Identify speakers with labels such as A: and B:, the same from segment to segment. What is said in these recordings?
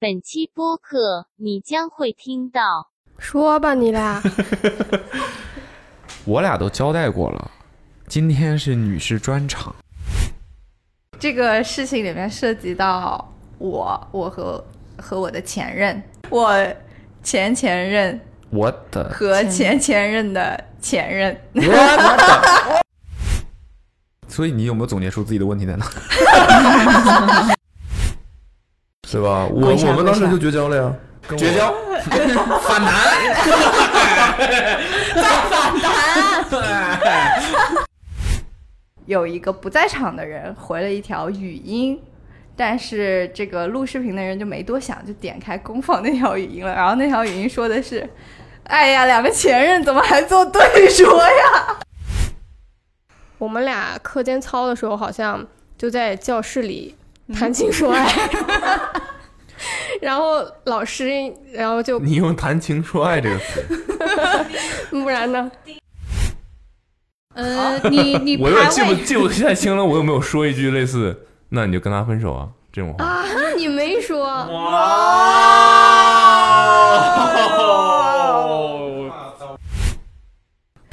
A: 本期播客你将会听到。
B: 说吧，你俩
C: 我俩都交代过了，今天是女士专场，
D: 这个事情里面涉及到我，我和和我的前任，我前前任
C: 我 的
D: 和前前任的前任，
C: 我的，所以你有没有总结出自己的问题在哪？
E: 对吧？我我们当时就绝交了呀。
C: 绝交， 反弹， 反弹，
D: 有一个不在场的人回了一条语音，但是这个录视频的人就没多想，就点开公放那条语音了。然后那条语音说的是：“哎呀，两个前任怎么还做对说呀
B: 我们俩课间操的时候好像就在教室里
F: 嗯
B: 谈情说爱， 然后老师，然后就
E: 你用“谈情说爱”这个词，
B: 不然呢？
G: 呃，你你
E: 我
G: 排
E: 有点记不
G: 位，
E: 记不太清了，我有没有说一句类似“那你就跟他分手啊”这种话？
B: 啊，你没说，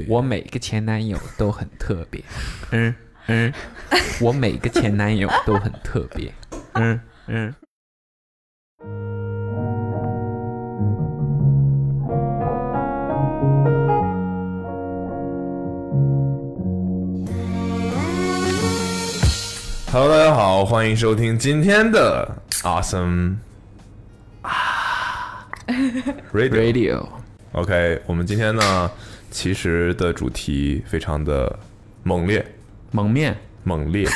C: 我每个前男友都很特别，嗯嗯， 我每个前男友都很特别，嗯嗯。
E: Hello，大家好，欢迎收听今天的 Awesome 啊 Radio。
C: Radio，
E: OK，我们今天呢，其实的主题非常的猛烈，
C: 蒙面，
E: 猛烈。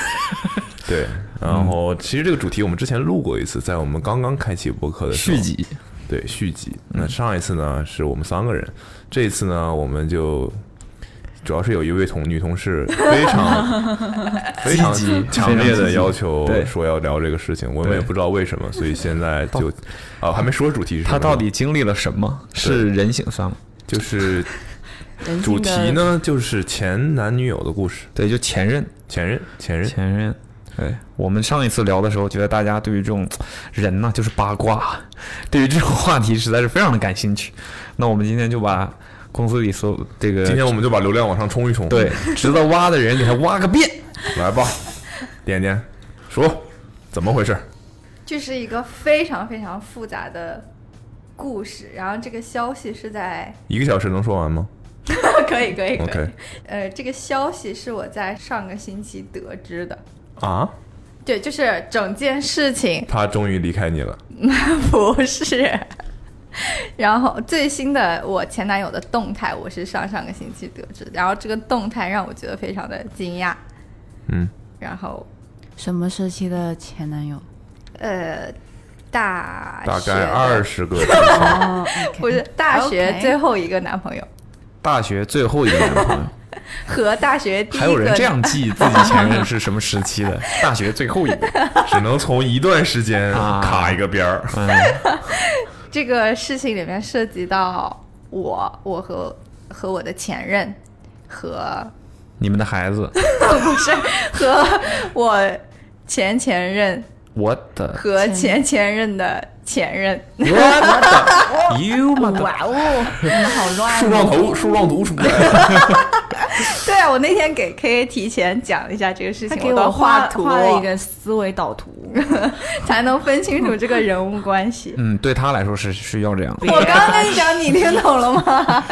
E: 对，然后其实这个主题我们之前录过一次，在我们刚刚开启播客的时候，
C: 续集，
E: 对续集。
C: 嗯
E: 那上一次呢是我们三个人，这一次呢我们就主要是有一位同女 同事非常非常
C: 积极
E: 强烈的要求
C: 非常积极对
E: 说要聊这个事情，我们也
C: 对
E: 不知道为什么，所以现在就 啊还没说主题是什
C: 他
E: 么
C: 到底经历了什么？是人性算吗？
E: 就是
G: 人
E: 主
G: 性的
E: 题呢就是前男女友的故事，
C: 对，就前任，
E: 前任前任
C: 前任。对我们上一次聊的时候，觉得大家对于这种人呢、就是八卦， 对于这种话题实在是非常的感兴趣。那我们今天就把公司里所有这个
E: 今天我们就把流量往上冲一冲，
C: 对，值得挖的人给他挖个遍。
E: 来吧，点点说怎么回事？”？
D: 就是一个非常非常复杂的故事。然后这个消息是在
E: 一个小时能说完吗
D: 可以可以可以
E: ？OK
D: 呃，这个消息是我在上个星期得知的。
E: 啊，
D: 对，就是整件事情
E: 他终于离开你了。
D: 不是。然后最新的我前男友的动态，我是上上个星期得知的，然后这个动态让我觉得非常的惊讶。
E: 嗯，
D: 然后
G: 什么时期的前男友？
D: 呃，大
E: 大
D: 学
E: 概
D: 啊的
E: 二十个
G: 哦，
D: 不是大学
G: OK
D: 最后一个男朋友
C: 大学最后一个男 朋友，
D: 和大学第一个
C: 还有人这样记自己前任是什么时期 的？大学最后一个，
E: 只能从一段时间
C: 啊
E: 卡一个边儿。
C: 嗯，
D: 这个事情里面涉及到我，我和和我的前任和
C: 你们的孩子，
D: 不是和我前前任
C: 我 的，
D: 和前前任的前任。
C: 我 的，you 妈的，
G: 哇哦，你们好乱
E: 树状
G: 哦。
E: 头，树状图出来了。
D: 对啊，我那天给 K K 提前讲了一下这个事
G: 他
D: 情，
G: 给
D: 我
G: 我
D: 都画
G: 画
D: 图
G: 画了一个思维导图，
D: 才能分清楚这个人物 关系。
C: 嗯，对他来说是需要这样的。
D: 我刚刚跟你讲，你听懂了吗？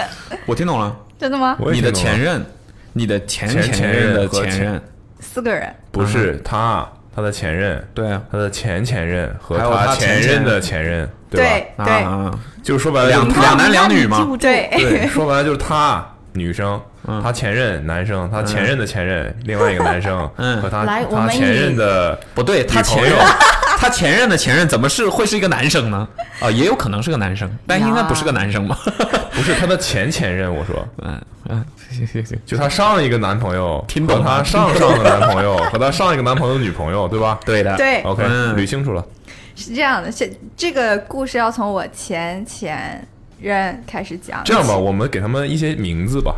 C: 我听懂了，
D: 真的吗？
E: 我也
C: 你的
E: 听懂了
C: 前任，你的前
E: 前前
C: 任
E: 任
C: 的
E: 和
C: 前
E: 前
C: 任，
D: 四个人，
E: 不是
C: 啊
E: 他，他的前任，
C: 对啊
E: 他的前前任和
C: 还有他
E: 前
C: 前
E: 任
C: 前
E: 的前任，吧？
D: 对
C: 啊
D: 对啊
C: 啊，啊
E: 就是说白了，
C: 两
E: 就是
C: 两
E: 他，
C: 男两女
G: 你记不
C: 嘛，
G: 住
D: 对
E: 对，说白了就是他女生，
C: 嗯
E: 他前任男生，他前任的前任，另外一个男生
C: 嗯
E: 和他
G: 来我
E: 他
G: 们
E: 前
G: 以
E: 任的
C: 不对，他
E: 女朋
C: 前
E: 友
C: 任， 他前任的前任怎么是会是一个男生呢？啊，也有可能是个男生，但应该不是个男生吧？
E: 不是他的前前任，我说。
C: 嗯嗯，行行行，
E: 就她上一个男朋友，
C: 听懂
E: 和她
C: 了
E: 上上个男朋友， 和她上一个男朋友女朋友，对吧？
C: 对的，
D: 对
E: ，OK，
C: 嗯
E: 捋清楚了。
D: 是这样的，这这个故事要从我前前任开始讲。
E: 这样 吧，，我们给他们一些名字吧。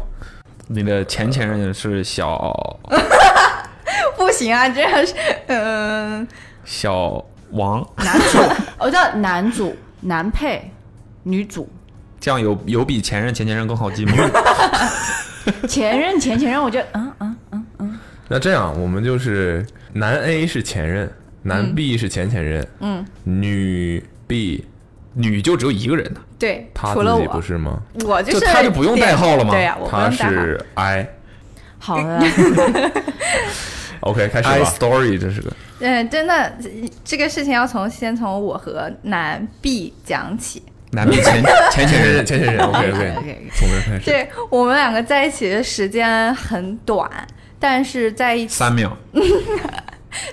C: 你的前前任是小
D: 不行啊，这样是嗯、
C: 小王
G: 男主，我知道男主、男配、女主、
C: 这样有有比前任前前任更好记 吗？
G: 前任、前前任，我觉得嗯嗯嗯嗯，
E: 那这样，我们就是男 A 是前任，男 B 是前前任，
D: 嗯，
E: 女 B
C: 女就只有一个人呢，
D: 对，
E: 她
D: 除了
E: 自己
D: 我
E: 不，是吗？
D: 我就是
C: 就她就不用代号了吗
D: 对啊呀、我不
E: 她
D: 用代号。
E: 是 I。
G: 好 的，嗯
E: OK，开始
C: I
E: 吧。
C: story 这是个
D: 嗯，真的，这个事情要从先从我和男 B 讲起。
C: 男的前前前
E: 前
C: 任
E: 任，前前任，OK
D: 哎
E: OK，
G: OK，
E: 从这儿开始。
D: 对我们两个在一起的时间很短，但是在一起
C: 三秒，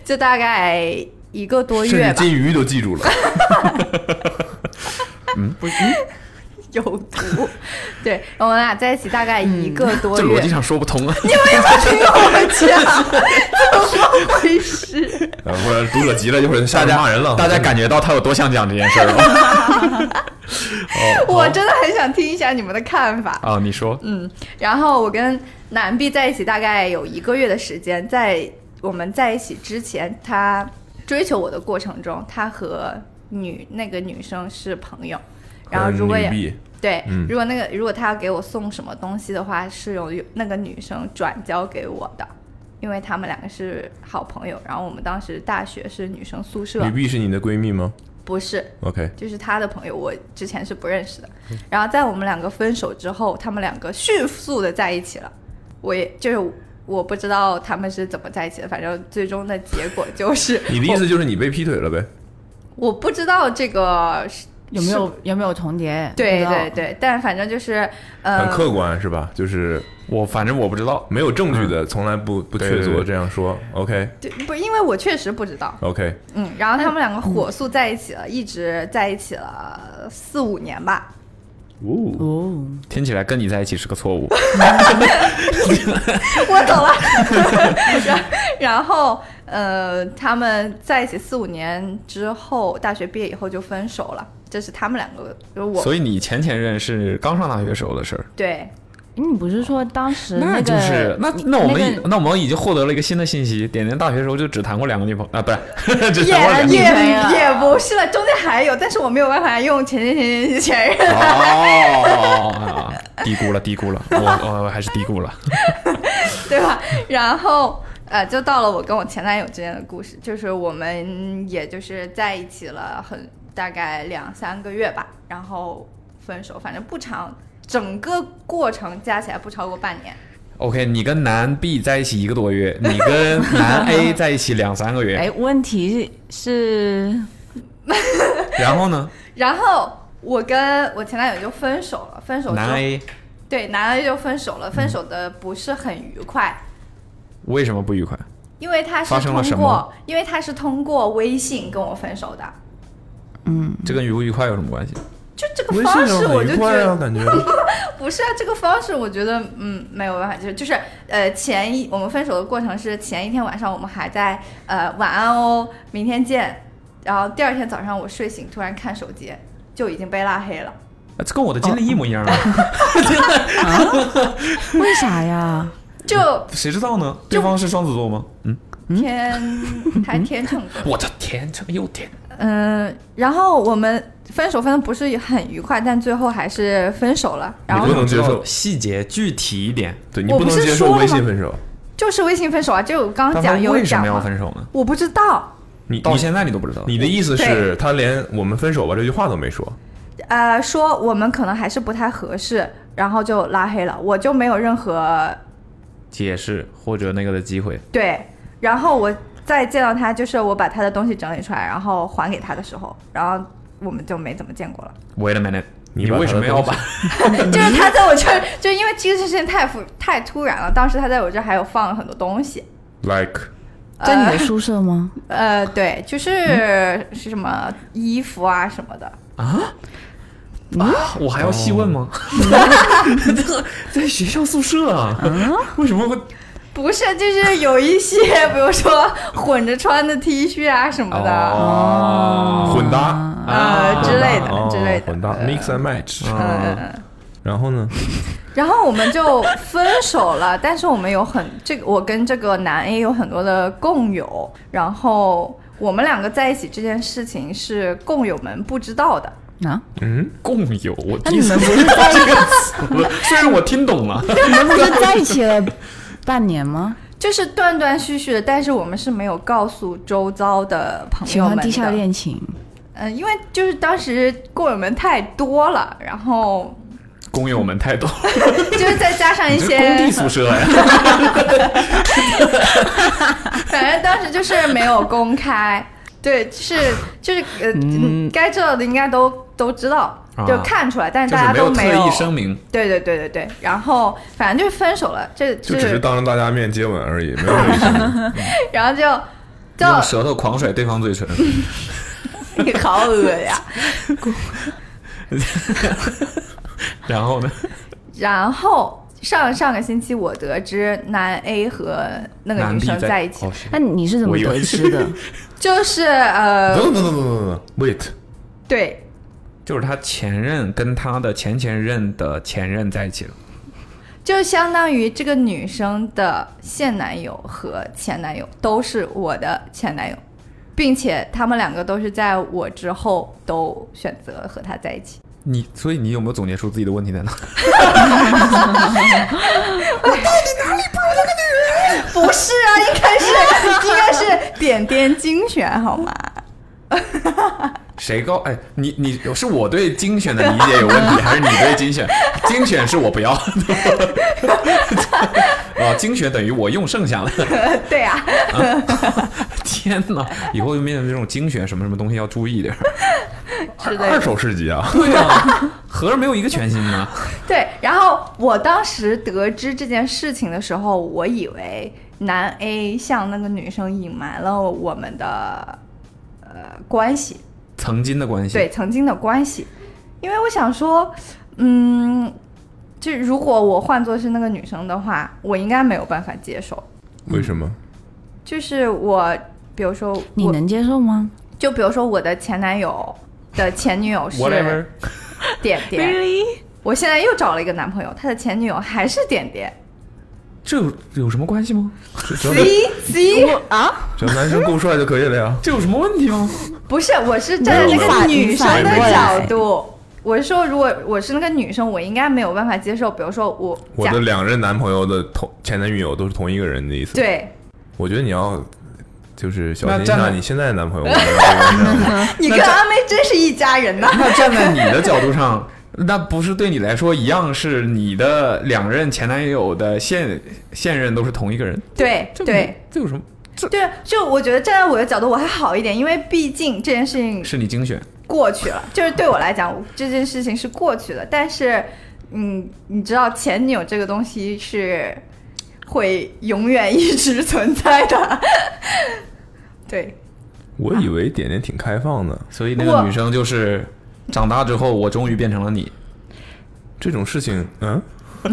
D: 就大概一个多
E: 甚
D: 月
E: 至
D: 吧，
E: 金鱼都记住了。
D: 有毒。对，我们俩在一起大概一个多
C: 这逻
D: 月，
C: 辑上说不通啊。
D: 回事？
E: 呃，或者读者急了，一会儿
C: 大
E: 下
C: 家
E: 家骂人了。嗯
C: 大家感觉到他有多想讲这件事儿了
D: 我真的很想听一下你们的看法。
C: 啊？你说，
D: 嗯，然后我跟男 B 在一起大概有一个月的时间，在我们在一起之前，他追求我的过程中，他和女那个女生是朋友，然后如果也
E: 嗯女 B
D: 对，
E: 嗯
D: 如果那个如果他要给我送什么东西的话，是由那个女生转交给我的，因为他们两个是好朋友，然后我们当时大学是女生宿舍
E: 女，B 是你的闺蜜吗
D: 不是
E: ？OK，
D: 就是他的朋友，我之前是不认识的。
E: 嗯
D: 然后在我们两个分手之后，他们两个迅速的在一起了。我也就是我不知道他们是怎么在一起的，反正最终的结果就是
E: 你的意思就是你被劈腿了呗？
D: 我不知道这个是
G: 有没有有没有重叠？
D: 对
G: 不知道
D: 对，对，但反正就是
E: 很
D: 呃，
E: 客观是吧？就是
C: 我反正我不知道，
E: 没有证据的，从来不不
C: 对
E: 确
C: 对
E: 凿
C: 对
E: 这样说。OK
D: 对，不是因为我确实不知道，
E: OK，
D: 嗯，然后他们两个火速在一起了，一直在一起了四五年吧。
C: 哦，
G: 哦，
C: 听起来跟你在一起是个错误。
D: 我走了。 然然后，呃，他们在一起四五年之后，大学毕业以后就分手了。这是他们两个，就是我
C: 所以你前前任是刚上大学时候的事儿，
D: 对
G: 诶你不是说当时
C: 那
G: 个
C: 就是那那我们已
G: 那个
C: 那我们已经获得了一个新的信息，点点大学时候就只谈过两个女朋友啊，不是， 只
D: 也
C: 谈过两个。
D: 也
G: 女朋友
D: 也不是了，中间还有，但是我没有办法用前前前前前任。
C: 哦， 低估了，低估了，我我还是低估了。
D: 对吧？然后呃，就到了我跟我前男友之间的故事，就是我们也就是在一起了很大概两三个月吧，然后分手，反正不长，整个过程加起来不超过半年。
C: OK，你跟男 B 在一起一个多月，你跟 男 A 在一起两三个月，
G: 哎，问题是是
C: 然后呢，
D: 然后我跟我前男友就分手了，分手之后
C: 男 A 嗯
D: 对男 A 就分手了，分手的不是很愉快。
C: 为什么不愉快？
D: 因为他
C: 发
D: 是
C: 生了
D: 通
C: 什
D: 过
C: 么，
D: 因为他是通过微信跟我分手的，
G: 嗯，
C: 这跟愉不愉快有什么关系？
D: 就这个
E: 微
D: 方
E: 信上
D: 式我
E: 很愉
D: 就觉
E: 快
D: 得
E: 啊，感觉
D: 不是啊，这个方式我觉得，嗯，没有办法，就是就是，呃，前一我们分手的过程是前一天晚上我们还在呃晚安哦，明天见，然后第二天早上我睡醒突然看手机，就已经被拉黑了。
C: 啊这跟我的经历一模一样啊！
G: 为啥呀？
D: 就
C: 谁知道呢？对方是双子座吗？嗯，
D: 天，还天秤座，
C: 我的天，这个又天，
D: 嗯，然后我们分手分的不是很愉快，但最后还是分手了。然后
E: 你不能接受
C: 细节具体一点。
E: 对你
D: 我
E: 不
D: 不
E: 能
D: 是
E: 接
D: 说
E: 受
D: 了
E: 微
D: 吗
E: 信分手，
D: 就是微信分手啊，这我刚
C: 但他
D: 刚讲有
C: 为什
D: 讲
C: 么要
D: 吗
C: 分手呢？
D: 我不知道，
E: 你
C: 到
E: 你
C: 现在你都不知道？
E: 你的意思是
D: 对
E: 他连我们分手吧这句话都没说，
D: 呃，说我们可能还是不太合适，然后就拉黑了，我就没有任何
C: 解释或者那个的机会，
D: 对。然后我再见到他，就是我把他的东西整理出来，然后还给他的时候，然后我们就没怎么见 过了。
C: Wait a minute，
E: 你
C: 你
E: 把
C: 为
E: 他
C: 什
E: 的
C: 么要
E: 东西
C: 把？
D: 就是他在我这儿，就因为这个事情太突太突然了，当时他在我这儿还有放了很多东西。
E: like
C: 呃
G: 在你的宿舍吗？
D: 呃，对，就是、
G: 嗯
D: 是什么衣服啊什么的，
C: 啊， 我还要细问吗？ 在学校宿舍啊？为什么会？
D: 不是，就是有一些， 比如说混着穿的 T 恤啊什么的。
C: 哦
E: 混搭
D: 呃之类的
E: 哦
D: 之类的
E: 混搭 mix and match，
C: 嗯
E: 然后呢？
D: 然后我们就分手了，但是我们有很这个，我跟这个男 A 有很多的共有，然后我们两个在一起这件事情是共友们不知道的，
G: 啊，
E: 嗯，
C: 共有，我
G: 那
C: 第一
G: 你
C: 次
G: 们不
C: 听
G: 是在
C: 这个词，虽然我听懂了，
G: 你们不是在一起了半年吗？
D: 就是断断续续的，但是我们是没有告诉周遭的朋
G: 喜
D: 友们
G: 欢
D: 的。
G: 地下恋情，
D: 嗯，因为就是当时共友们太多了，然后
C: 工友们太多，
D: 就是再加上一
C: 你这
D: 些
C: 是工地宿舍呀，
D: 反正当时就是没有公 开，对，就是就是呃，
G: 嗯
D: 该知道的应该都都知道，
C: 啊
D: 就看出来，但是
C: 就是
D: 大家
C: 没
D: 都
C: 特
D: 没有。
C: 意声明，
D: 对对对对对，然后反正就是分手了，这
E: 就
D: 就
E: 只是当着大家面接吻而已，没有任何意思。
D: 然后 就
C: 用
D: 就
C: 舌头狂甩对方嘴唇，
D: 你 好恶呀，
C: 然后呢，
D: 然后。上上个星期，我得知男 A 和那个
C: 男
D: 女
C: 帝
D: 生在一起，
C: 哦行
G: 那你是怎么
C: 我以为
G: 得知的？
D: 就是 呃，
E: 等等等等等等，wait，
D: 对，
C: 就是他前任跟他的前前任的前任在一起了，
D: 就相当于这个女生的现男友和前男友都是我的前男友，并且他们两个都是在我之后都选择和他在一起。
C: 你所以你有没有总结出自己的问题在哪？
D: 不是啊，应该是应该是点点精选好吗？
C: 谁告？哎，你你是我对精选的理解有问题，还是你对精选？ 精选是我不要的。 哦，精选等于我用剩下了。
D: 对啊，
C: 天哪，以后就面对这种精选什么什么东西要注意点儿。
D: 是
E: 二
D: 的，
E: 手市集啊，
C: 对啊，合着没有一个全新的。啊
D: 对。然后我当时得知这件事情的时候，我以为男 A 向那个女生隐瞒了我们的呃关系，
C: 曾经的关系，
D: 对曾经的关系，因为我想说，嗯，就如果我换作是那个女生的话，我应该没有办法接受。
E: 为什么？
D: 就是我，比如说我，
G: 你能接受吗？
D: 就比如说我的前男友的前女友
C: ，whatever
D: 是。 点点，我现在又找了一个男朋友，他的前女友还是点点。
C: 这有有什么关系吗？
E: 只要
D: C C 啊，
E: 只要男生够帅就可以了呀。
C: 这有什么问题吗？
D: 不是，我是站在
E: 没
D: 那
E: 有你
D: 个
G: 反
D: 女生
E: 你
D: 的
E: 反过
G: 来
D: 角度。我是说，如果我是那个女生，我应该没有办法接受。比如说我，
E: 我
D: 假
E: 的两任男朋友的同前男女友都是同一个人的意思。，
D: 对，
E: 我觉得你要就是小心一
C: 那站
E: 下
C: 在
E: 你现在的男 朋友。我觉得这个是
D: 你跟阿妹真是一家人呐！
C: 那站在你的角度上， 那不是对你来说一样是你的两任前男友的现现任都是同一个人？
D: 对
C: 这
D: 对，
C: 这有什么？这
D: 对，就我觉得站在我的角度我还好一点，因为毕竟这件事情
C: 是你精选，
D: 过去 了，就是对我来讲这件事情是过去的。但是，嗯，你知道前女友这个东西是会永远一直存在的。 对，
E: 我以为点点挺开放的，
C: 所以那个
D: 我
C: 女生就是长大之后，我终于变成了你。
E: 这种事情，嗯。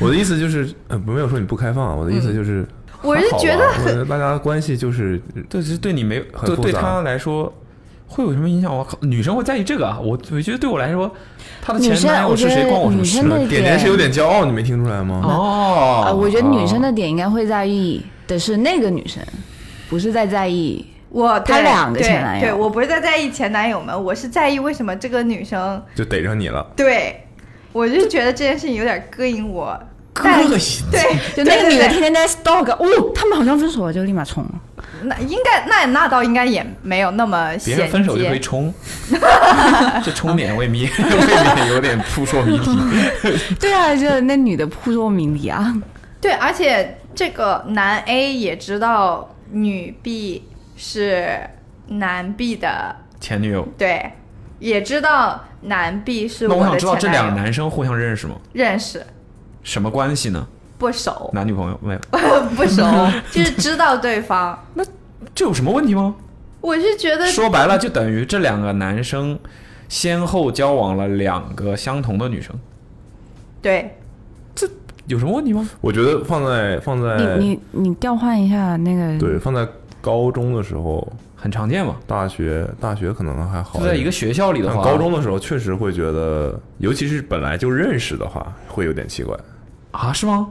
E: 我的意思就是，呃，没有说你不开放啊，我的意思就是，
D: 我是
E: 还好吧
D: 觉得
E: 我大家关系就是
C: 对，其实对你没
E: 很
C: 对
E: 复
C: 对
E: 杂
C: 她来说会有什么影响？我靠，女生会在意这个啊？我我觉得对我来说，她的前
G: 女生
C: 男友
G: 我觉
C: 是谁
G: 得
C: 关我什么
G: 女
C: 事
G: 生？的
E: 点点是有点骄傲，你没听出来吗？
C: 哦、
G: 啊，我觉得女生的点应该会在意的是那个女生，不是在在意。
D: 我
G: 他
D: 对
G: 两个
D: 对
G: 前男友
D: 对我不是在在意前男友们，我是在意为什么这个女生
E: 就逮上你了。
D: 对我就觉得这件事情有点膈应我。但
C: 膈应。
D: 对，
G: 就那个
D: 对
G: 女
D: 对
G: 的
D: 对
G: 天天在 stalk，哦，他们好像分手了，就立马冲了。
D: 那应该那那倒应该也没有那么
C: 别
D: 衔接
C: 人，分手就会冲， 这冲点未免 未免有点扑朔迷离。
G: 对啊，就那女的扑朔迷离啊。
D: 对，而且这个男 A 也知道女 B 是男 B 的，
C: 前女友，
D: 对，也知道男 B 是
C: 那我想
D: 的
C: 知道这
D: 前
C: 两个
D: 男友，
C: 男生互相认识吗？
D: 认识
C: 什么关系呢？
D: 不熟，
C: 男女朋友没有？
D: 不 熟，就是知道对方。
C: 这有什么问题吗？
D: 我是觉
G: 呃
D: 得
C: 说白了，就等于这两个男生先后交往了两个相同的女生，
D: 对，
C: 有什么问题吗？
E: 我觉得放在放
C: 呃
E: 在
G: 你你你调换一下那个，
E: 对放在高中的时候，
C: 很常见嘛，
E: 大学大学可能还好
C: 就
E: 点，
C: 在一个学校里的
E: 但
C: 话，
E: 高中的时候确实会觉得，尤其是本来就认识的话，会有点奇怪。
C: 啊，是吗？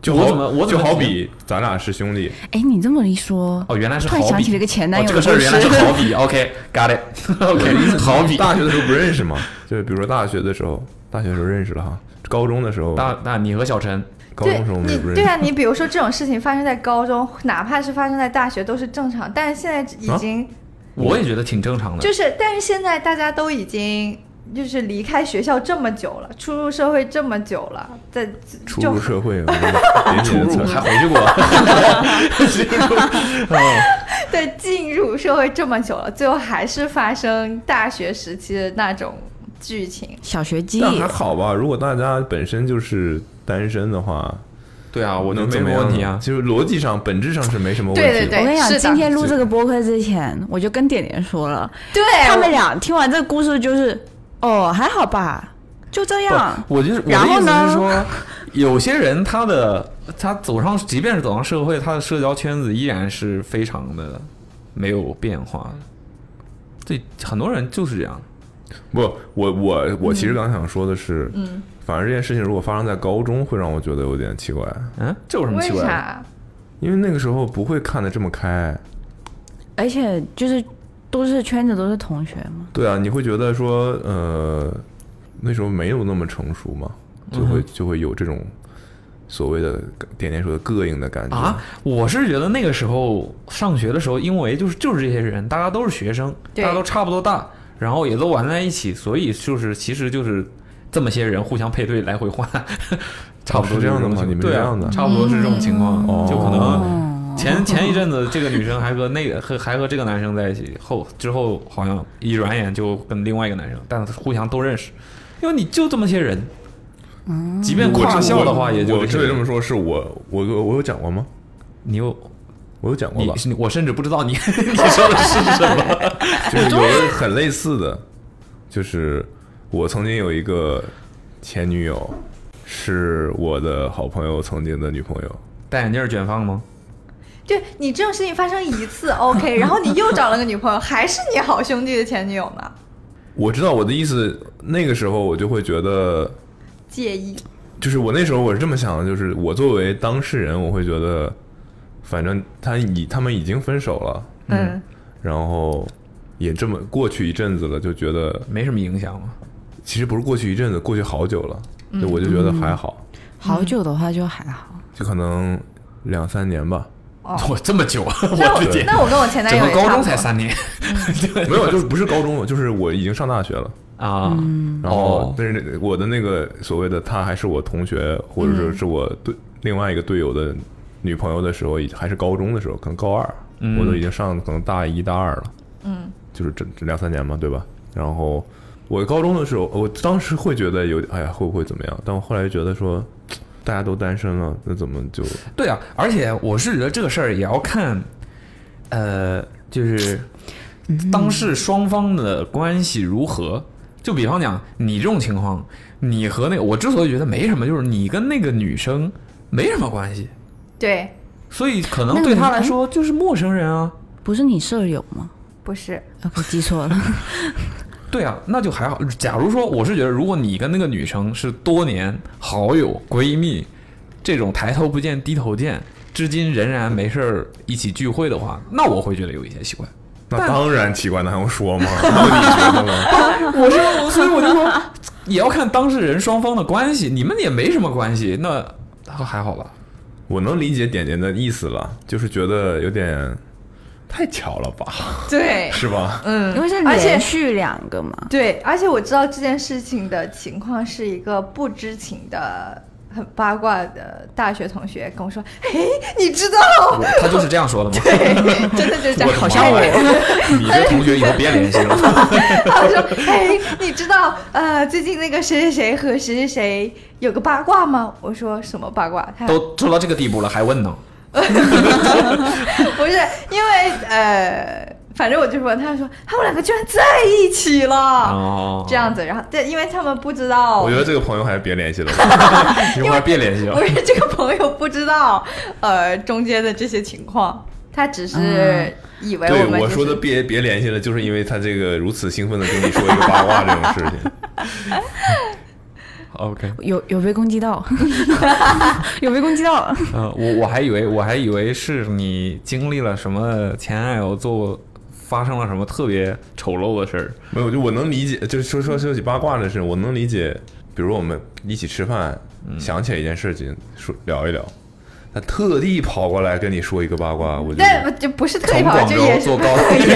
E: 就
C: 我
E: 好
C: 怎么我怎
E: 就
C: 么
E: 好
C: 觉得
E: 比咱俩是兄弟，
G: 哎，你这么一说，
C: 哦，原来是
G: 突然
C: 好
G: 想
C: 比
G: 起了一个前男
C: 哦
G: 友
C: 这
G: 的
C: 个
G: 故
C: 事
G: 事。
C: 儿原来是好比，OK，got it，OK，好比
E: 大学的时候不认识嘛， 就是比如说大学的时候，大学的时候认识了哈，高中的时候，
C: 大那你和小陈
E: 高中的时候我们也不
D: 你
E: 认识
D: 对。啊，你比如说这种事情发生在高中，哪怕是发生在大学都是正常，但是现在已
E: 啊
D: 经、
C: 我也觉得挺正常的
D: 就。是，但是现在大家都已经就是离开学校这么久了，出入社会这么久了，在
E: 初
D: 就
E: 入社会，我觉得别
C: 出
E: 人的
C: 入
E: 词
C: 还
E: 儿
C: 回去过，嗯
D: 对进入社会这么久了，最后还是发生大学时期的那种剧情。
G: 小学鸡，
E: 但还好吧。如果大家本身就是单身的话，
C: 对啊，我
E: 能
C: 能
E: 怎
C: 没什
E: 么
C: 么
E: 样
C: 问题
E: 呢
C: 啊。
E: 就是逻辑上、本质上是没什么问题的。
D: 对对
G: 我跟你讲
D: 是，的
G: 今天录这个播客之前，我就跟点点说了，
D: 对
G: 他们俩听完这个故事就是，哦，还好吧，就这样。
C: 不我就是我的
G: 然后
C: 意思是
G: 呢
C: 说，有些人他的他走上，即便是走上社会，他的社交圈子依然是非常的没有变化的。对，很多人就是这样。
E: 不，我
D: 嗯
E: 我我其实刚想说的是，嗯，反正这件事情如果发生在高中，会让我觉得有点奇怪，
C: 嗯，这有什么
D: 为
C: 奇怪的？
D: 啥？
E: 因为那个时候不会看得这么开。
G: 而且就是都是圈子都是同学嘛，
E: 对啊，你会觉得说，呃，那时候没有那么成熟嘛，
C: 嗯
E: 就会就会有这种所谓的点点说的膈应的感觉
C: 啊，我是觉得那个时候上学的时候，因为就是就是这些人，大家都是学生，大
D: 对
C: 家都差不多大，然后也都玩在一起，所以就是其实就是这么些人互相配对来回换， 差不多
E: 哦是这样的吗
C: 吗？
E: 你们
C: 对
E: 这
C: 啊
E: 样的
C: 差不多是这种情况，
E: 嗯
C: 就可
G: 哦
C: 能前前一阵子这个女生还和那个和还和这个男生在一起，后之后好像一转眼就跟另外一个男生，但是互相都认识，因为你就这么些人，即便跨校的话也就
E: 我
C: 些
E: 这里这
C: 人
E: 么说，是我我我我有讲过吗？
C: 你又。
E: 我有讲过
C: 你
E: 吧？
C: 你我甚至不知道你 你说的是什么。
E: 就是有一个很类似的，就是我曾经有一个前女友，是我的好朋友曾经的女朋友。
C: 戴眼镜卷发吗？
D: 就你这种事情发生一次 OK，然后你又找了个女朋友，还是你好兄弟的前女友吗？
E: 我知道我的意思，那个时候我就会觉得，
D: 介意？
E: 就是我那时候我是这么想的，就是我作为当事人，我会觉得，反正他已他们已经分手了，
D: 嗯，
E: 然后也这么过去一阵子了，就觉得
C: 没什么影响啊吗？
E: 其实不是过去一阵子，过去好久了，就我就觉得还好，
G: 好
H: 嗯
G: 久的话就还好。
E: 就可能两三年吧。
C: 我这么久，
D: 哦
C: 啊
D: 那
C: 我
D: 我
C: 直接
D: 那我跟我前男
C: 整
D: 友
C: 个
D: 也
C: 高
D: 差
C: 中
D: 不多
C: 才三年
E: 没有，就是不是高中了，就是我已经上大学了。
C: 啊。
D: 嗯
E: 然后
C: 哦，
E: 但是我的那个所谓的她还是我同学，或者说是我对另外一个队友的女朋友的时候，已还是高中的时候，可能高二，
C: 嗯
E: 我都已经上可能大一大二了。嗯，就是这这两三年嘛，对吧？然后我高中的时候，我当时会觉得有，哎呀，会不会怎么样？但我后来觉得说，大家都单身了，那怎么就
C: 对啊，而且我是觉得这个事儿也要看，呃，就是
D: 嗯
C: 当事双方的关系如何。就比方讲，你这种情况，你和那个我之所以觉得没什么，就是你跟那个女生没什么关系，
D: 对，
C: 所以可能
G: 那
C: 对
G: 你
C: 她来说就是陌生人啊。
G: 不是你舍友吗
D: 不是，
H: 啊
G: ？OK，记错 了。
C: 对啊，那就还好。假如说，我是觉得，如果你跟那个女生是多年好友、闺蜜，这种抬头不见低头见，至今仍然没事儿一起聚会的话， 那我会觉得有一些奇怪。
E: 那当然奇怪，那还用说吗？那你觉得呢？
C: 我是，所以我就说， 也要看当事人双方的关系。你们也没什么关系，那还好吧？
E: 我能理解点点的意思了，就是觉得有点太巧了吧，
D: 对，
E: 是吧？
D: 嗯，
G: 因为是
D: 而且
G: 连续两个嘛，
D: 对，而且我知道这件事情的情况是一个不知情的、很八卦的大学同学跟我说：“嘿，你知道？
C: 我他就是这样说的 吗？
D: 真的就是这样，
C: 我的妈 呀！你这同学以后别联系了。
D: 他说：“哎，你知道呃，最近那个谁谁谁和谁谁谁有个八卦吗？”我说：“什么八卦？”他
C: 都做到这个地步了，还问呢？
D: 不是因为呃，反正我就问他说：“他们两个居然在一起了。
C: 哦，
D: 这样子，然后对，因为他们不知道
E: 我觉，得这个朋友还是别联系了吧。
C: 一会儿别联系了
D: 不。是这个朋友不知道，呃，中间的这些情况，他只是以为
E: 对
D: 我们、
E: 我说的，别别联系了，就是因为他这个如此兴奋的跟你说一个八卦这种事情。
C: OK，
H: 有有被攻击 到，有被攻击到，
C: 呃，我我还以为我还以为是你经历了什么前男友做发生了什么特别丑陋的事儿，
E: 没有，就我能理解，就是说说说起八卦的事，我能理解。比如我们一起吃饭，想起来一件事情，说聊一聊，他特地跑过来跟你说一个八卦，我觉
D: 但
E: 得
D: 不就不是特
C: 从
D: 意跑，
C: 广
D: 就
C: 州
D: 也是
C: 坐高铁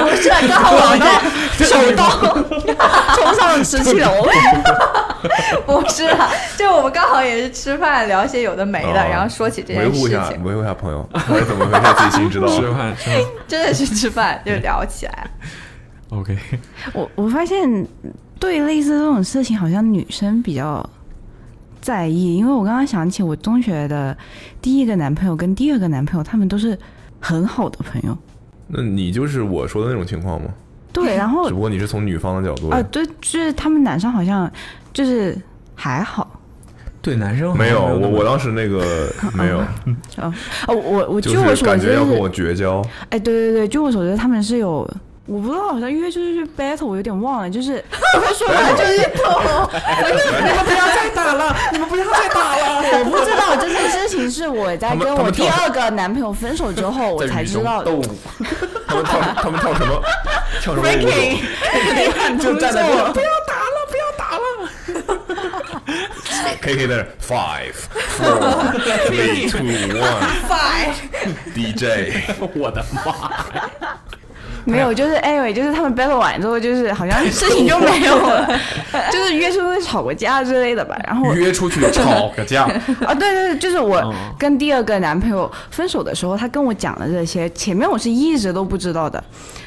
D: 不是啊刚好我在
H: 手刀冲上十七楼，
D: 不是啦，就我们刚好也是吃饭聊些有的没的，
E: 哦
D: 然后说起这件
E: 维护
D: 事
E: 一下
D: 情，
E: 维护一下朋友， 到底怎么回事？自己心里知道。
C: 吃饭吃饭。
D: 真的是吃饭就聊起来了。
C: OK，
H: 我我发现对类似这种事情，好像女生比较在意，因为我刚刚想起我中学的第一个男朋友跟第二个男朋友，他们都是很好的朋友。
E: 那你就是我说的那种情况吗？
H: 对，然后
E: 只不过你是从女方的角度
H: 哦啊，，对，就是他们男生好像就是还好。
C: 对男生好像
E: 没有，我我
C: 那么
E: 当时那个没有，
H: 哦，我我据
E: 就
H: 我
E: 是
H: 所
E: 感
H: 知
E: 觉要跟我
H: 是，
E: 绝交。
H: 哎，对对对，据我所知他们是有，我不知道好像约就是去 battle，我有点忘了， 就是我们说完就是
C: 你们不要再打了，你们不要再打了。
H: 我不知道这件事情是我在
E: 他们
H: 跟
E: 他
H: 我
E: 们
H: 第
E: 跳
H: 二个男朋友分手之后我
C: 在
H: 才
C: 雨
H: 知
C: 中
H: 道的
C: 斗。舞，
E: 他们跳他们跳什么？跳什么舞 种？
H: breaking，
C: 就站在那儿，不要
E: K K 在那 five four three two one DJ，
C: 我的妈！
H: 没有，就是 anyway，就是他们 battle 完之后，就是好像事情就没有了， 就是约出去吵过架之类的吧。然后
C: 约出去吵个架，
H: 啊，对对对，就是我
C: 嗯
H: 跟第二个男朋友分手的时候，他跟我讲了这些，前面我是一直都不知道的。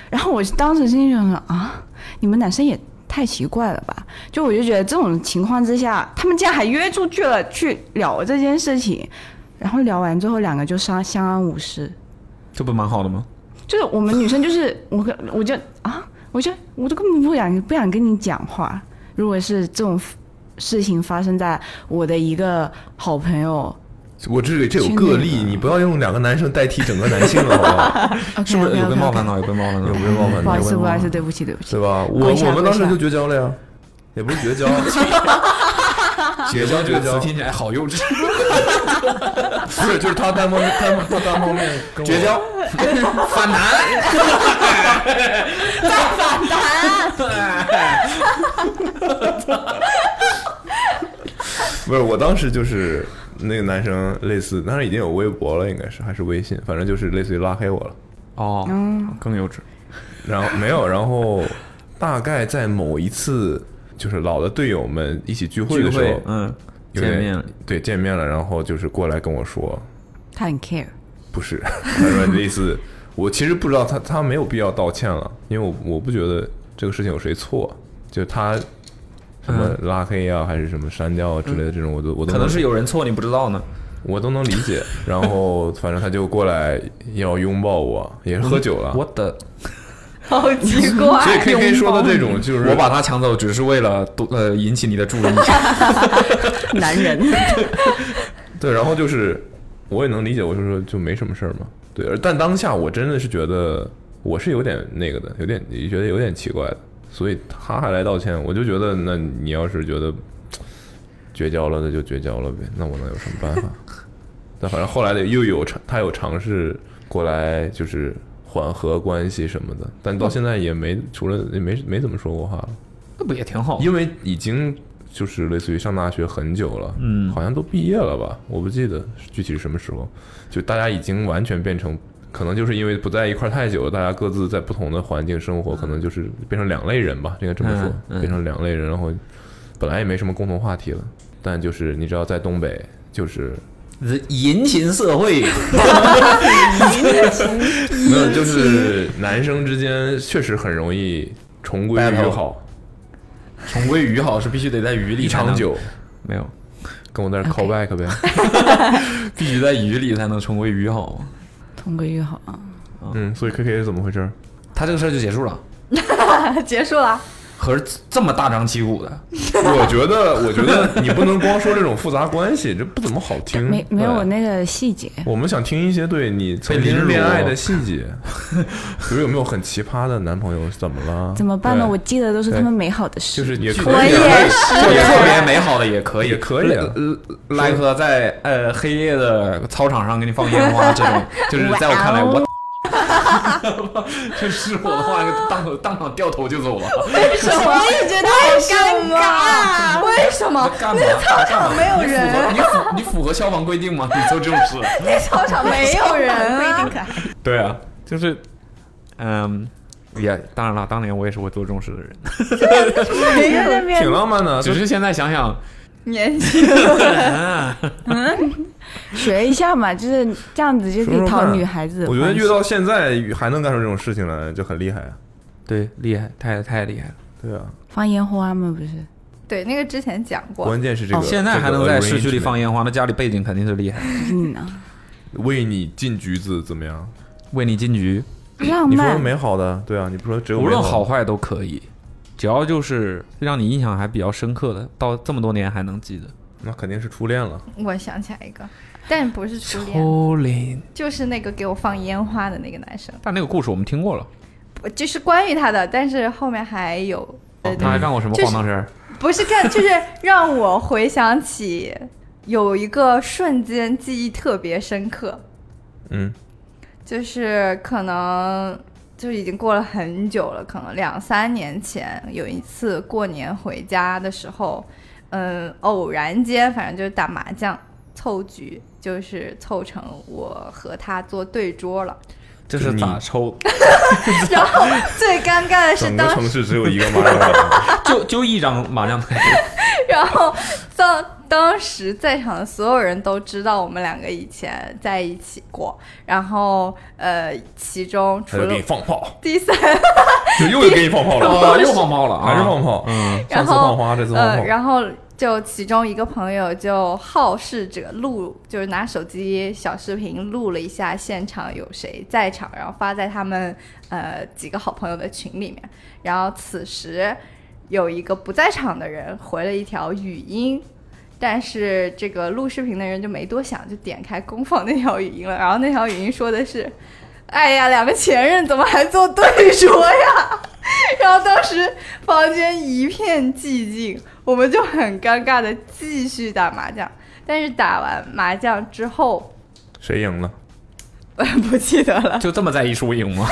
H: 然后我当时心里想说啊，你们男生也太奇怪了吧？就我就觉得这种情况之下，他们竟然还约出去了去聊这件事情，然后聊完之后，两个就相相安无事。
C: 这不蛮好的吗？
H: 就是我们女生，就是我跟我就啊，我就我都根本不想不想跟你讲话。如果是这种事情发生在我的一个好朋友，
E: 我这里这有个例，你不要用两个男生代替整个男性了，好不好？
C: 是不是
H: OK，OK，OK，OK
C: 有被冒犯到？有被冒犯到？
E: 有没有冒犯？
H: 不好意思，
E: 有
H: 不
E: 没有冒
H: 好意思，
E: 犯
H: 对不起，对不起。
E: 对吧？ 我
H: 跪下
E: 我们当时
H: 跪下
E: 就绝交了呀，也不是 绝交，绝交绝交，
C: 听起来好幼 稚。
E: 不是就是他单方面单他单方面跟我
C: 绝交，反弹，
E: 不是，我当时就是那个男生，类似当时已经有微博了，应该是还是微信，反正就是类似于拉黑我了。
C: 哦，
H: 嗯
C: 更幼稚。
E: 然后没有，然后大概在某一次就是老的队友们一起聚会
C: 聚
E: 的时
C: 会
E: 候，，
C: 嗯，
E: 有点
C: 见面了，
E: 对，见面了，然后就是过来跟我说，
H: 他很 care，
E: 不是， 他说你的意思，我其实不知道他他没有必要道歉了，因为我我不觉得这个事情有谁错，就他。什么拉黑啊，还是什么删掉啊之类的这种，我都我都
C: 嗯可能
E: 能
C: 是有人错你不知道呢。
E: 我都能理解。然 后反正他就过来要拥抱我，也是喝酒了。
C: 我的，
D: 好奇
E: 所以
D: 怪，
E: K K 说的这种就是
C: 我把他抢走只是为了多呃引起你的注意。
H: 男人
E: 对，然后就是我也能理解，我就说就没什么事儿嘛。对，而但当下我真的是觉得我是有点那个的，有点觉得有点奇怪的，所以他还来道歉，我就觉得那你要是觉得绝交了，那就绝交了呗，那我能有什么办法？ 但反正后来的又有尝，他有尝试过来就是缓和关系什么的，但到现在也没除了也没没怎么说过话了。
C: 那不也挺好？
E: 因为已经就是类似于上大学很久了，
C: 嗯
E: 好像都毕业了吧？我不记得具体是什么时候，就大家已经完全变成，可能就是因为不在一块儿太久了，大家各自在不同的环境生活，可能就是变成两类人吧，应该这么说，
C: 嗯嗯嗯
E: 变成两类人，然后本来也没什么共同话题了，但就是你知道，在东北就是
C: 淫情社会，
E: 没有，就是男生之间确实很容易重归于
C: Battle
E: 好，
C: 重归于好是必须得在鱼里
E: 一
C: 才能
E: 长，久，
C: 没有，
E: 跟我在这 call back 呗。
C: 必须在鱼里才能重归于好。
H: 同归于好啊。
E: 嗯嗯，所以 K K 是怎么回事？
C: 他这个事儿就结束了。
D: 结束了。
C: 和这么大张旗鼓的，
E: 我觉得，我觉得你不能光说这种复杂关系，这不怎么好听。
G: 没没有
E: 嗯对
G: 我那个细节。
E: 我们想听一些对你曾
C: 被凌
E: 经
C: 辱
E: 恋爱的细 节，比如有没有很奇葩的男朋友，怎么了？
G: 怎么办呢？
E: 对
G: 我记得都是他们美好的事。
E: 就是也
C: 具体
E: 可
D: 我
E: 以
D: 也
E: 啊，
C: 特
D: 是，
C: 别特别美好的也可以，
E: 也可以啊
C: 呃，like 在呃黑夜的操场上给你放烟花这种，就是在我看来，我就是我的话，当当场掉头就走了。
D: 为什么？我也觉得好尴尬，啊为什么？
C: 干嘛？操场
D: 没有人
C: 你符合你符你符合消防规定吗？你做这种事？
D: 那操场没有人啊，
C: 对啊，就是，嗯，也当然了，当年我也是会做这种事的人，
D: 没有人，
E: 挺浪漫的。
C: 只啊是现在想 想，啊
D: 年轻
G: 学一下嘛，就是这样子就可
E: 说
G: 以
E: 说
G: 讨
E: 看
G: 女孩子的
E: 我
G: 欢
E: 觉
G: 心。
E: 得越到现在还能干出这种事情来，就很厉害啊。
C: 对，厉害，太太厉害了。
E: 对啊，
G: 放烟花嘛，不是？
D: 对，那个之前讲过，
E: 关键是这个
C: 哦
E: 呃
C: 现在还能在市区里放，烟花，那家里背景肯定是厉害。
G: 嗯啊，
E: 这个 arrangement 为你进局子怎么样？
C: 为你进局，
G: 浪
E: 你说
G: 漫。
E: 美好的，对啊，你不说只有
C: 无
E: 美
C: 论
E: 好
C: 好
E: 的，
C: 坏都可以，只要就是让你印象还比较深刻的，到这么多年还能记得。
E: 那肯定是初恋了。
D: 我想起来一个，但不是初恋，
C: 秋林，
D: 就是那个给我放烟花的那个男生，
C: 但那个故事我们听过了，
D: 不就是关于他的，但是后面还有，呃，
C: 他还干过什么
D: 就是
C: 荒唐事儿？
D: 不是干，就是让我回想起有一个瞬间记忆特别深刻，
E: 嗯，
D: 就是可能就已经过了很久了，可能两三年前有一次过年回家的时候，嗯，偶然间反正就是打麻将凑局，就是凑成我和他做对桌了。
C: 这
E: 是
C: 是
E: 咋
C: 咋 抽？
D: 然后最尴尬的是
E: 整
D: 当
E: 个
D: 时
E: 城市只有一个麻 将馆，
C: 就就一张麻将牌，
D: 然后当当时在场的所有人都知道我们两个以前在一起过，然然后呃，其中除
E: 他就
D: 了
E: 给你放炮，
D: 第三，
E: 就又给你放 炮 了，
C: 哦，又放炮了啊，
E: 还是放炮。
C: 嗯，
E: 上
D: 然
E: 次
D: 后
E: 放花，这次放
D: 呃，
E: 炮，
D: 然后就其中一个朋友就好事者录，就是拿手机小视频录了一下现场有谁在场，然后发在他们呃几个好朋友的群里面。然后此时有一个不在场的人回了一条语音。但是这个录视频的人就没多想，就点开公放那条语音了。然后那条语音说的是：“哎呀，两个前任怎么还做对桌呀？”然后当时房间一片寂静，我们就很尴尬的继续打麻将。但是打完麻将之后，
E: 谁赢了？
D: 我不记得了。
C: 就这么在意输赢吗？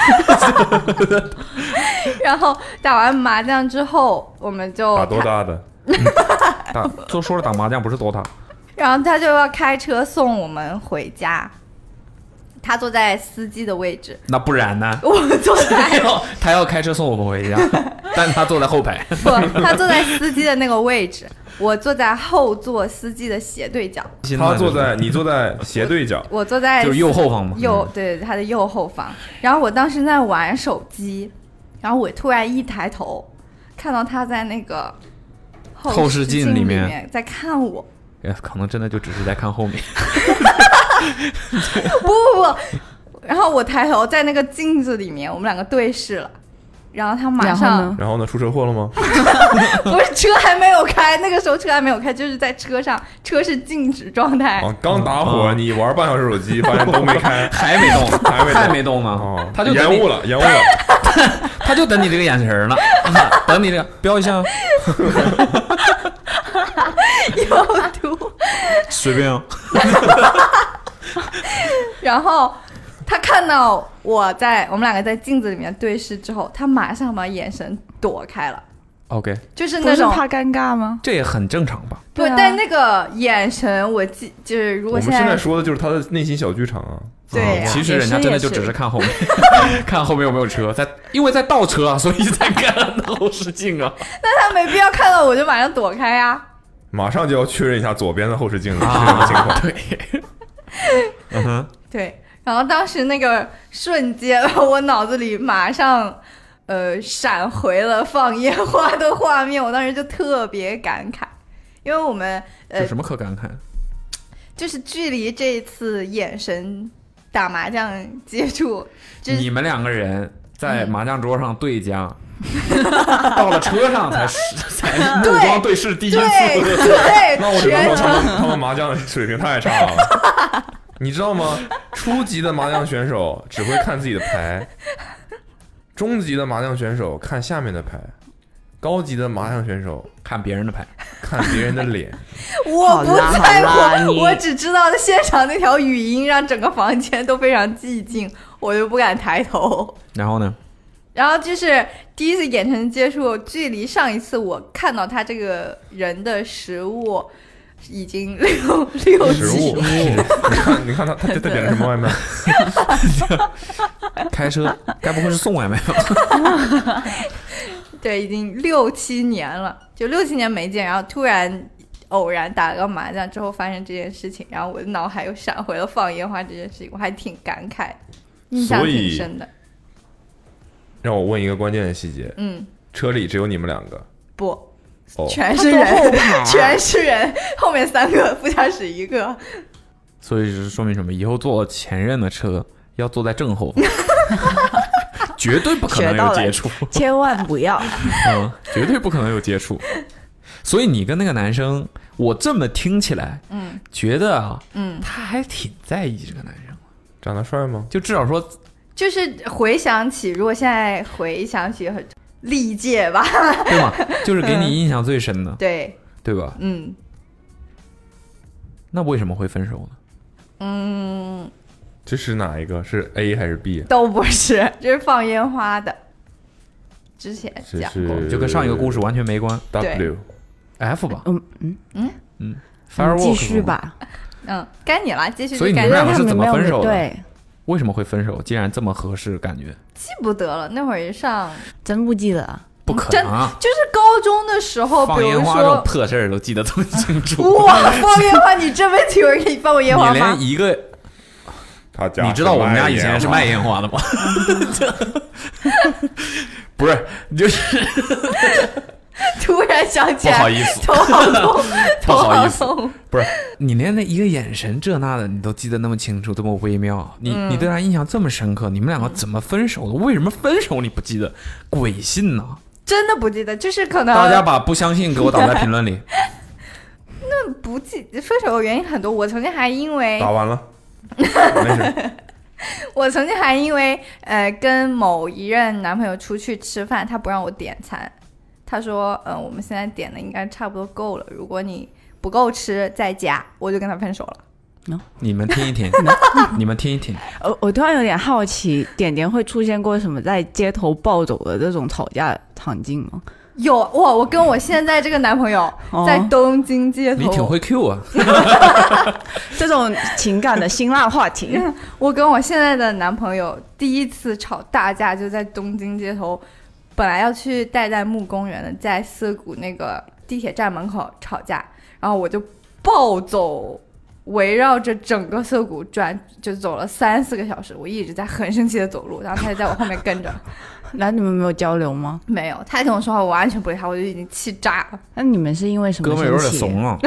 D: 然后打完麻将之后，我们就
E: 打多大的？
C: 打啊就说了打麻将不是 DOTA，
D: 然后他就要开车送我们回家。他坐在司机的位置，
C: 那不然 呢？
D: 我坐在
C: 他
E: 哎
C: 要 他要开车送我们回家，但是他坐在后 排，
D: 不，他坐在司机的那个位置，我坐在后座司机的斜对角，
E: 他坐在你坐在斜对 角，
D: 我坐在
C: 就是右后方嘛，嗯
D: 右对他的右后方。然后我当时在玩手机，然后我突然一抬头，看到他在那个
C: 后
D: 视
C: 视镜
D: 镜
C: 里面
D: 面在看我。
C: 呃可能真的就只是在看后面。
D: 不不不，然后我抬头在那个镜子里面，我们两个对视了。然后他马
G: 然后
D: 上
G: 呢？
E: 然后呢，出车祸了吗？
D: 不是车还没有开，那个时候车还没有开，就是在车上，车是静止状态。
E: 啊，刚打火，
C: 啊，
E: 你玩半小时手机，发现都没开
C: 还没动，
E: 还 没动
C: 还没动呢
E: 哦，，
C: 他就等你
E: 延误，了，延误了。
C: 他就等你这个眼神 儿呢， 等你这个标一下，
D: 有毒。
C: 随便啊，
D: 然后他看到我在我们两个在镜子里面对视之后，他马上把眼神躲开了，
C: OK，
D: 就是
G: 不
D: 那
G: 是
D: 种
G: 怕尴尬吗？
C: 这也很正常吧？
D: 不，
G: 对啊
D: 但那个眼神 我记就是如
E: 我
D: 果
E: 们
D: 现
E: 现
D: 在
E: 在说的就是他的内心小剧场啊，
D: 对、
C: 嗯
D: 啊，
C: 其实人家真的就只是看后面， 看后面有没有车，在因为在倒车啊，所以在看 后视镜啊。
D: 但他没必要看到我就马上躲开呀、
E: 马上就要确认一下左边的后视镜啊是什么情况。
C: 对，嗯哼，
D: 对，然后当时那个瞬间， 我脑子里马上呃闪回了放烟花的画面，我当时就特别感慨，因为我们呃
C: 有什么可感慨？
D: 就是距离这一次眼神打麻将接触，就是嗯
C: 你们两个人在麻将 桌上对家，到了车上才是 才目光对视第一次。
D: 对
E: 那我
D: 对，
E: 只能
D: 全
E: 说他
D: 程
E: 们他们麻将水平太差了。 你知道吗？初级的麻将选手只会看自己的牌，中级的麻将选手看下面的牌，高级的麻将选手
C: 看别人的牌，
E: 看别人的脸。
D: 我不
G: 好啦
D: 在
G: 好啦
D: 乎，
G: 你
D: 我只知道现场那条语音让整个房间都非常寂静，我就不敢抬头。
C: 然后呢？
D: 然后就是第一次眼神接触，距离上一次我看到他这个人的食物已经六六
E: 食
D: 级
E: 物，你看，你看他他他点了什么外卖？
C: 开 车，该不会是送外卖吧？
D: 对，已经六七年了，就六七年没见，然后突然偶然打了个麻将之后发生这件事情，然后我的脑海又闪回了放烟花这件事情，我还挺感慨的，印象
E: 所
D: 挺
E: 以
D: 深的。
E: 让我问一个关键的细节：
D: 嗯，
E: 车里只有你们两个
D: 不，
E: 哦，
D: 全是
G: 他多后
D: 人，
G: 排啊
D: 全是人，后面三个，副驾驶一个。
C: 所以是说明什么？以后坐前任的车要坐在正后方， 绝对不可能有接触，
G: 千万不要。
C: 嗯，绝对不可能有接触。所以你跟那个男生，我这么听起来，
D: 嗯，
C: 觉得啊，
D: 嗯，
C: 他还挺在意这个男生，
E: 长得帅吗？
C: 就至少说
D: 就是回想起，如果现在回想起，很历届吧，
C: 对吗？就是给你印象最深的，
D: 对，
C: 对吧？
D: 嗯
C: 那为什么会分手呢？
D: 嗯，
E: 这是哪一个？是 A 还是 B？啊
D: 都不是，这是放烟花的，之前
E: 这
D: 讲过，
E: 是
C: 就跟上一个故事完全没关。
E: W。
C: F 吧
G: 嗯嗯，
C: ，Firework
G: 继续
C: 吧。
G: 吧。
D: 嗯，该你了，继续
C: 所以
D: 就
C: 你们
D: 该你
C: 俩
D: 了，
C: 是怎么分手的
G: 对，
C: 为什么会分手？既然这么合适，感觉
D: 记不得了，那会儿上
G: 真不记得了。
C: 不可能啊！
D: 就是高中的时候，哦
C: 放
D: 比如
C: 烟花这种
D: 说。
C: 破事儿都记得这么清楚，
D: 哇，放烟花！你这辈子有人给你放过烟 花
C: 你
D: 吗
C: 连？一个
E: 他家
C: 你知道我们家以前是卖烟花的吗？ 不是，就是
D: 突然想起
C: 不好
D: 来，
C: 意 思，
D: 头好痛，
C: 不
D: 头
C: 好意思
D: 痛。
C: 不是你连那一个眼神这那的你都记得那么清楚，这么微妙，你你对他印象这么深刻，你们两个怎么分手的？为什么分手你不记得？鬼信呐！
D: 真的不记得，就是可能
C: 大家把不相信给我打在评论里。
D: 不记分手的原因很多。我曾经还因为
E: 打 完了，没事。
D: 我曾经还因为呃跟某一任男朋友出去吃饭，他不让我点餐，他说嗯、呃我们现在点的应该差不多够了，如果你不够吃再加，我就跟他分手了。
C: 你们听一听，你们听一听，
H: 哎
G: 呃，我突然有点好奇，点点会出现过什么在街头暴走的这种吵架场景吗？
D: 有哇！我跟我现在这个男朋友
G: 哦
D: 在东京街
C: 你挺
D: 头，
C: 会 Q 啊。
G: 这种情感的辛辣话题，
D: 我跟我现在的男朋友第一次吵大架就在东京街头，本来要去代代木公园的，在涩谷那个地铁站门口吵架，然后我就暴走，围绕着整个涩谷转，就走了三四个小时，我一直在很生气的走路，然后他就在我后面跟着，
G: 那你们没有交流吗？
D: 没有，他跟我说话，我完全不理他，我就已经气炸了。
G: 那你们是因为什么
C: 哥们儿有
G: 生
C: 点
G: 气？
C: 怂了，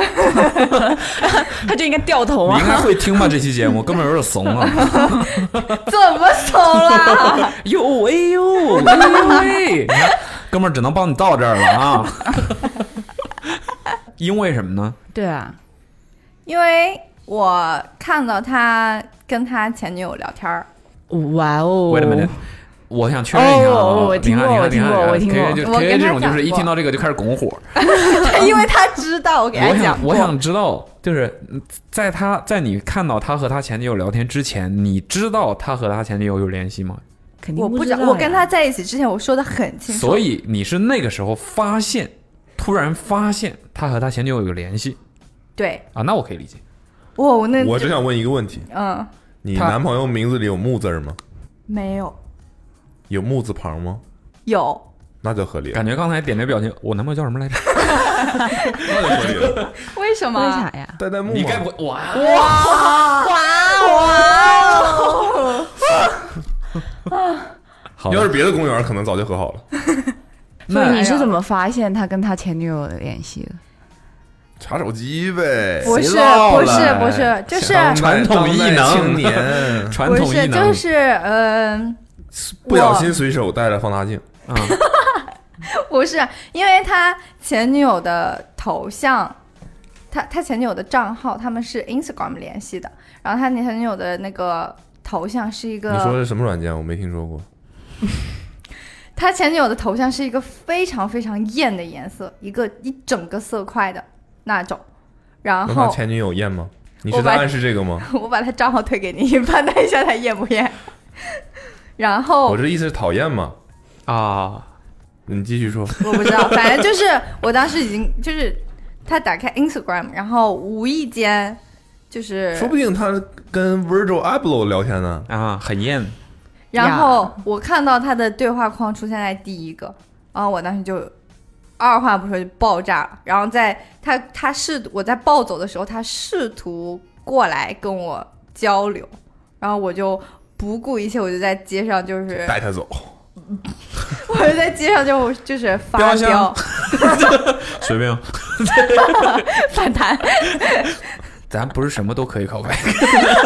G: 他就应该掉头
C: 你
G: 啊
C: 应！该会听吧？这期节目，哥们儿有点怂了。
D: 怎么怂了？
C: 哟喂哟喂呦喂！你看，哥们儿只能帮你到这儿了啊。因为什么呢？
G: 对啊，
D: 因为我看到他跟他前女友聊天 儿，
G: 哇哦
C: Wait a minute，我想确认一下啊
G: 哦我
C: 你
G: 听
C: 看，
G: 过
C: 你看，你看，
G: 我
C: 你
G: 听过
C: 看
G: 我听过
C: K K 就 K K
D: 我跟他
C: 这种就是
D: 讲
C: 一
D: 过
C: 听到这个就开始拱火。
D: 因为他知道我给他
C: 我
D: 讲
C: 想，
D: 过，
C: 我想知道，就是在他在你看到他和他前女友聊天之前，你知道他和他前女友有联系吗？
G: 肯定
D: 我
G: 不
D: 知道，
G: 呀
D: 我跟他在一起之前我说的很清楚，
C: 所以你是那个时候发现，突然发现他和他前女友有联系
D: 对，
C: 啊？那我可以理解。
D: 哇我那
E: 我只想问一个问题：
D: 嗯
E: 你
C: 他
E: 男朋友名字里有木字儿吗？
D: 没有
E: 有木字旁吗？
D: 有，
E: 那就合理了，
C: 感觉刚才点这表情，我男朋友叫什么来着？
E: 那就合理了。
D: 为什
G: 为
D: 么
G: 啥？呀？
E: 代代木啊
C: 你
E: 嘛
C: 该不会哇？ 好
E: 要是别的公园，可能早就和好了。
G: 所以
C: 那
G: 你是怎么发现他跟他前女友的联系的？
E: 查手机呗，
D: 不是
C: 谁唠
D: 不
C: 了
D: 是不是，就是
E: 当代
C: 传统
E: 当代
C: 艺能
E: 青年
C: 传
D: 不
C: 统
D: 是
C: 艺
D: 就
C: 能
D: 是嗯、
E: 不小心随手带了放大镜，
C: 啊，
D: 不是，因为他前女友的头像，他他前女友的账号，他们是 Instagram 联系的，然后他前女友的那个头像是一
E: 你说
D: 个，
E: 是什么软件？我没听说过。
D: 他前女友的头像是一个非常非常艳的颜色，一个一整个色块的那种，然
E: 那他
D: 后
E: 前女友验吗？你
D: 我
E: 是在
D: 把
E: 暗示这个吗？
D: 我把他账号推给你，你判断一下他艳不艳，然后
E: 我这意思是讨厌嘛？
C: 啊，
E: 你继续说。
D: 我不知道，反正就是我当时已经就是他打开 Instagram，然后无意间就是，
E: 说不定他跟 Virgil Abloh 聊天呢。
C: 啊，很艳，
D: 然后我看到他的对话框出现在第一个，然后我当时就二话不说就爆炸了。然后在他他试我在暴走的时候，他试图过来跟我交流，然后我就。不顾一切，我就在街上，就是
E: 带他走，
D: 我就在街上就就是发
C: 标枪
D: 飙
C: 随便，
D: 反弹，
C: 咱不是什么都可以告白，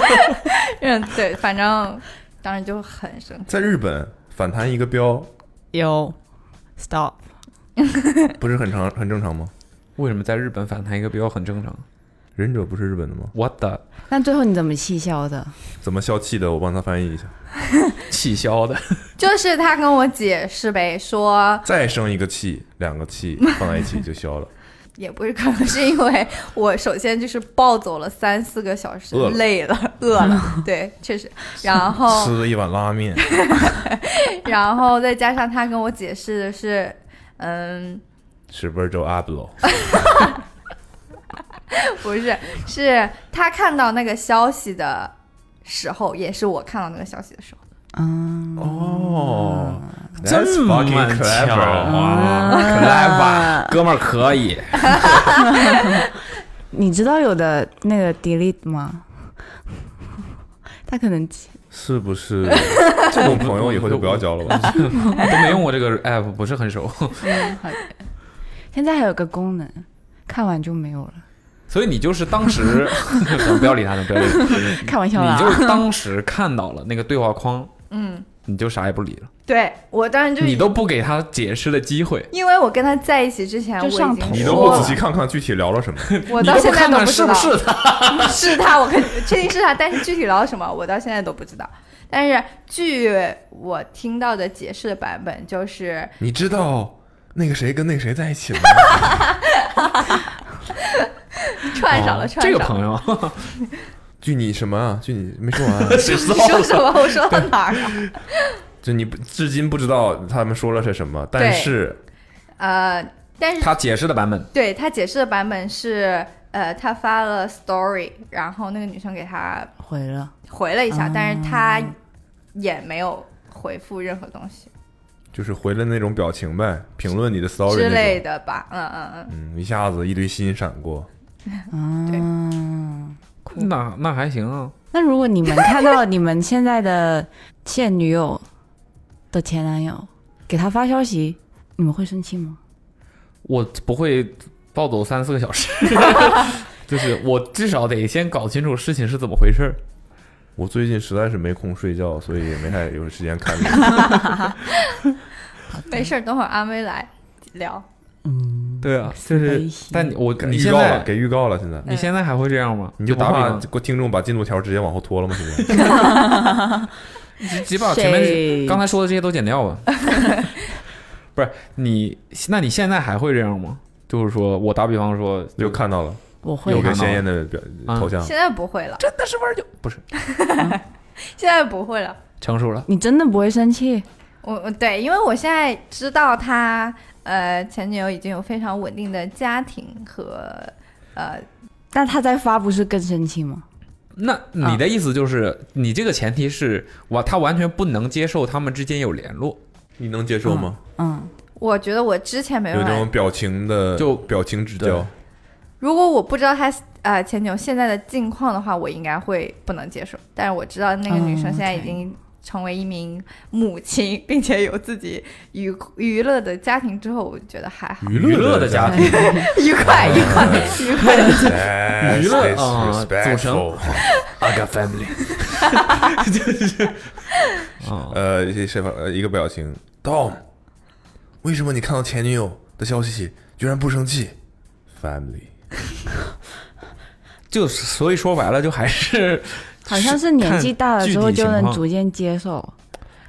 D: 嗯，对，反正当时就很生气。
E: 在日本反弹一个标，
H: 有 stop，
E: 不是很常 很正常吗？
C: 为什么在日本反弹一个标很正常
E: 忍者不是日本的吗？
C: ？What the
H: 那最后你怎么气消的？
E: 怎么消气的？我帮他翻译一下，
C: 气消的，
D: 就是他跟我解释呗，说
E: 再生一个气，两个气放在一起就 消了。
D: 也不是，可能是因为我首先就是暴走了三四个小时，
E: 饿了
D: 累了，饿
H: 嗯
D: 了，对，确实。然
C: 哦
D: 后，
E: 吃了一碗拉面，
D: 然后再加上他跟我解释的是，嗯，
E: 是 Virgil Abloh。
D: 不是，是他看到那个消息的时候，也是我看到那个消息的时候。
H: 嗯，
E: 哦，That's
C: 这么
E: fucking
C: 巧
E: clever。
C: 啊，可来吧，哥们儿可以，
H: 你知道有的那个 delete 吗？ 他可能
E: 是不是 这种朋友以后就不要交了吧？
C: 都没用过这个 app，不是很熟，
H: 现在还有个功能，看完就没有了。
C: 所以你就是当时， 不要理他，不要理他，
H: 开玩笑啦
C: 你就是当时看到了那个对话框，
D: 啊嗯，
C: 你就啥也不理了，
D: 对我当时就
C: 你都不给他解释的机会，
D: 因为我跟他在一起之前，
H: 就
D: 我已
H: 上
D: 经
H: 头
E: 你
H: 了
E: 都不仔细看看具体聊了什么？
D: 我
C: 你
D: 到
C: 都不
D: 现在
C: 看
D: 都
C: 看
D: 知
C: 是
D: 道
C: 不是他，
D: 啊是他，我肯确定是他，但是具体聊什么，我到现在都不知道。但是据我听到的解释的版本，就是
E: 你知道那个谁跟那个谁在一起 了吗？
D: 串上了，
C: 哦
D: 串上了。
C: 这个朋友，
E: 据你什么啊？据你没说 完啊、
C: 谁知
D: 你
C: 道
D: 说什么？我说到哪儿了？
E: 就你不至今不知道他们说了些什么，但是
D: 呃，但是
C: 他解释的版本，
D: 对他解释的版本是，呃，他发了 story，然后那个女生给他
H: 回了，
D: 回了一
C: 啊
D: 下，但是他也没有回复任何东西
E: 就是回了那种表情呗，评论你的 story
D: 之类的
E: 的。
D: 吧？嗯嗯嗯。
E: 嗯，一下子一堆心闪过，
H: 啊嗯，
C: 那那还行啊，
H: 那如果你们看到 你们现在的现女友的前男友给他发消息，你们会生气吗？
C: 我不会暴走三四个小 时，就是我至少得先搞清楚事情是怎么回事儿。
E: 我最近实在是没空睡觉，所以也没太有时 间看这个。
D: 没事儿，等会儿安薇来聊。
H: 嗯，
C: 对啊，就是
H: 悲喜，
C: 但你我你
E: 预
C: 现
E: 告了，
C: 在
E: 给预告了，现在
C: 你现在还会这样吗？
E: 你就
C: 不
E: 打
C: 怕
E: 把给听众把进度条直接往后拖了吗？现在
C: 直接把前面
H: 谁
C: 刚才说的这些都剪掉 吧。不是你，那你现在还会这样吗？就是说我打比方说，
E: 又看到了，
H: 我会
E: 有
C: 看
E: 个
C: 到
E: 鲜艳的表
C: 啊
E: 头像，
D: 现在不会了，
C: 真的是玩儿就不是
D: 现在不会了。
C: 成熟了。
H: 你真的不会生气？
D: 我我对，因为我现在知道他呃前女友已经有非常稳定的家庭和呃
H: 那他再发不是更生气吗？啊
C: 那你的意思就是，你这个前提是我他完全不能接受他们之间有联络，
E: 你能接受吗？
H: 嗯，
D: 我觉得我之前没
E: 有
D: 办
E: 那种
D: 法，
E: 表情的，
C: 嗯就
E: 表情之
C: 对
E: 交，
D: 如果我不知道他呃前女友现在的近况的话，我应该会不能接受。但是我知道那个女生
H: 嗯
D: 现在已
H: ，OK
D: 经成为一名母亲，并且有自己娱娱乐的家庭之后，我就觉得 还好，
E: 娱
C: 娱乐的家庭，
D: 愉快愉 快愉快的家
E: 哎
C: 娱乐
E: it's
C: 啊
E: respectful
C: 组成 I got family，就是啊，
E: 呃，一些呃一个表情，Tom，为什么你看到前女友的消息居然不生气？Family，
C: 就所以说白了，就还是
H: 好像是年纪大了之后就能，
C: 看具
H: 逐
C: 体
H: 渐接受。
C: 情况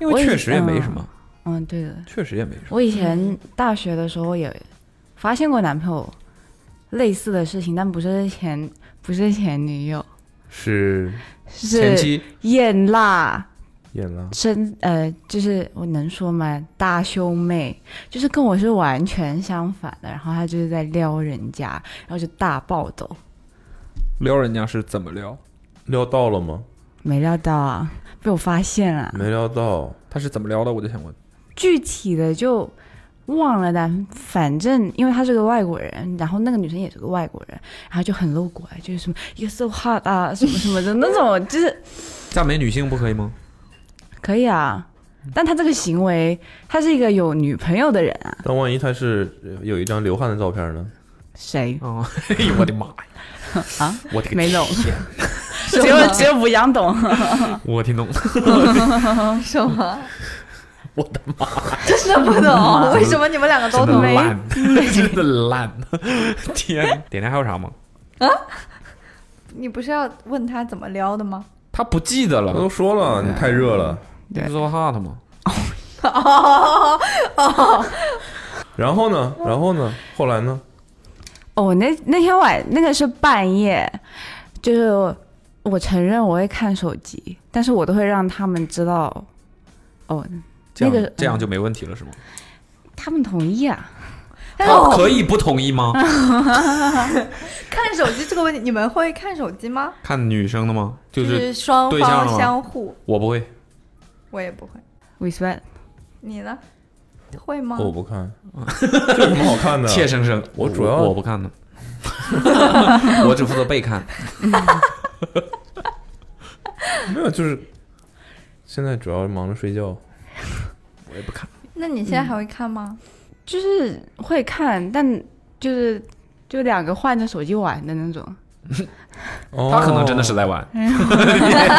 C: 因为
H: 我 以
C: 确实也没什么，
H: 嗯，对的。
C: 确实也没什么。
H: 我以前大学的时候也发现过男朋友类似的事情，但不是前不是前女友，
E: 是
C: 前
H: 是
C: 期
H: 艳辣
E: 演了，
H: 身呃，就是我能说吗？大胸妹就是跟我是完全相反的，然后她就是在撩人家，然后就大暴走，
C: 撩人家是怎么撩？
E: 撩到了吗？
H: 没料到啊，被我发现了。
E: 没撩到，
C: 他是怎么撩的？我就想问。
H: 具体的就忘了，但反正因为他是个外国人，然后那个女生也是个外国人，然后就很露骨啊，就是什么 “you're so hot” 啊，什么什么的那种，就是
C: 赞美女性不可以吗？
H: 可以啊。但他这个行为，他是一个有女朋友的人啊，
E: 但万一他是呃有一张流汗的照片呢？
H: 谁
C: 哦，哎呦我的妈呀！
H: 啊？
C: 我的个
H: 没懂
C: 天，
H: 只有只有吴阳懂。
C: 我听懂。
D: 庭什么？
C: 我的
D: 妈！真的不懂，为什么你们两个都
C: 真的
D: 懂？
C: 烂， 真的烂！天，点亮还有啥吗？
D: 你不是要问他怎么撩的吗？
C: 他不记得
E: 我
C: 了
E: 都，说了，你太热了。
C: 不是说 hot 吗？
D: 哦哦，
E: 然后呢？然后呢？后来呢？
H: 哦，那那天晚那个是半夜，就是我承认我会看手机，但是我都会让他们知道。哦，
C: 这样、
H: 那个
C: 这样就没问题了是吗？
H: 他们同意啊。
D: 但是
C: 他
D: 我
C: 哦可以不同意吗？
D: 哦 看手机这个问题，你们会看手机吗？
C: 看女生的吗？就
D: 就是
C: 是
D: 双
C: 对象啊
D: 方
C: 了吗
D: 相互，
C: 我不会，
D: 我也不会。
H: respect，
D: 你呢？会
C: 哦
D: 吗？
E: 我不 看，这有什么好 看的？
C: 怯生生。
E: 我主要
C: 嗯我不 看的，我只负责被看。
E: 没有，就是现在主要忙着睡觉。
C: 我也不看。
D: 那你现在还会看吗？
H: 就是会看，但就是就两个换着手机玩的那种。
C: 他
E: 他
C: 可能真的是在玩，
H: 哦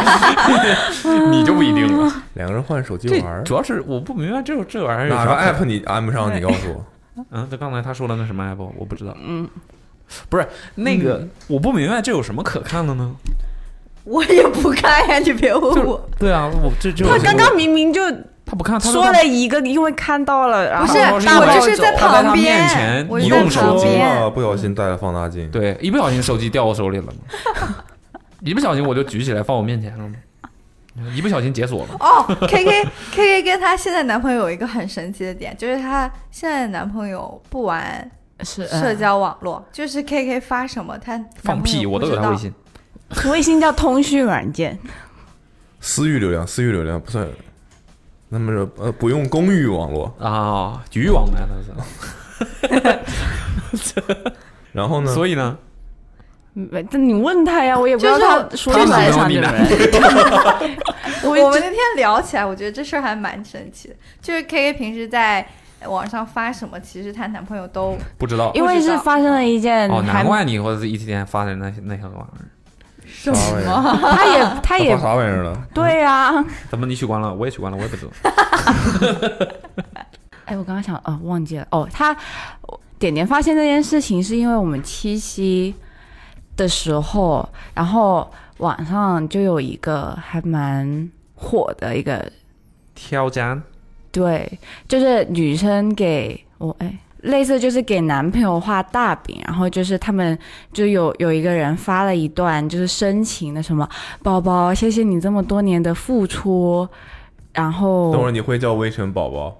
C: 你就不一定了。
E: 两个人换手机
C: 这
E: 玩 儿
C: 主，要是我不明白这这玩意儿有
E: 哪个
C: 啥
E: app 你安不上？你告诉我。
C: 嗯，就刚才他说了那什么 app，我不知道。嗯，不是那个，
H: 嗯
C: 我不明白这有什么可看的呢？
D: 我也不看呀，你别问
C: 就是
D: 我。
C: 对啊，我这这
H: 他刚刚明明就
C: 他不啊看，他
H: 说了一个，因为看到了，然
D: 不
H: 后
D: 是，
C: 大
D: 我
C: 暴
D: 就是
C: 走
D: 在
C: 他在他
D: 旁边
C: 面前，
D: 我就
C: 用
D: 在
C: 手
D: 旁
C: 机
D: 边。
E: 不小心带了放大镜，
C: 对，一不小心手机掉我手里了嘛，一不小心我就举起来放我面前了嘛，一不小心解锁了。
D: 哦 ，K K K K 跟她现在男朋友有一个很神奇的点，就是她现在的男朋友不玩
H: 是
D: 社，交网络，就是 K K 发什么，她
C: 放屁，我都有他微。信。
H: 呃微信叫通讯软件，
E: 私域流量，私域流量不算。那么说，呃，不用公域网络，
C: 啊，渔网男的是。
E: 然后呢？
C: 所以呢，
H: 没但你问他呀，我也不知道
D: 就是
H: 他说出来啥
C: 他
H: 的。我
D: 我
H: 也
D: 们
H: 真
D: 那天聊起来，我觉得这事儿还蛮神奇的，就是 K K 平时在网上发什么，其实她男朋友都
C: 不知 道。
H: 因为是发生了一件
C: 哦，
H: 还
C: 难怪你或者是一天发的那些那些玩意儿。
D: 什
E: 啥玩意儿？
H: 他也他
E: 他
H: 也
E: 发啥玩意儿了？
H: 对啊。
C: 怎么你取关了？我也取关了，我也不知道。
H: 哎，我刚刚想哦，忘记了哦，他点点发现这件事情是因为我们七夕的时候，然后网上就有一个还蛮火的一个，
C: 挑战
H: 对，就是女生给我哎。类似就是给男朋友画大饼，然后就是他们就有有一个人发了一段就是深情的什么宝宝，谢谢你这么多年的付出，然后
E: 等会儿你会叫微尘宝宝，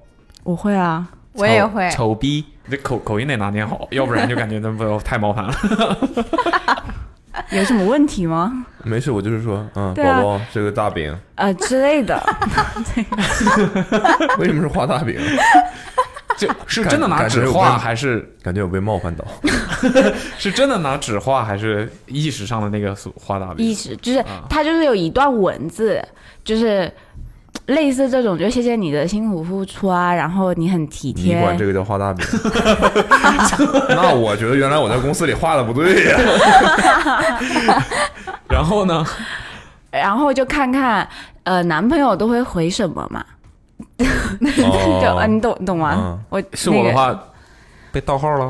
H: 我会啊，
D: 我也会。
C: 丑逼，你这口口音得拿捏好，要不然就感觉那不太冒犯了。
H: 有什么问题吗？
E: 没事，我就是说，嗯，
H: 对啊
E: 宝宝这个大饼，
H: 呃之类 的，
E: 为什么是画大饼？
C: 就是
E: 感
C: 真的拿
E: 感觉
C: 纸
E: 有
C: 画，
E: 关
C: 还是
E: 感觉有被冒犯到。
C: 是真的拿纸画，还是意识上的那个所画大饼
H: 意？识就是
C: 啊
H: 他就是有一段文字，就是类似这种，就谢谢你的辛苦付出啊，然后你很体
E: 你
H: 贴。
E: 管这个叫画大 饼？ 那我觉得原来我在公司里画的不对 呀、
C: 然后呢？
H: 然后就看看呃男朋友都会回什么嘛，就、呃
E: 哦
H: 你懂懂吗？
E: 嗯
H: 我
C: 啊是我
H: 那
C: 的
H: 个
C: 话，被盗号了。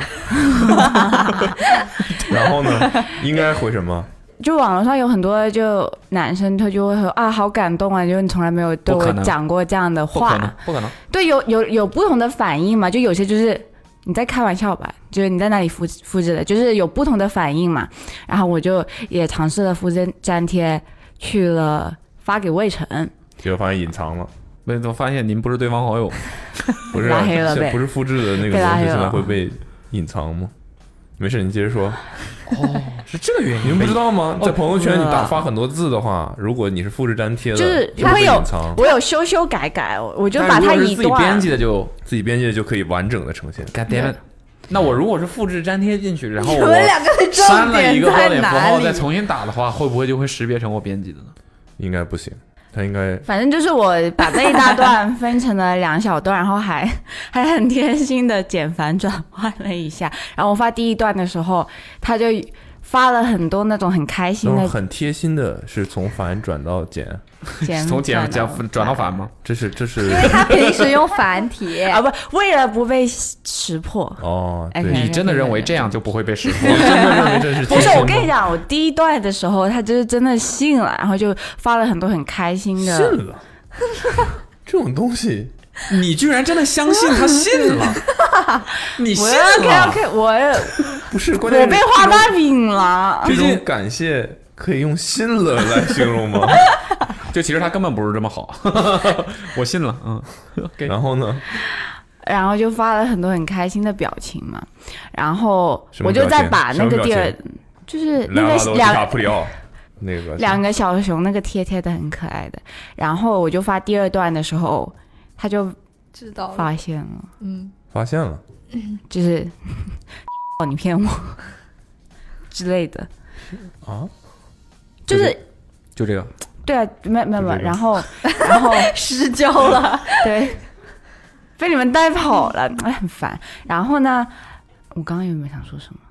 E: 然后呢，应该回什么？
H: 就网络上有很多就男生他就会说啊好感动啊，就是你从来没有对
C: 不可
H: 我
C: 能
H: 讲过这样的
C: 不可
H: 话
C: 能，，不可能。
H: 对，有有有不同的反应嘛，就有些就是你在开玩笑吧，就是你在那里复制复制的，就是有不同的反应嘛。然后我就也尝试了复制粘贴，去了发给魏晨，
E: 结果发现隐藏了，
C: 被我发现您不是对方好友，
E: 不是
H: 拉黑了呗
E: 不是复制的那个
H: 被拉
E: 东西，
H: 黑了
E: 现在会被隐藏吗？没事，你接着说。
C: 是这个原
E: 你们不知道吗？在朋友圈你打
H: 呃
E: 发很多字的话，如果你是复制粘贴的，
H: 就是
E: 会
H: 会
E: 被
H: 有
E: 隐藏，
H: 我有修修改改，我我就把
C: 哦但如
H: 它啊
C: 果是
H: 一
C: 自己编
H: 段
C: 辑。的就
E: 自己编辑就可以完整的呈现。
C: God damn it！那我如果是复制粘贴进去，然后
D: 你们两
C: 我
D: 个的
C: 删
D: 重
C: 了一
D: 点
C: 个标
D: 在
C: 点符
D: 哪
C: 号再
D: 里？
C: 重新打的话，会不会就会识别成我编辑的呢？
E: 应该不行，他应该
H: 反正就是我把这一大段分成了两小段，然 后还还很贴心的简繁转换了一下。然后我发第一段的时候，他就发了很多那种很开心
E: 那
H: 的
E: 种很贴心的是从繁转到简，
H: 简
C: 从简
H: 转
C: 转
H: 到
C: 转到繁吗？
E: 这是这是
D: 因为他平时用繁体，
H: 啊，不，为了不被识破。
E: 哦，
H: 哎
E: 对，
H: 对
C: 你真的认为这样就不会被识 破？
E: 真的认为这是
H: 不
E: 贴
H: 是
E: 心，吗
H: 我跟你讲，我第一段的时候，他就是真的信了，然后就发了很多很开心的。
E: 信了这种东西，
C: 你居然真的相信他信了？你信
H: 我 OK
C: 了？
H: OK，我
E: 不是关
H: 我
E: 键
H: 被
E: 是
H: 画大饼了。
E: 这种感谢可以用信了来形容 吗？
C: 就其实他根本不是这么好， 我信了，嗯。
E: 然后呢，
H: 然后就发了很多很开心的表情嘛，然后
E: 什么
H: 我就
E: 表
H: 再
E: 情
H: 把
E: 什
H: 那
E: 么
H: 个
E: 表
H: 第二
E: 情，
H: 就是
E: 莱昂纳
H: 那个
E: 多·迪卡
H: 两
E: 普里奥那个
H: 两个小熊那个贴贴的很可爱的，然后我就发第二段的时候，他就
D: 知道 了，
H: 发现了，
D: 嗯，
E: 发现了，
H: 就是 哦你骗我 之类的
E: 啊，
H: 就是
C: 就这个，
H: 对啊，没没
E: 就
H: 没
E: 这，个
H: 然后然后
D: 失焦了，
H: 对，被你们带跑了，哎，很烦。然后呢，我刚刚有没有想说什么？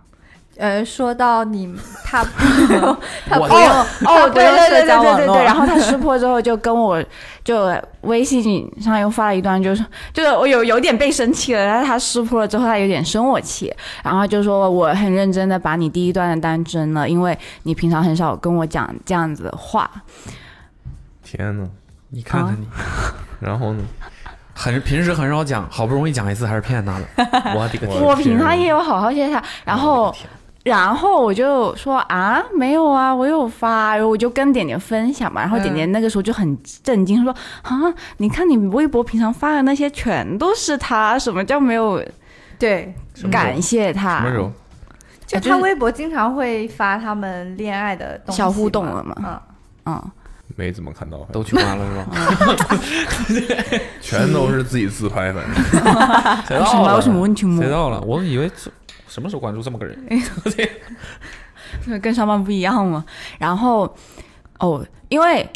D: 呃，说到你他不用他
C: 我
D: 不用
H: 哦，对对对对对对对，然
D: 后
H: 后他识破之后就跟我就微信上又发了一段，就是就是我有有点被生气了，但是他识破了之后，他有点生我气，然后就说我很认真的把你第一段的当真了，因为你平常很少跟我讲这样子的话，
E: 天呐，
C: 你看
E: 哦
C: 看你，
E: 然后呢，
C: 很平时很少讲，好不容易讲一次还是骗他的。
E: 我 的个
H: 我平
C: 啊
H: 常也有好好谢谢他，然后。然后我就说啊，没有啊，我有发，然后我就跟点点分享嘛。然后点点那个时候就很震惊，说啊，你看你微博平常发的那些全都是他，什么叫没有
D: 对，
H: 感谢他？
C: 什么时候？
D: 就
H: 就是
D: 他微博经常会发他们恋爱的东西
H: 小互动
D: 嘛
H: 了嘛
D: 嗯。
H: 嗯，
E: 没怎么看到，
C: 都去玩了是 吧？
E: 全都是自己自拍，反正。
C: 谁
H: 为啊什
C: 到
H: 么
C: 了？
H: 为什么问题目
C: 谁到了？我以为这什么时候关注这么个人？
H: 跟上班不一样嘛？然后哦，因为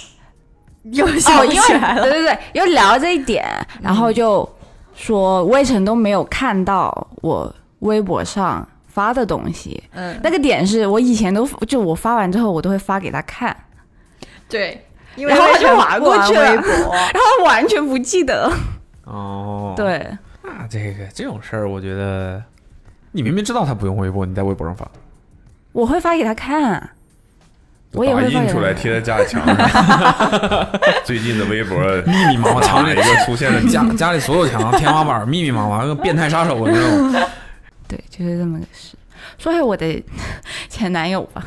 D: 又想
H: 哦，因为
D: 起来了，嗯
H: 对对对，又聊这一点，然后就说魏晨都没有看到我微博上发的东西。
D: 嗯，
H: 那个点是我以前都就我发完之后，我都会发给他看，
D: 对，因
H: 然后
D: 为
H: 他就
D: 微
H: 划
D: 博
H: 过
D: 玩
H: 去了
D: 微博，
H: 然后完全不记得。
C: 哦，，
H: 对，
C: 那这个这种事儿，我觉得你明明知道他不用微博，你在微博上发，
H: 我会发给他看，我也
E: 打
H: 会发
E: 印
H: 给
E: 出来
H: 他看。
E: 贴在家里墙上。最近的微博密
C: 密密麻麻墙
E: 哪一
C: 里
E: 个出现了
C: 家家里所有墙、天花板密密麻麻，跟变态杀手那种。
H: 对，就是这么个事。说回我的 前男友 吧，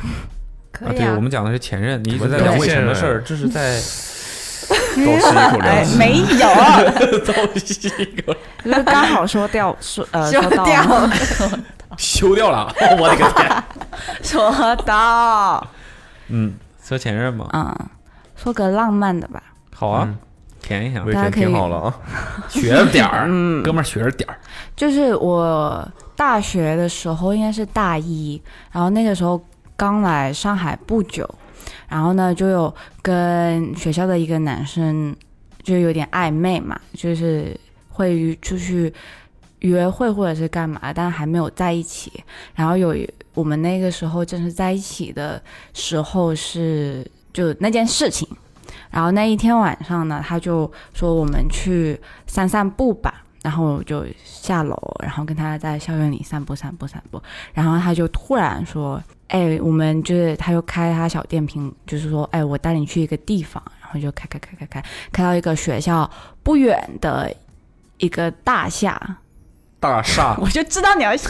D: 可
H: 哎
C: 啊，
D: 以
C: 对，
D: 啊
C: 我，们讲的是前任，你一直在
E: 怎
C: 讲
E: 么讲
C: 魏晨的
E: 现任
C: 事儿，这是在
E: 倒吸一口
D: 哎
E: 凉气？
H: 没有，
C: 倒吸一口，
H: 就是刚好说掉说 呃
D: 就
H: 说到
D: 掉了
C: 修掉了， 我的个天！
H: 说到
C: 嗯，说前任嘛，
H: 嗯，说个浪漫的吧。
C: 好啊，填一下
E: 魏， 晨挺好了啊，
C: 学着点儿，嗯哥们儿学着点儿。
H: 就是我大学的时候，应该是大一，然后那个时候刚来上海不久，然后呢就有跟学校的一个男生就有点暧昧嘛，就是会出去约会或者是干嘛，但还没有在一起。然后有一我们那个时候正式在一起的时候是就那件事情，然后那一天晚上呢，他就说我们去散散步吧。然后我就下楼，然后跟他在校园里散步、散步、散步。然后他就突然说：“哎，我们就是，他就开他小电瓶，就是说，哎，我带你去一个地方，然后就开开开开开，开到一个学校不远的一个大厦，
C: 大厦
H: 我就知道你要笑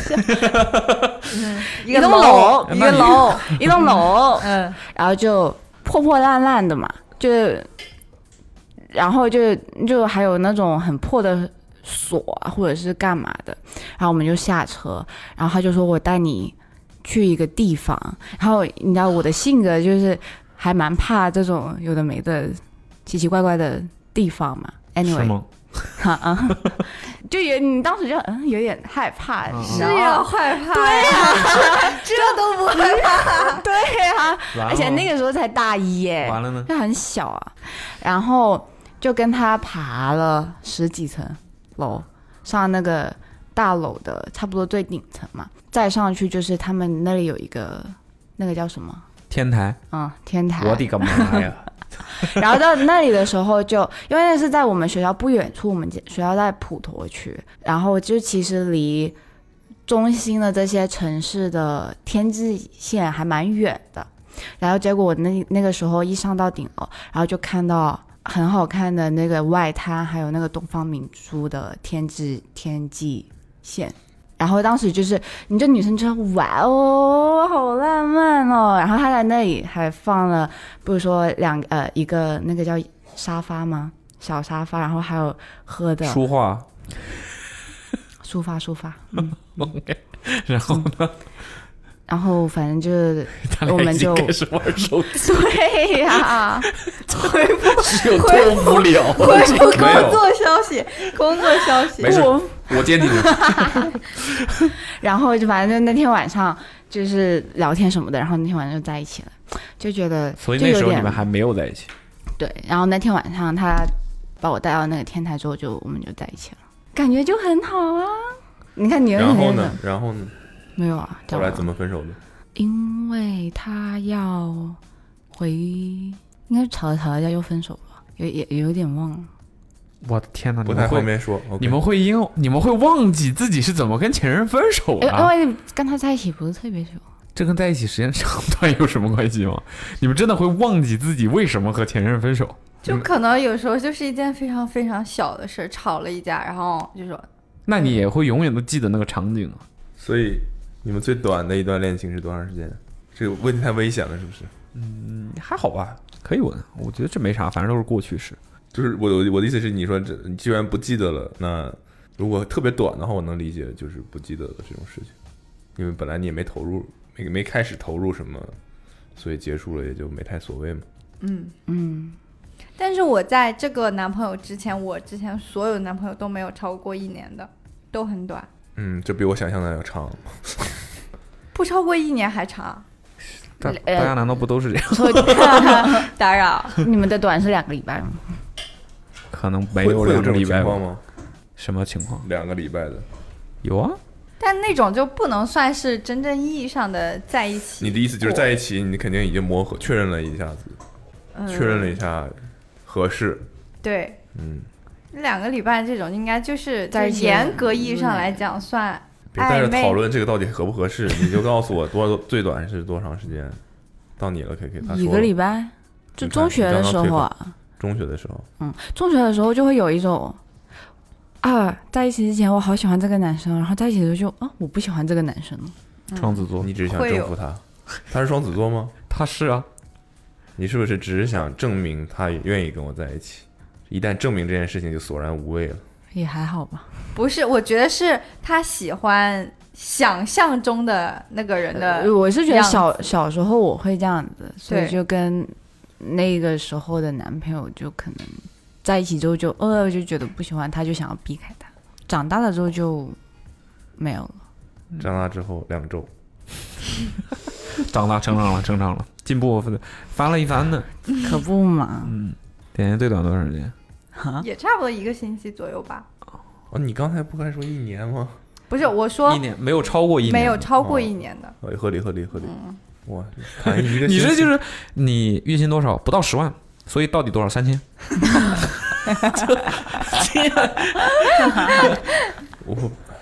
D: 一
H: 一
D: 个
H: 栋
D: 楼
H: 楼，
D: 一个 楼，
H: 一栋楼，
D: 嗯，
H: 然后就破破烂烂的嘛，就，然后就就还有那种很破的锁啊或者是干嘛的，然后我们就下车，然后他就说我带你去一个地方，然后你知道我的性格就是还蛮怕这种有的没的奇奇怪怪的地方嘛
C: 是
H: ，anyway，
C: 吗？
H: 哈啊， 就有你当时就嗯有点害怕，
C: 嗯嗯
H: 是
D: 是啊要害怕，对啊呀，这都不害怕，
H: 对啊，
C: 完了
H: 而且那
C: 吗
H: 个时候才大一耶，
C: 完了 呢，
H: 就很小啊，然后就跟他爬了十几层楼，上那个大楼的差不多最顶层嘛，再上去就是他们那里有一个那个叫什么？
C: 天台，
H: 嗯，天台。
C: 我的个妈呀！
H: 然后到那里的时候就，因为那是在我们学校不远处，我们学校在普陀区，然后就其实离中心的这些城市的天际线还蛮远的。然后结果我那那个时候一上到顶楼，然后就看到很好看的那个外滩，还有那个东方明珠的天际天际线。然后当时就是，你这女生就说哇哦，好浪漫哦。然后她在那里还放了比如说两呃一个那个叫沙发吗？小沙发，然后还有喝的
C: 书画，
H: 抒发抒发，嗯
C: 然后呢，
H: 然后反正就是
C: 他俩
H: 我们
C: 已经
H: 就
C: 开始玩手 机，
H: 对呀、
C: 是有多无聊？
D: 恢复
C: 没
D: 工
C: 有，
D: 作消息，工作消息
C: 没，事，我接你的。
H: 然后就反正就那天晚上就是聊天什么的，然后那天晚上就在一起了，就觉得
C: 所以
H: 就
C: 那
H: 有
C: 时候你
H: 点
C: 们还没有在一起，
H: 对。然后那天晚上他把我带到那个天台之后就，我们就在一起了，感觉就很好啊。你看你又
E: 然后
H: 很
E: 呢？然后呢？
H: 没有啊？
E: 后来怎
H: 么？
E: 么分手的？
H: 因为他要回，应该是吵着吵着就分手吧，有也也有点忘了。
C: 我的天哪！你
E: 不
C: 们
E: 太方
C: 会，
E: 便说。OK
C: 你们会因你们会忘记自己是怎么跟前任分手的、啊
H: 因因为哎哦跟他在一起不是特别久，
C: 这跟在一起时间长短有什么关系吗？你们真的会忘记自己为什么和前任分手？
D: 就可能有时候就是一件非常非常小的事儿，吵了一架，然后就说
C: 那你也会永远都记得那个场景啊。
E: 所以你们最短的一段恋情是多长时间？这个问题太危险了，是不是？
C: 还好吧，可以吻，我觉得这没啥，反正都是过去式。
E: 就是我我我的意思是，你说这你既然不记得了，那如果特别短的话，我能理解就是不记得的这种事情，因为本来你也没投入，没没开始投入什么，所以结束了也就没太所谓嘛。
D: 嗯。
H: 嗯，
D: 但是我在这个男朋友之前，我之前所有男朋友都没有超过一年的，都很短，
E: 嗯，这比我想象的要长。
D: 不超过一年还长。
C: 大大
H: 呃
C: 家难道不都是这样？
H: 所以
D: 打扰，
H: 你们的短是两个礼拜吗？
C: 可能没
E: 会
C: 有
E: 会有
C: 两个
E: 这种
C: 礼
E: 情
C: 拜
E: 况
C: 吧。
E: 吗？
C: 什么情况？
E: 两个礼拜的，
C: 有啊，
D: 但那种就不能算是真正意义上的在一起。
E: 你的意思就是在一起，你肯定已经磨合确认了一下子，
D: 嗯
E: 确认了一下合适，
D: 对
E: 嗯，
D: 两个礼拜这种，应该就是
H: 在一
D: 就
H: 起嗯
D: 严格意义上来讲算
E: 别在这
D: 暧昧
E: 讨论这个到底合不合适，你就告诉我多最短是多长时间。到你了，K K，他说
H: 一个礼拜，就中学的时候啊，
E: 中学的时候，
H: 嗯，中学的时候就会有一种啊，在一起之前我好喜欢这个男生，然后在一起的时候就啊，我不喜欢这个男生了。
C: 双子座，
E: 你只是想
D: 会有
E: 征服他。他是双子座吗？
C: 他是啊，
E: 你是不是只是想证明他愿意跟我在一起？一旦证明这件事情就索然无味了。
H: 也还好吧，
D: 不是？我觉得是他喜欢想象中的那个人的，
H: 我是觉得
D: 样子
H: 小小时候我会这样子，所以
D: 对
H: 就跟那个时候的男朋友就可能在一起之后就呃我就觉得不喜欢他，就想要避开他。长大了之后就没有了。
E: 长大之后两周，
C: 长大成长了，成长了，进步翻了一番呢。
H: 可不嘛，
C: 嗯，点点最短多长时间？
D: 也差不多一个星期左右吧。
E: 哦，你刚才不该说一年吗？
D: 不
H: 嗯
D: 是，我说
C: 一年没有超过一年，
D: 没有超过
E: 哦
D: 一年的，
E: 哦，合理合理合理。
H: 嗯
E: 哇，谈一 个
C: 你
E: 星
C: 这
E: 期
C: 就是你月薪多少？不到十万，所以到底多少？三千？
E: 我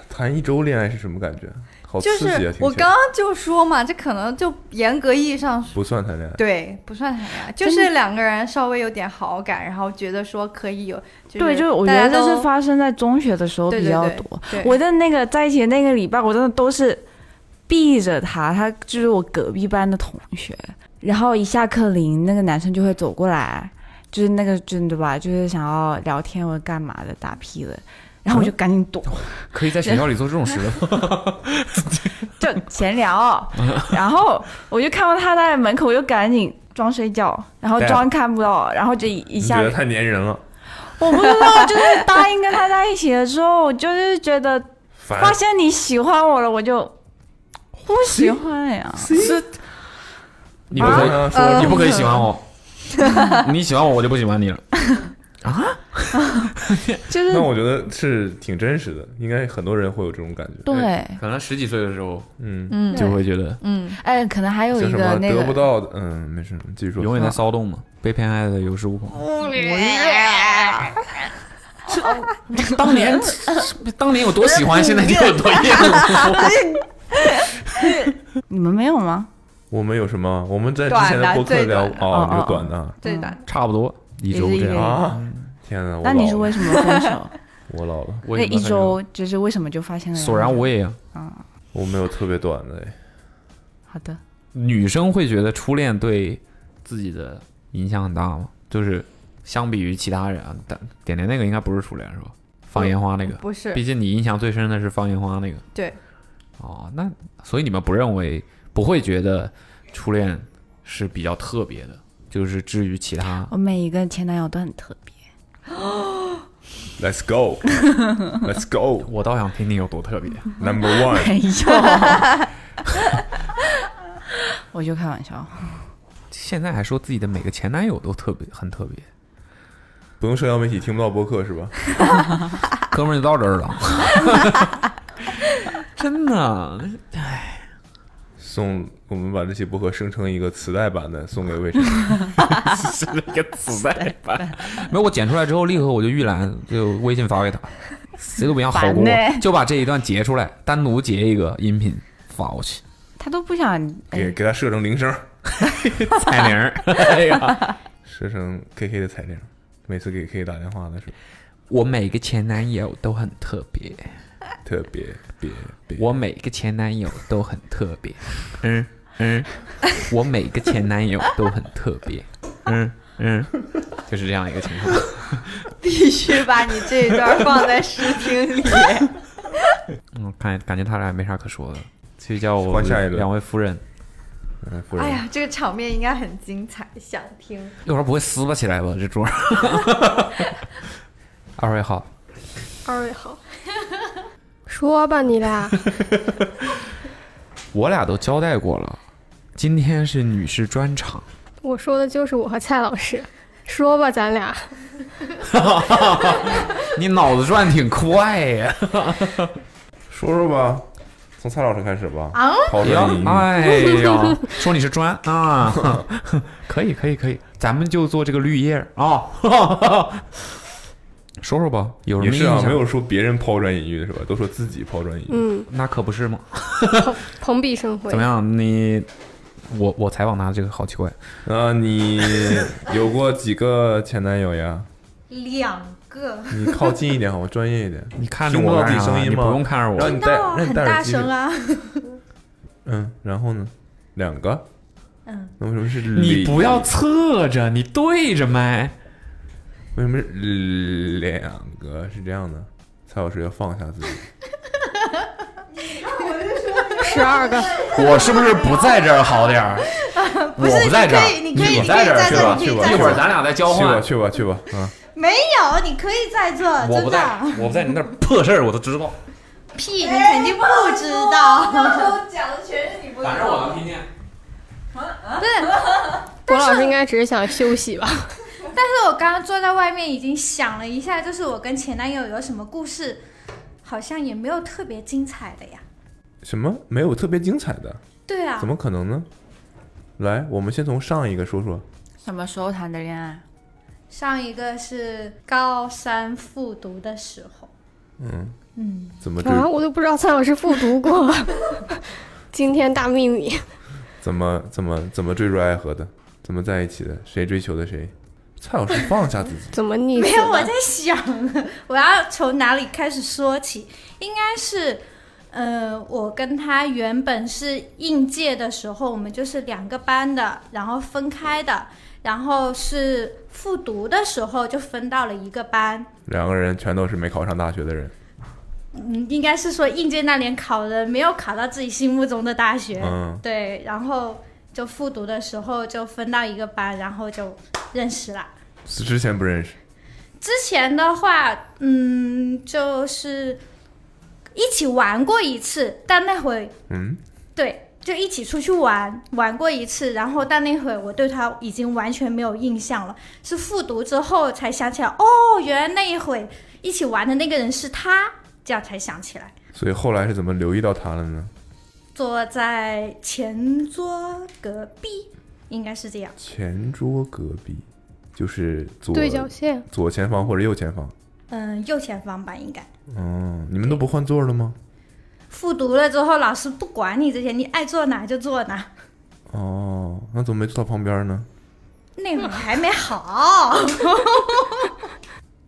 E: 谈一周恋爱是什么感觉？
C: 哦
E: 好
D: 就
E: 刺激啊！
D: 是
E: 听起
D: 我
E: 来
D: 刚刚就说嘛，这可能就严格意义上
E: 不算谈恋爱，
D: 对不算谈恋爱，就是两个人稍微有点好感，然后觉得说可以有， 就
H: 对，就是我觉
D: 大
H: 得
D: 家
H: 这
D: 都
H: 是发生在中学的时候
D: 对
H: 比
D: 对
H: 较
D: 对
H: 多。
D: 对
H: 我的那个在一起的那个礼拜，我真的都是避着他，他就是我隔壁班的同学。然后一下课铃，那个男生就会走过来，就是那个真的吧，就是想要聊天或者干嘛的，打屁的。然后我就赶紧躲，
C: 可以在学校里做这种事 吗？
H: 就闲聊。然后我就看到他在门口，我就赶紧装睡觉，然后
C: 对啊
H: 装看不到，然后就一一
E: 你
H: 下
E: 觉得太粘人了，
H: 我不知道，就是答应跟他在一起的时候，我就是觉得
E: 烦。
H: 发现你喜欢我了，我就不喜欢了呀。
C: 你不
H: 啊
E: 我
C: 可
E: 刚
C: 以，
H: 呃
E: 刚说
C: 你不可以喜欢我， 你喜欢我，我就不喜欢你了。
H: 就是
E: 那我觉得是挺真实的，应该很多人会有这种感觉。
H: 对，
C: 可能十几岁的时候
E: 嗯，
D: 嗯
C: 就会觉得
D: 嗯，
H: 哎，可能还有
E: 就
H: 一
E: 什
H: 个
E: 么
H: 那
E: 得不
H: 个，
E: 到的，嗯，没事，继续说。
C: 永远在骚动嘛，被偏爱的有恃无恐。 当年 当年有多喜欢，现在就有多厌 恶。
H: 你们没有吗？
E: 我们有什么？我们在之前的播客
D: 短
E: 聊
D: 的最短的
E: 哦，你就
H: 哦哦
E: 短的
D: 对的，
C: 差不多一周
H: 也是一
C: 这
H: 个
C: 样
H: 月。
E: 啊！天哪，我
H: 那你是
E: 老了
H: 为什么分手？
E: 我老了，
C: 我
H: 那
C: 也没
H: 哎
C: 有
H: 一
C: 分手
H: 周就是为什么就发现了？
C: 索然无味啊。
E: 我没有特别短的，哎
H: 好的，
C: 女生会觉得初恋对自己的影响很大吗？就是相比于其他人啊，但点点那个应该不是初恋是吧？放烟花那个，
D: 不是
C: 毕竟你印象最深的是放烟花那个。
D: 嗯对。
C: 哦，那所以你们不认为不会觉得初恋是比较特别的，就是至于其他
H: 我每一个前男友都很特别。
E: ，Let's go，Let's go，Number
C: 我倒想听听有多特别。
E: 嗯 One，
H: 没有，我就开玩笑。
C: 现在还说自己的每个前男友都特别很特别，
E: 不用社交媒体听不到播客是吧？
C: 哥们儿就到这儿了。 真的，
E: 送我们把这期播客生成一个磁带版的，送给魏晨。
C: 是那个磁带版。没有，我剪出来之后，立刻我就预览，就微信发给他，谁都不想好过
H: 烦呢
C: 我，就把这一段截出来，单独截一个音频发过去。
H: 他都不想，哎
I: 哎
E: 给给他设成铃声，
C: 彩铃 儿，哎呀，
E: 设成 KK 的彩铃。每次给 K 打电话的时候，
C: 我每个前男友都很特别，
E: 特别别别，
C: 我每个前男友都很特别，嗯嗯，我每个前男友都很特别，嗯嗯，就是这样一个情况。
D: 必须把你这一段放在试 听里。
C: 嗯，看感觉他俩没啥可说的，所以叫我
E: 换下一轮
C: 两位夫人，
E: 哎夫人
D: 哎呀，这个场面应该很精彩，想听。
C: 一会儿不会撕巴起来吧？这桌。 二位好，
B: 二位好，说吧你俩，
C: 我俩都交代过了，今天是女士专场。
B: 我说的就是我和蔡老师，说吧咱俩。
C: 你脑子转挺快呀！
E: 说说吧，从蔡老师开始吧。
D: 啊
E: 抛砖引玉，
C: 哎呀， 说你是砖啊， 可以可以可以，咱们就做这个绿叶儿啊。 说说吧，有什
E: 也
C: 么印
E: 是啊，
C: 象？
E: 没有说别人抛砖引玉的是吧？都说自己抛砖引玉。
B: 嗯，
C: 那可不是吗？
B: 蓬荜生辉
C: 怎。么样？你我我采访他这个好奇怪，
E: 啊，你有过几个前男 友呀？
D: 两个，
E: 你靠近一点好吗？专业一点。
C: 你看着
E: 听不
C: 我
E: 到自
C: 干
E: 己
C: 啥
E: 声音
C: 你
E: 吗？
C: 不用看着
E: 然
C: 我
E: 后。你戴，让
D: 很
E: 你戴
D: 大
E: 耳机。
D: 声啊！
E: 嗯，然后呢？两个。
D: 嗯。
E: 那为什么是
C: 你
E: 里
C: 不要侧着，你对着麦。
E: 为什么是两个是这样的？蔡老师要放下自己。
B: 十二个，
C: 我是不是不在这儿好点儿？
D: 不是
C: 我不在这儿，
D: 你可以你可以
C: 我在这儿
D: 你可以在
C: 是吧
E: 这儿你可以在这儿
C: 一会儿咱俩再交
E: 去吧，
C: 换。
E: 去吧，去吧。啊，
D: 没有，你可以再做，
C: 我不
D: 真
C: 在
D: 的。，
C: 我不在你那儿破事儿我都知道，
D: 屁，你肯定不
C: 哎
D: 知道。
C: 反正我能听见。
B: 郭老师应该只是想休息吧？
F: 但是我刚刚坐在外面已经想了一下，就是我跟前男友有什么故事，好像也没有特别精彩的呀。
E: 什么没有特别精彩的？
F: 对啊
E: 怎，么可能呢？来，我们先从上一个说说。
H: 什么时候谈的恋爱？
F: 上一个是高三复读的时候，
E: 嗯，
F: 嗯，
E: 怎么这、
B: 啊，我都不知道蔡老师复读过，惊天大秘密。，
E: 怎么怎么怎么坠入爱河的？怎么在一起的？谁追求的谁？蔡老师放下自己
B: 怎么逆
F: 没
B: 袭
F: 哎有，我
B: 的
F: 在？想， 我要从哪里开始说起？应该是，呃，我跟他原本是应届的时候，我们就是两个班的，然后分开的，然后是复读的时候就分到了一个班。
E: 两个人全都是没考上大学的人。
F: 嗯，应该是说应届那年考的没有考到自己心目中的大学，
E: 嗯，
F: 对，然后就复读的时候就分到一个班，然后就认识了。
E: 之前不认识。
F: 之前的话，嗯，就是一起玩过一次，但那会
E: 嗯，
F: 对，就一起出去玩玩过一次，然后但那会我对他已经完全没有印象了，是复读之后才想起来，哦，原来那一会一起玩的那个人是他，这样才想起来。
E: 所以后来是怎么留意到他了呢？
F: 坐在前桌隔壁，应该是这样。
E: 前桌隔壁，就是左
B: 对角线
E: 左前方或者右前方。
F: 嗯，右前方吧，应该。
E: 嗯，你们都不换座了吗？
F: 复读了之后，老师不管你这些，你爱坐哪就坐哪。
E: 哦，那怎么没坐到旁边呢？
F: 那会儿还没好。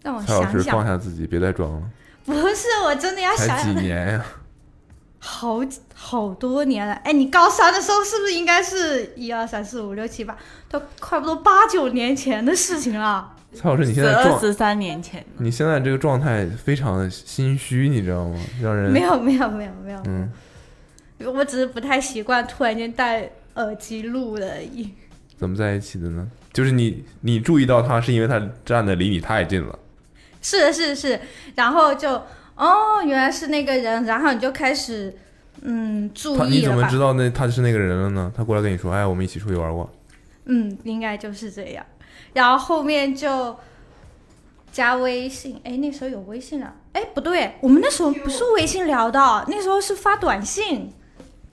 F: 让我
E: 蔡老
F: 哦想
E: 师放下
F: 想，
E: 自己，别再装了。
F: 不是，我真的要想
E: 才几
F: 想，
E: 年呀、
F: 好好多年了。哎，你高三的时候是不是应该是一二三四五六七八，都差不多八九年前的事情了？
E: 蔡老师，你现
H: 十
E: 在
H: 二
E: 状，
H: 十三年前，
E: 你现在这个状态非常的心虚，你知道吗？让人
F: 没有，没有，没有，没有，
E: 嗯，
F: 我只是不太习惯突然间戴耳机录而已。
E: 怎么在一起的呢？就是你，你注意到他是因为他站的离你太近了。
F: 是的是的是的，然后就哦，原来是那个人，然后你就开始嗯注
E: 他你
F: 意
E: 怎
F: 了
E: 么
F: 吧
E: 知？道那他是那个人了呢？他过来跟你说，哎，我们一起出去玩过。
F: 嗯，应该就是这样。然后后面就加微信，哎，那时候有微信了，哎，不对，我们那时候不是微信聊的，那时候是发短信，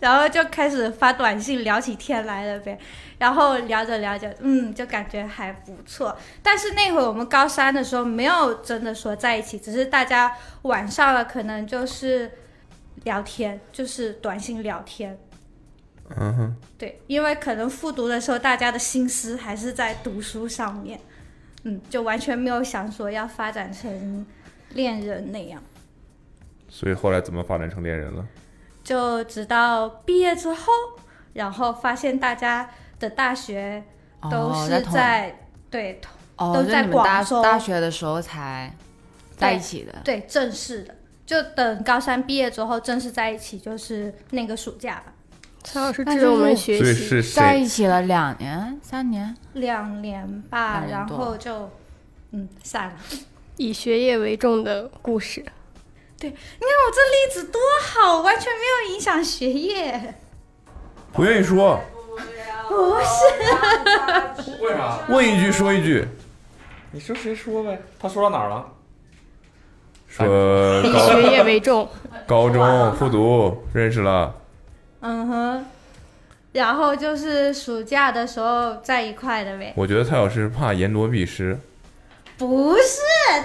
F: 然后就开始发短信聊起天来了呗。然后聊着聊着，嗯，就感觉还不错。但是那会儿我们高三的时候没有真的说在一起，只是大家晚上了可能就是聊天，就是短信聊天。
E: 嗯哼，
F: 对，因为可能复读的时候，大家的心思还是在读书上面，嗯，就完全没有想说要发展成恋人那样。
E: 所以后来怎么发展成恋人了？
F: 就直到毕业之后，然后发现大家的大学都
H: 哦
F: 是
H: 同
F: 在、对同
H: 哦，
F: 都
H: 就
F: 在
H: 你们大
F: 广州
H: 大学的时候才在一起的。
F: 对正式的，就等高三毕业之后正式在一起，就是那个暑假吧，
B: 蔡老师
H: 那
B: 指
H: 就
B: 着我们
F: 哎
H: 是
B: 学
E: 所以
B: 习，
E: 是
H: 在
E: 谁？
H: 一起了两年、三年，
F: 两年吧，
H: 两年
F: 然
H: 多
F: 后就嗯散了。
B: 以学业为重的故事。
F: 我这例子多好，完全没有影响学业。
E: 不愿意说，
F: 不是。
C: 为啥？
E: 问一句说一句。
C: 你说谁说呗？他说到哪儿了？
E: 说
B: 以
F: 哎
E: 高
B: 学业为重，
E: 高中复读认识了，
F: 嗯哼，然后就是暑假的时候在一块的呗。
E: 我觉得蔡老师怕言多必失，
F: 不是，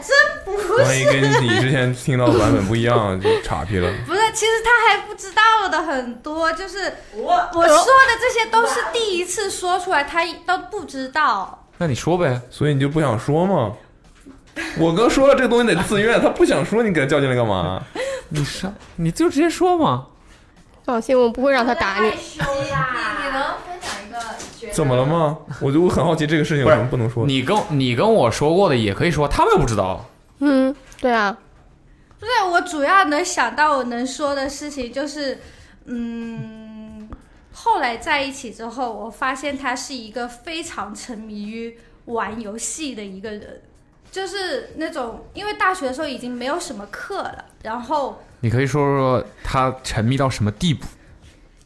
F: 真不是，
E: 万一跟你之前听到的版本不一样，就岔劈了。
F: 不是，其实他还不知道的很多，就是我我说的这些都是第一次说出来，他都不知道。
C: 那你说呗。
E: 所以你就不想说嘛？我哥说了，这个东西得自愿，他不想说，你给他叫进来干嘛？
C: 你啥？你就直接说嘛。
B: 放心，我不会让他打你。
D: 你能分享一个觉得
E: 怎么了？吗？我就很好奇这个事情有
C: 不是
E: 什么不能说的。
C: 你跟你跟我说过的也可以说，他们又不知道。
B: 嗯，对啊，
F: 不是，我主要能想到我能说的事情就是，嗯，后来在一起之后，我发现他是一个非常沉迷于玩游戏的一个人，就是那种因为大学的时候已经没有什么课了，然后
C: 你可以说说他沉迷到什么地步？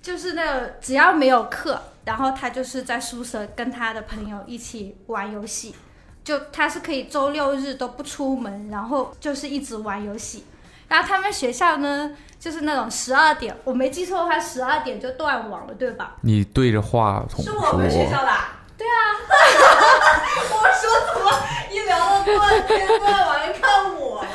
F: 就是那种只要没有课，然后他就是在宿舍跟他的朋友一起玩游戏，就他是可以周六日都不出门，然后就是一直玩游戏。然后他们学校呢，就是那种十二点，我没记错的话，十二点就断网了，对吧？
C: 你对着话筒
D: 是我们学校
C: 说，
D: 的啊。对啊，我说怎么一聊到断天断完看我了？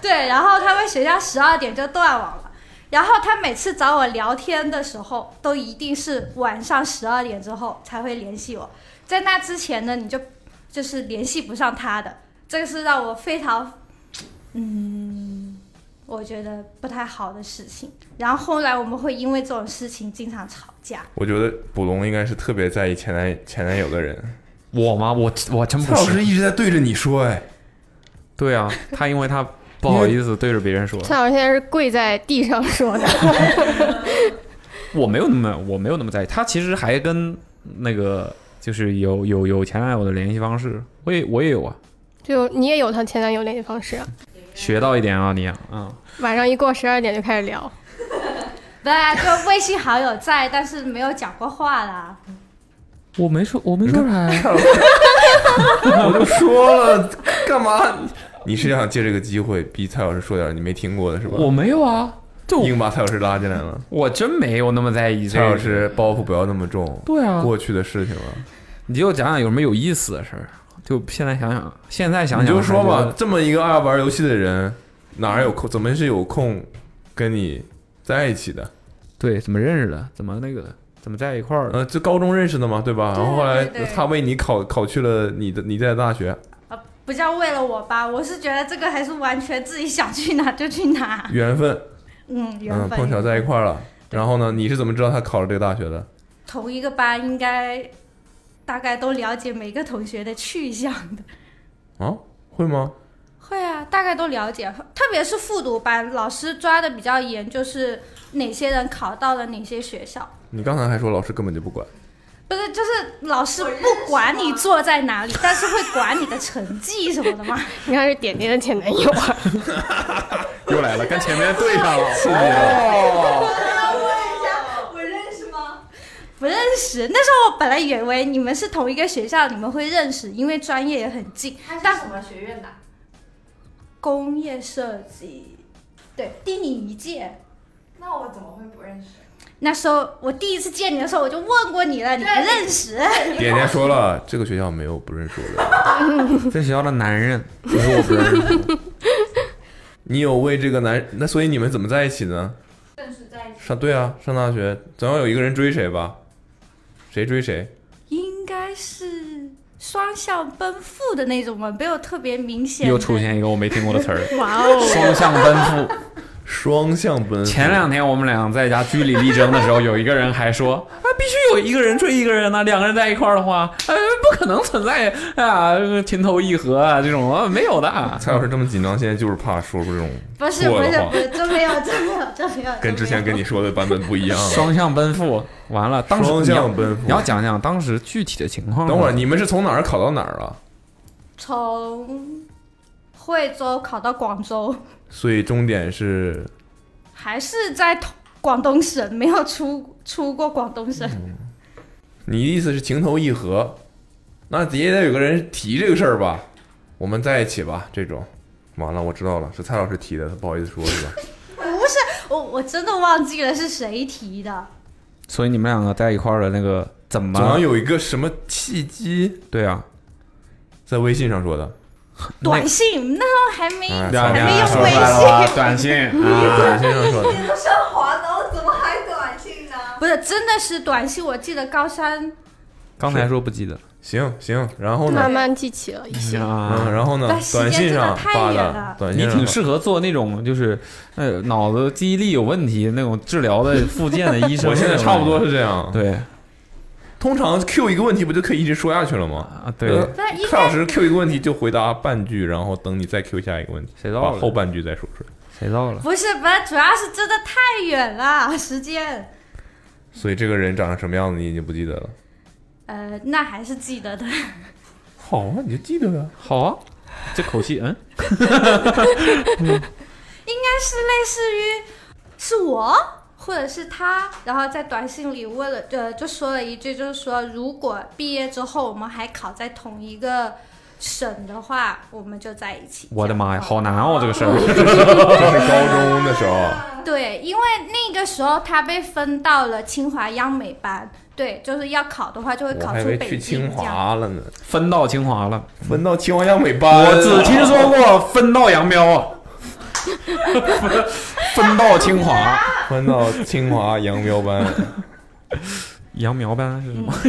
F: 对，然后他们学校十二点就断网了。然后他每次找我聊天的时候，都一定是晚上十二点之后才会联系我，在那之前呢，你就就是联系不上他的，这个是让我非常，嗯，我觉得不太好的事情。然后后来我们会因为这种事情经常吵架。
E: 我觉得捕龙应该是特别在意前男前男友的人。
C: 我吗？我我真
E: 蔡
C: 不
E: 老
C: 是
E: 师。一直在对着你说， 哎，
C: 对啊，他因为他不好意思对着别人说，
B: 蔡老师现在是跪在地上说的，
C: 我没有那么我没有那么在意。他其实还跟那个就是有有有前男友的联系方式，我也我也有啊，
B: 就你也有她前男友联系方式啊，
C: 学到一点啊你啊，嗯，
B: 晚上一过十二点就开始聊。
F: 对啊，就微信好友在，但是没有讲过话啦。
C: 我没说我没说啥呀，
E: 我就说了， 干嘛？你是想借这个机会逼蔡老师说点你没听过的是吧？
C: 我没有啊，就
E: 硬把蔡老师拉进来了。
C: 我真没有那么在意。
E: 蔡老，师包袱不要那么重，
C: 对啊，
E: 过去的事情了，
C: 你就讲讲有什么有意思的事儿。就现在想想，现在想
E: 你
C: 想
E: 就说
C: 还觉
E: 吧
C: 得，，
E: 这么一个爱玩游戏的人，哪有空？怎么是有空跟你在一起的？
C: 对，怎么认识的，怎么那个的，怎么在一块儿 的。
E: 呃，就高中认识的嘛，对吧？然后后来
F: 对对
E: 他为你考考去了你的你在的大学，
F: 啊，不叫为了我吧，我是觉得这个还是完全自己想去哪就去哪。
E: 缘分，
F: 嗯，缘
E: 嗯，
F: 分。
E: 碰巧在一块儿了。然后呢，你是怎么知道他考了这个大学的？
F: 同一个班，应该大概都了解每个同学的去向 的。
E: 啊，会吗？
F: 会啊，大概都了解，特别是复读班，老师抓的比较严，就是哪些人考到了哪些学校。
E: 你刚才还说老师根本就不管，
F: 不是，就是老师不管你坐在哪 里，但是会管你的成绩什么的嘛。
B: 你看是点点的前男友啊，
C: 又来了，跟前面对上了， 刺激
E: 哎
F: 不认识，那时候我本来以为你们是同一个学校，你们会认识，因为专业也很近。
D: 他是什么学院的？
F: 工业设计，对，低你一届。
D: 那我怎么会不认识？
F: 那时候我第一次见你的时候，我就问过你了，你不认识。
E: 点点说了，这个学校没有不认识我的。
C: 这学校的男人，不是我不认识。
E: 你有为这个男，那所以你们怎么在一起呢？正式在一起。上对啊，上大学总要有一个人追谁吧？谁追谁？
F: 应该是双向奔赴的那种吧，没有特别明显的。
C: 又出现一个我没听过的词 儿，
B: 哇哦！
C: 双向奔赴。
E: 双向奔赴。
C: 前两天我们俩在家据理力争的时候，有一个人还说啊，必须有一个人追一个人呐、啊两个人在一块儿的话，呃，不可能存在啊，情投意合啊这种啊，没有的啊。
E: 蔡老师这么紧张，现在就是怕说出这 种
F: 不是不
E: 错
F: 是
E: 的话
F: 不，是，真没有真没有真没有。
E: 跟之前跟你说的版本不一样。啊
C: 双向奔赴，完了，当时
E: 双
C: 你要
E: 向奔赴
C: 你。要讲讲当时具体的情况。啊
E: 等会儿，你们是从哪儿考到哪儿了？
F: 从惠州考到广州，
E: 所以终点是
F: 还是在同广东省，没有出出过广东省。
C: 嗯
E: 你的意思是情投意合，那也得有个人提这个事儿吧？我们在一起吧，这种。完了，我知道了，是蔡老师提的，他不好意思说，是吧？
F: 不是，我我真的忘记了是谁提的。
C: 所以你们两个在一块儿的那个怎么
E: 总要有一个什么契机，
C: 对啊，
E: 在微信上说的。
F: 短信那时候还没
E: 哎
C: 对啊，
F: 还没
C: 你
F: 有
C: 看说
F: 微
C: 出来
F: 信
C: 了，吧短信啊，
E: 先生说的，
D: 你都上华了，怎么还短信呢？
F: 不是真的是短信。我记得高三
C: 刚才说不记得了
E: 行行，然后呢
B: 慢？慢记起了一些。
E: 嗯，
C: 啊。
E: 然后呢
F: 但？时
E: 短
F: 间
E: 信上
F: 真的太
E: 发
F: 远
E: 的
F: 了，
E: 短信
C: 你
E: 上
C: 挺
E: 发
C: 适合做那种就是，呃，脑子记忆力有问题那种治疗的复健的医生。
E: 我现在差不多是这样。，
C: 对
E: 通常 Q 一个问题不就可以一直说下去了吗？
C: 啊，对，
E: 呃
F: 不是应
E: 蔡老师 Q 一个问题就回答半句，然后等你再 Q 下一个问题，
C: 谁
E: 把
C: 到
E: 后
C: 了？
E: 半句再说出来。
C: 谁到了？
F: 不是不是，主要是真的太远了，时间。
E: 所以这个人长成什么样子你已经不记得了。
F: 呃，那还是记得的。
E: 好啊，你就记得啊。
C: 好啊，这口气，嗯，
F: 但是类似于是我或者是他，然后在短信里问了，呃，就说了一句，就是说如果毕业之后我们还考在同一个省的话，我们就在一起。
C: 我的妈呀，好难哦，这个事儿。
E: 这是高中的时 候，
F: 对，因为那个时候他被分到了清华央美班，对，就是要考的话就会
E: 我
F: 考
E: 还以
F: 出
E: 为
F: 北
E: 去
F: 京
E: 清
F: 这样。
E: 华了呢，
C: 分到清华了，
E: 分到清华央美班了。
C: 我只听说过分道扬镳啊， 分到清华，
E: 分到清华杨标班，
C: 杨苗班是什么？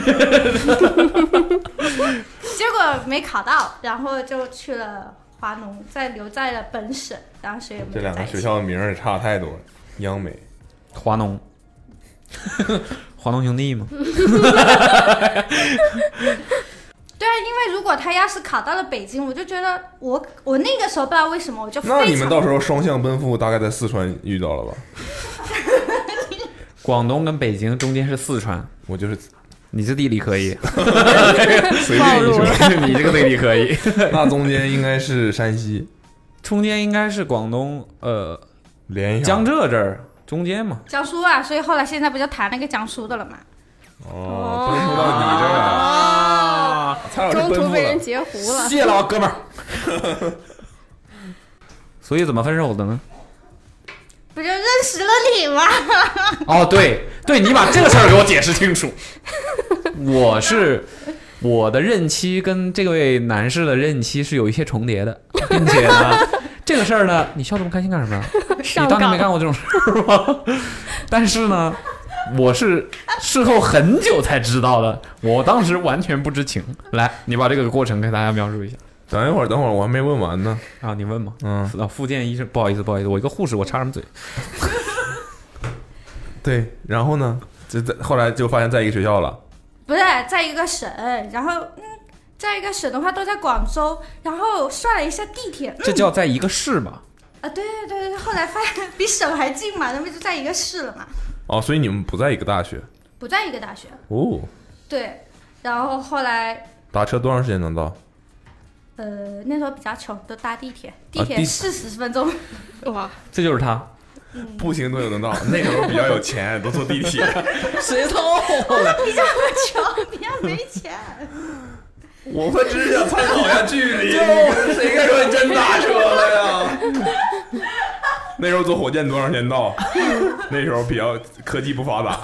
F: 结果没考到，然后就去了华农，再留在了本省，当时也没
E: 这
F: 有
E: 两
F: 在
E: 个
F: 一起
E: 学校的名儿也差太多了。央美，
C: 华 农，华农兄弟嘛。
F: 对啊，因为如果他要是考到了北京，我就觉得我我那个时候不知道为什么我就非常
E: 那你们到时候双向奔赴，大概在四川遇到了吧？
C: 广东跟北京中间是四川，
E: 我就是
C: 你这地理可以，
E: 随便你说，
C: 你这个地理可以。
E: 那中间应该是山西，
C: 中间应该是广东，呃，
E: 连一下
C: 江浙这儿中间嘛。
F: 江苏啊，所以后来现在不就谈那个江苏的了嘛？
E: 哦，奔赴到你这儿
F: 哦
E: 了，
C: 啊，
E: 差点
B: 中
E: 就奔
B: 途
E: 赴
B: 被人
E: 了。
B: 截胡了。
C: 谢了啊，哥们儿。 所以怎么分手的呢？
F: 不就认识了你吗？
C: 哦，对对，你把这个事儿给我解释清楚。 我是我的任期跟这位男士的任期是有一些重 叠的，并且呢，这个事儿呢，你笑这么开心干什么？你
B: 上
C: 当年
B: 岗
C: 没干过这种事儿吗？ 但是呢，我是事后很久才知道的，我当时完全不知情。来，你把这个过程给大家描述一下
E: 等一会儿，等会儿，我还没问完呢。
C: 啊！你问吧。
E: 嗯，
C: 啊，复健医生，不好意思，不好意思，我一个护士，我插什么嘴？
E: 对，然后呢，这在后来就发现在一个学校了。
F: 不是在一个省，然后嗯，在一个省的话都在广州，然后算了一下地铁，嗯
C: 这叫在一个市吧？
F: 啊，对对对，对后来发现比省还近嘛，那不就在一个市了嘛，
E: 哦，所以你们不在一个大学
F: 不在一个大学，
E: 哦？
F: 对，然后后来
E: 打车多长时间能到？
F: 呃那时候比较穷，都搭地铁，地
E: 啊
F: 铁
E: 地
F: 四十 分钟，
B: 哇，
C: 这就是他，
E: 步行都有 能到。那时候比较有钱，都坐地铁。
C: 谁操？
F: 比较穷，比较没钱，
E: 我们只是想参考一下距离。谁敢说你真打车了呀？ 那时候坐火箭多长时间到？ 那时候比较科技不发达，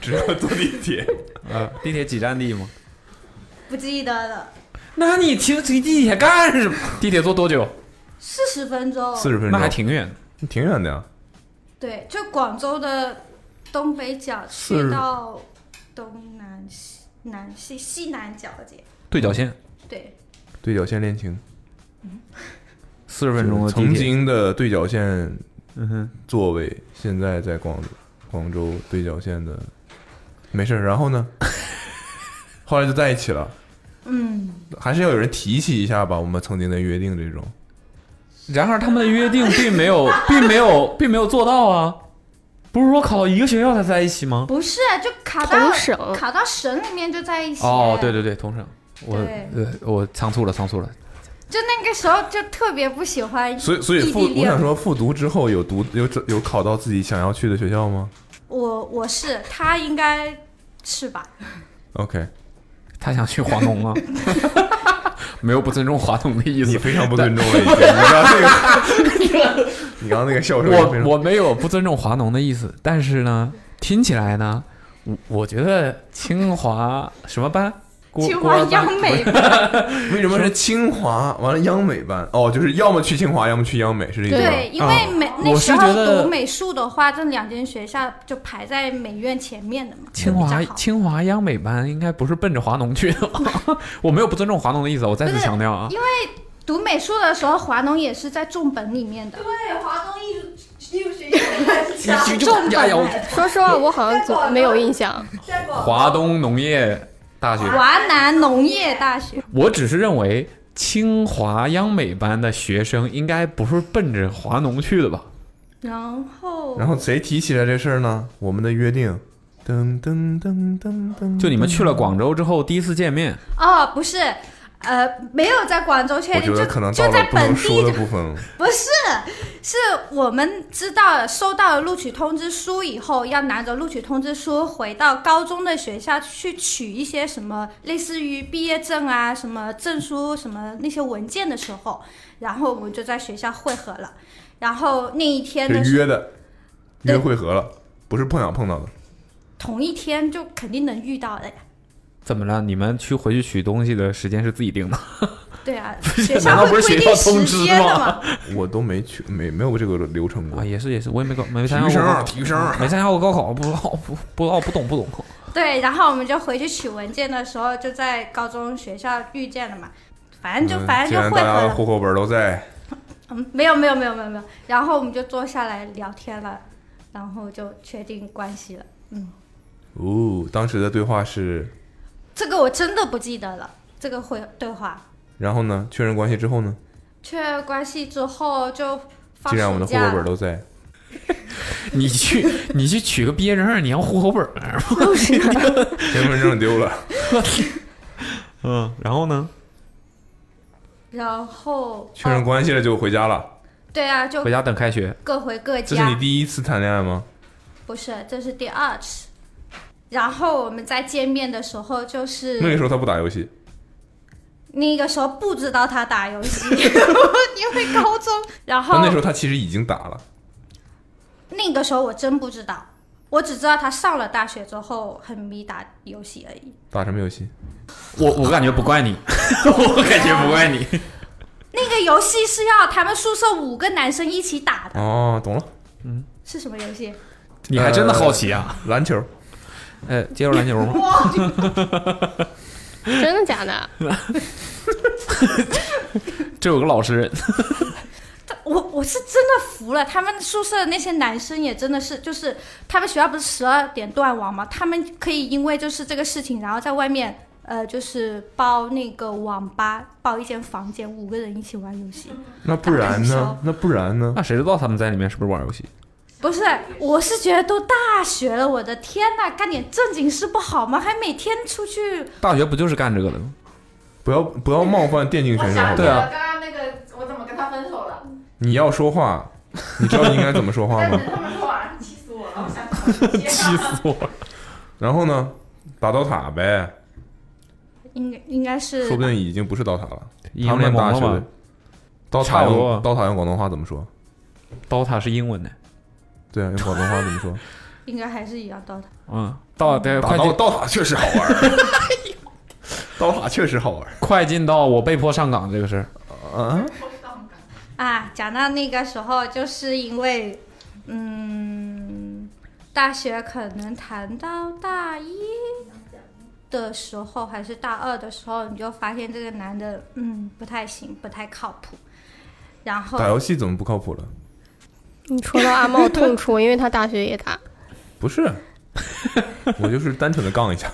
E: 只要坐地铁。
C: 呃，地铁几站地吗？
F: 不记得了，
C: 那你停地铁干什么？地铁坐多久？
F: 四十分钟，
E: 四十分
C: 那
E: 钟，
C: 还挺远的。
E: 挺远的呀。
F: 对，就广州的东北角
E: 40
F: 去到东南西南西西南角的街，
C: 对角线，
F: 对，
E: 对角线恋情，
C: 四十分钟的地铁。
E: 曾，经的对角线
C: 嗯哼，
E: 座位，现在在广广州对角线的，没事儿。然 后呢，后来就在一起了，
F: 嗯。
E: 还是要有人提起一下吧。我们曾经的约定，这种
C: 然而他们的约定并没有，并没有，并没有做到啊！不是说考到一个学校才在一起吗？
F: 不是，啊就考到
B: 同省
F: 考到省里面就在一起。啊
C: 哦，对，对对，同省，我
F: 对
C: 呃我仓促了，仓促了。
F: 就那个时候就特别不喜欢。
E: 所以所以
F: 异地
E: 复我
F: 恋
E: 想说，复读之后有读有有考到自己想要去的学校吗
F: 我我是他应该是吧？
E: ？OK，
C: 他想去华农啊， 没有不尊重华农的意
E: 你
C: 思。
E: 非常不尊重 了，已经。你刚刚那个，你刚刚那个笑声已经非常，
C: 我我没有不尊重华农的意思，但是呢，听起来呢，我我觉得清华什么班，郭
F: 清
C: 郭
F: 华
C: 二班
F: 央美
E: 为什么是清华？完了央美班哦，就是要么去清华，要么去央美，是这意思吧？
F: 对，因为
E: 啊
F: 美、那
C: 我
F: 时
C: 是觉
F: 候
C: 得
F: 读美术的话，这两间学校就排在美院前面的嘛，就
C: 清
F: 比较
C: 华
F: 好
C: 清华央美班应该不是奔着华农去的 吧？我没有不尊重华农的意思，我再次
F: 不是
C: 强调啊，
F: 读美术的时候，华农也是在重本里面的。重
C: 呀呀我
F: 本
B: 说实话，我好像总没有印象。
C: 华东农业大学，
F: 华南农业大学。
C: 我只是认为清华央美班的学生应该不是奔着华农去的吧？
F: 然后
E: 然后谁提起来这事儿呢？我们的约定，噔噔噔噔噔，
C: 就你们去了广州之后第一次见面，
F: 哦，不是，呃，没有在广州确
E: 我
F: 定，
E: 觉
F: 就
E: 得可能到
F: 就在
E: 了不
F: 本
E: 能
F: 地
E: 说
F: 就
E: 的部分，
F: 不是，是我们知道了收到了录取通知书以后，要拿着录取通知书回到高中的学校去取一些什么类似于毕业证啊、什么证书、什么那些文件的时候，然后我们就在学校汇合了。然后那一天呢，
E: 是约的，
F: 对
E: 约会合了，不是碰巧碰到的。
F: 同一天就肯定能遇到的呀。
C: 怎么了？你们去回去取东西的时间是自己定的？
F: 对啊，
C: 是
F: 学
C: 难
F: 校
C: 道不
F: 会
C: 是
F: 规
C: 学
F: 定
C: 校通
F: 时
C: 知
F: 间
C: 吗
F: 的嘛？
E: 我都没去，没没有过这个流程过
C: 啊，。也是也是，我也没高没参
E: 体育
C: 加
E: 生
C: 过
E: 啊，
C: 高考，
E: 体育生啊，
C: 没参加过高考，不知道不不知道不懂不懂。
F: 对，然后我们就回去取文件的时候，就在高中学校遇见了嘛。反正就
E: 嗯
F: 反
E: 既
F: 正
E: 然
F: 就汇
E: 大
F: 合
E: 家
F: 了
E: 的，户口本都在，
F: 嗯，没有没有没有没有没有，然后我们就坐下来聊天了，然后就确定关系了。
E: 哦，当时的对话是，
F: 这个我真的不记得了，这个会对话
E: 然后呢，确认关系之后呢，
F: 确认关系之后就放
E: 既然我
F: 暑
E: 们的户
F: 假
E: 口本
F: 了。
E: 都在，
C: 你去你去取个毕业证，你要户口本儿吗？
E: 身份证丢 了，
C: 嗯，然后呢？
F: 然后
E: 确认
F: 哦、
E: 关系了就回家了。
F: 对啊，就
C: 回家等开学。
F: 各回各
E: 这是
F: 家。
E: 你第一次谈恋爱吗？
F: 不是，这是第二次。然后我们再见面的时候，就是
E: 那个时候他不打游戏，
F: 那个时候不知道他打游戏， 因为高中。然后
E: 但那时候他其实已经打了。
F: 那个时候我真不知道，我只知道他上了大学之后很迷打游戏而已。
E: 打什么游戏？
C: 我我感觉不怪你，我感觉不怪你。
F: 那个游戏是要他们宿舍五个男生一起打的，
E: 哦，懂了，
F: 是什么游戏？
C: 你还真的好奇啊？
E: 篮球。
C: 呃，接着篮球吗？
B: 真的假的？
C: 这有个老实人，
F: 他我我是真的服了，他们宿舍的那些男生也真的是，就是他们学校不是十二点断网嘛，他们可以因为就是这个事情，然后在外面呃就是包那个网吧，包一间房间，五个人一起玩游戏。
E: 那不然
F: 打篮
E: 呢
F: 球？
E: 那不然呢？
C: 那谁知道他们在里面是不是玩游戏？
F: 不是，我是觉得都大学了，我的天呐，干点正经事不好吗？还每天出去
C: 大学不就是干这个的吗？
E: 不要不要冒犯电竞选手，好
C: 对
E: 吧？
C: 啊，
J: 刚刚那个我怎么跟他分手了？
E: 你要说话，你知道你应该怎么说话吗？
J: 他们说完，气死我了！我想怎么接啊
C: 气死我！了！
E: 然后呢，打刀塔呗，
F: 应该应该是
E: 说不定已经不是刀塔了。
C: 英
E: 他
C: 雄
E: 们
C: 联
E: 大
C: 盟
E: 学
C: 了
E: 的
C: 吗？
E: 刀塔
C: 差不多
E: 用刀塔用广东话怎么说？
C: DOTA 是英文的，
E: 对啊，用广东话怎 么说？
F: 应该还是一样到的。
C: 嗯，到对，
E: 打
C: 快
E: 刀
C: 进
E: 刀塔确实好 玩，刀塔确实好玩
C: 快进到我被迫上岗这个事儿。
E: 啊！
F: 啊，讲到那个时候，就是因为，嗯，大学可能谈到大一的时候，还是大二的时候，你就发现这个男的，嗯，不太行，不太靠谱。然后
E: 打游戏怎么不靠谱了？
B: 你戳到阿茂痛处，因为他大学也打。
E: 不是，我就是单纯的杠一下。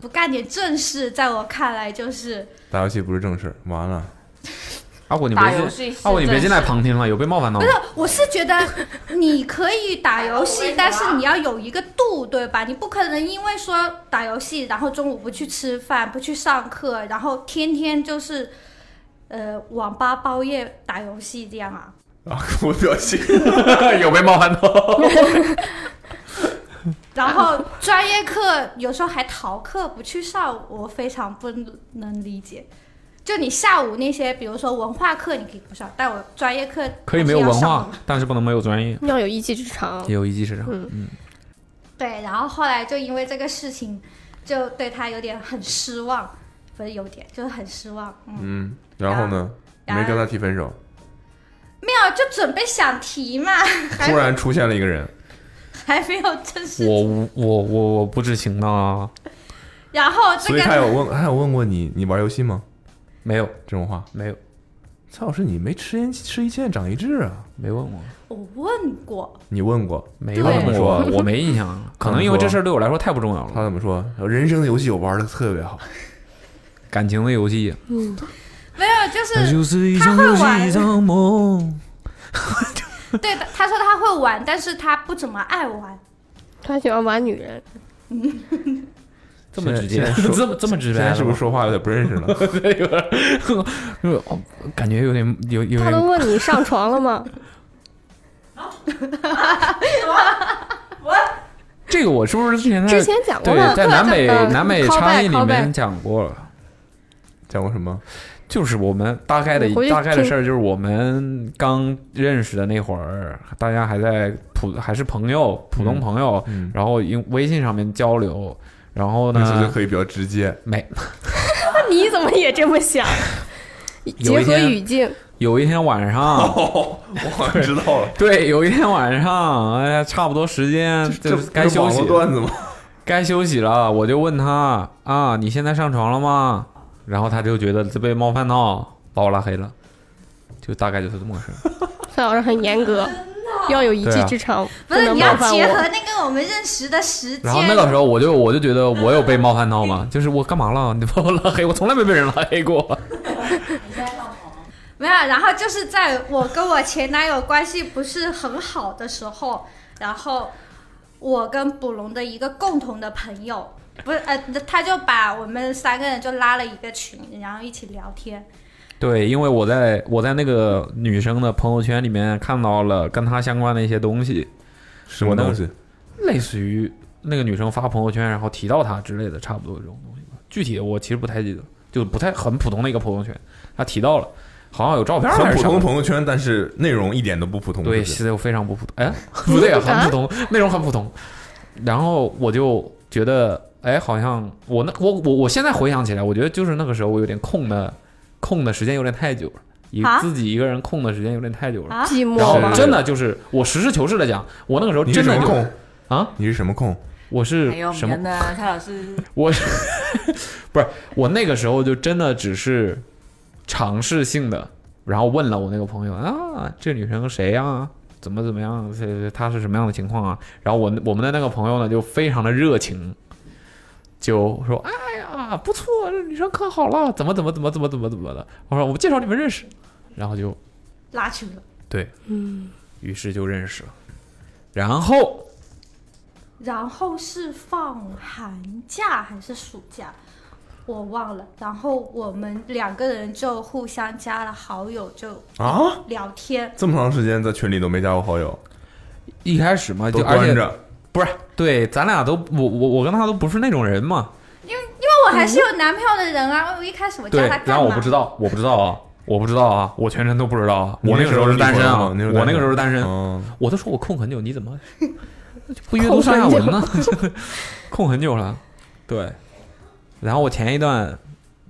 F: 不干点正事，在我看来就是
E: 打游戏不是正事儿，完了，
C: 阿虎，你
J: 打游
C: 别
J: 戏
C: 进
J: 是，
C: 阿虎，你别进来
J: 正事
C: 旁听了，有被冒犯到
F: 不
C: 吗
F: 是？，我是觉得你可以打游戏，但是你要有一个度，对吧？你不可能因为说打游戏，然后中午不去吃饭，不去上课，然后天天就是呃网吧包夜打游戏这样啊。
E: 啊， 我表现
C: 有被冒犯 到。
F: 然后专业课有时候还逃课不去上，我非常不能理解。就你下午那些，比如说文化课你可以不上，但我专业课
C: 可以没有
F: 还是
C: 文
F: 要上
C: 化
F: 的，
C: 但是不能没有专业，
B: 要有一技之长
C: 也，有一技之长。
B: 嗯
C: 嗯，
F: 对，然后后来就因为这个事情，就对他有点很失望，不是有点，就是很失望。嗯，
E: 嗯，然后呢，
F: 然后
E: 没跟他提分手，
F: 没有，就准备想提嘛， 还
E: 突然出现了一个人，
F: 还没有正式。
C: 我无我我我不知情呢，
F: 然后这
E: 所以他有
F: 个
E: 问，他有问过你，你玩游戏吗？
C: 没有
E: 这种话，
C: 没有
E: 蔡老师，你没吃一吃一堑长一智啊？
C: 没问我，
F: 我问过，
E: 你问过
C: 没
F: 对
C: 问我，
E: 对
C: 我没印 象，可能因为这事儿对我来说太不重要
E: 他
C: 了。
E: 怎么说？人生游戏我玩的 特别好，
C: 感情的游戏，
F: 没有，就是
C: 是一
F: 场游戏他会玩一
C: 场梦。
F: 对的，他说他会玩，但是他不怎么爱玩。
B: 他喜欢玩女人。
C: 这么直接
E: 现在，说
C: 这么这么直白
E: 现
C: 了吗，
E: 在是不是说话有点不认识了？
C: 对，有点，有点哦感觉有点有有
B: 他
C: 点
B: 都问你上床了吗？
C: 这个我是不是之前在
B: 之前讲过
C: 对
B: 吗？
C: 在南北
B: 呃
C: 南北
B: callback，
C: 差异里
B: callback
C: 面讲过了，
E: 讲过什么？
C: 就是我们大概的
B: 我回去
C: 大概的
B: 听
C: 事儿，就是我们刚认识的那会儿，大家还在普还是朋友普通
E: 嗯
C: 朋友，
E: 嗯，
C: 然后用微信上面交流，然后
E: 那次就
C: 呢
E: 可以比较直 接。
C: 没
B: 那你怎么也这么想？
C: 有
B: 结
C: 一
B: 合
C: 天
B: 语境，
C: 有一天晚上。
E: 哦，我好像知 道了，
C: 对，有一天晚上，哎呀，差不多时间
E: 这
C: 就是该休息
E: 这不是网络段子吗？
C: 该休息了，我就问他啊，你现在上床了吗？然后他就觉得这被冒犯到，把我拉黑了，就大概就是这么回事。
B: 范老师很严格，要有一
C: 对
B: 技
C: 啊
B: 之长，
F: 不是
B: 能
F: 你
B: 冒
F: 要
B: 犯
F: 结合啊
B: 我。
F: 那个我们认识的时 间。
C: 然后那个时候，我就我就觉得我有被冒犯到嘛，就是我干嘛了？你把我拉黑，我从来没被人拉黑过。
F: 没有，然后就是在我跟我前男友关系不是很好的时候，然后我跟卜龙的一个共同的朋友，不是呃，他就把我们三个人就拉了一个群，然后一起聊天。
C: 对，因为我在我在那个女生的朋友圈里面看到了跟她相关的一些东西，
E: 什么东西？
C: 类似于那个女生发朋友圈，然后提到他之类的，差不多这种东西吧。具体我其实不太记得，就不太很普通的一个朋友圈，她提到了，好像有照片
E: 很
C: 还是
E: 普
C: 什
E: 通
C: 么
E: 的。朋友圈，但是内容一点都不普通。
C: 对，
E: 是
C: 是的，非常不普通。
E: 哦
C: 哎， 不对，很普通，内容很普通。然后我就觉得，哎，好像我那我我我现在回想起来，我觉得就是那个时候我有点空的，空的时间有点太久了，一
F: 啊
C: 自己一个人空的时间有点太久了。
F: 啊
B: 寂
C: 然
B: 寞
C: 后
B: 吗？
C: 真的就是我实事求是的讲，我那个时候
E: 不是你是
C: 真
E: 什
C: 的
E: 么
C: 就
E: 控？
C: 啊，
E: 你是什么控？
C: 我是
F: 哎
H: 很有
C: 什么
H: 名的蔡老师，
C: 我是不是我那个时候就真的只是尝试性的，然后问了我那个朋友啊，这女生谁呀、怎么怎么样？这她是什么样的情况啊？然后我我们的那个朋友呢，就非常的热情，就说：“哎呀，不错，这女生可好了，怎么怎么怎么怎么怎么怎么的。”我说：“我介绍你们认识。”然后就
F: 拉群了，
C: 于是就认识了。然后
F: 然后是放寒假还是暑假，我忘了。然后我们两个人就互相加了好友，就
E: 啊，
F: 聊天。
E: 这么长时间在群里都没加过好友，
C: 一开始嘛，
E: 都
C: 就而
E: 关
C: 且
E: 着。
C: 不是对，咱俩都我我我跟他都不是那种人嘛，
F: 因为我还是有男朋友的人啊，我一开始我加
C: 对
F: 他干，嘛？
C: 然后我不知道，我不知道啊，我不知道啊，我全程都不知道啊。我那个时候是单身啊，
E: 你
C: 我那个时候是单身，啊
E: 嗯，
C: 我都说我空很久，你怎么不阅读上下文呢？空很久了，对。然后我前一段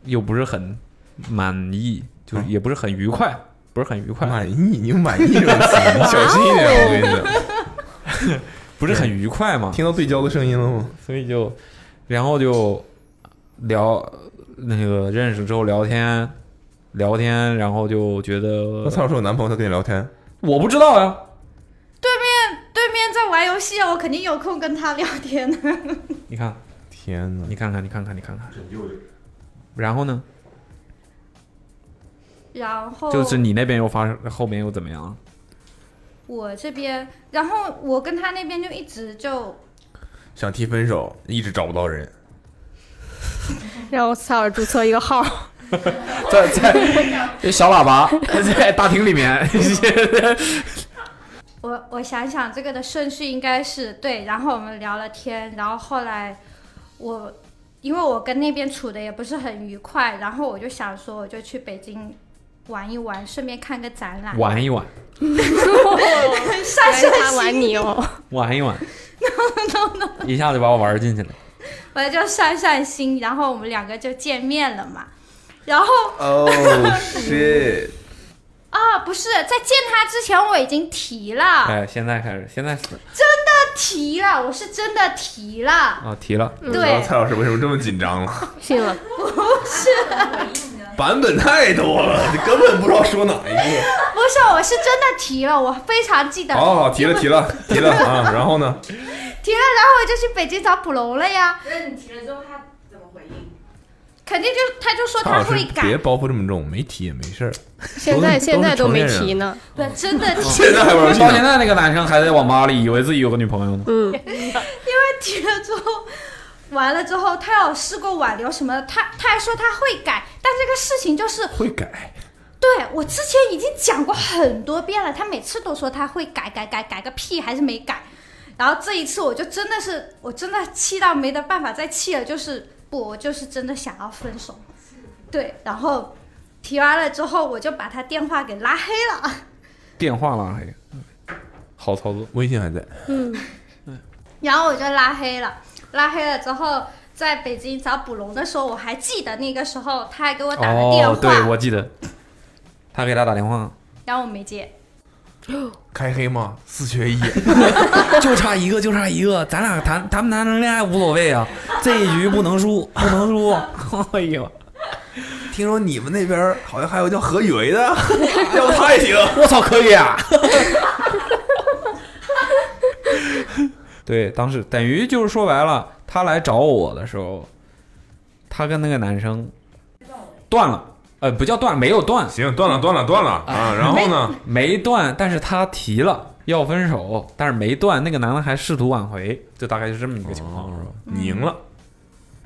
C: 又不是很满意，就
E: 嗯
C: 也不是很愉快，不是很愉快，
E: 满意，你满意这个词，你小心一点，我跟你讲。
C: 不是很愉快嘛，
E: 听到对焦的声音了吗？
C: 所以就然后就聊那个认识之后聊天。聊天，然后就觉得
E: 那蔡老师有男朋友，他跟你聊天，
C: 我不知道呀，
F: 对面在玩游戏啊，我肯定有空跟他聊天 的。
C: 你看，
E: 天哪！
C: 你看看，你看看，你看看，然后呢，
F: 然后
C: 就是你那边又发生，后面又怎么样？
F: 我这边，然后我跟他那边就一直就
E: 想提分手，一直找不到人。
B: 然后蔡老师注册一个号，
C: 在在小喇叭在大厅里面，
F: 我我想想这个的顺序应该是对，然后我们聊了天，然后后来我因为我跟那边处的也不是很愉快，然后我就想说我就去北京玩一玩，顺便看个展览。
C: 玩一玩，
F: 上升
B: 原来他玩你哦，
C: 玩一玩一下就把我玩进去了。
F: 我就散散心，然后我们两个就见面了嘛。然后
E: Oh shit！
F: 啊，不是在见他之前我已经提了，
C: 哎，现在开始，现在是
F: 提了，我是真的提了。
C: 啊，提了，
E: 不知道
F: 对，
E: 蔡老师为什么这么紧张了？
B: 信了。
E: 版本太多了，你根本不知道说哪一个。
F: 不是，我是真的提了，我非常记得。
E: 好
C: 哦
E: 好，提了提了提了啊！然后呢？
F: 提了，然后我就去北京找普龙了呀。
J: 那你提了之后，他怎么回应？
F: 肯定就他就说
E: 蔡
F: 他
E: 老师
F: 会，
E: 别
F: 改，
E: 包袱这么重，没提也没事儿。
B: 现在
E: 都是
B: 现在
E: 都
B: 都
E: 是成年
B: 没
E: 人
B: 提呢，
F: 对真的 提
E: 现在还玩
C: 哦到现
F: 嗯
C: 在那个男生还在网吧里以为自己有个女朋友呢。
B: 嗯，
F: 提了之后，完了之后，他要试过挽留什么的，他他还说他会改，但这个事情就是
E: 会改，
F: 对我之前已经讲过很多遍了，他每次都说他会改改改改个屁，还是没改。然后这一次我就真的是，我真的气到没得办法再气了，就是不，我就是真的想要分手。对，然后提完了之后，我就把他电话给拉黑了。
C: 电话拉黑，好操作。
E: 微信还在，
B: 嗯，
F: 然后我就拉黑了，拉黑了之后，在北京找捕龙的时候，我还记得那个时候他还给我打了电话，
C: 哦，对，我记得，他给他打电话，
F: 然后我没接。
E: 开黑吗？四缺一，
C: 就差一个，就差一个，咱俩谈谈不谈恋爱无所谓啊，这一局不能 输，不能输。哎呦，
E: 听说你们那边好像还有叫何雨维的，要不他也行？
C: 我操，可以啊！对，当时等于就是说白了，他来找我的时候，他跟那个男生断了，呃，不叫断，没有断，
E: 行，断了，断了，断了啊！然后呢？
C: 没断，但是他提了要分手，但是没断，那个男的还试图挽回，就大概是这么一个情况，是吧？
E: 你赢了，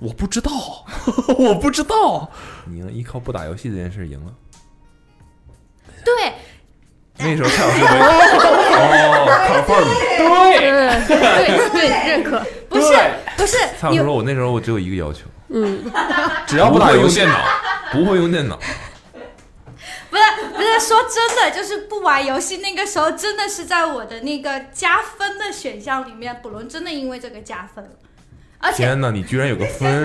C: 我不知道， 我不知道，
E: 你赢了，依靠不打游戏这件事赢了。
F: 对，
E: 那时候蔡老师没哦，confirm。
C: 对，
B: 对对，认可，
F: 不是不是
E: 蔡老
F: 你
E: 师说，我那时候我只有一个要求，
B: 嗯，
C: 只要不打
E: 会
C: 游
E: 用
C: 戏
E: 电，脑，不会用电脑。
F: 不是不是说真的，就是不玩游戏那个时候，真的是在我的那个加分的选项里面，捕龙真的因为这个加分了，而且
E: 天哪，你居然有个分，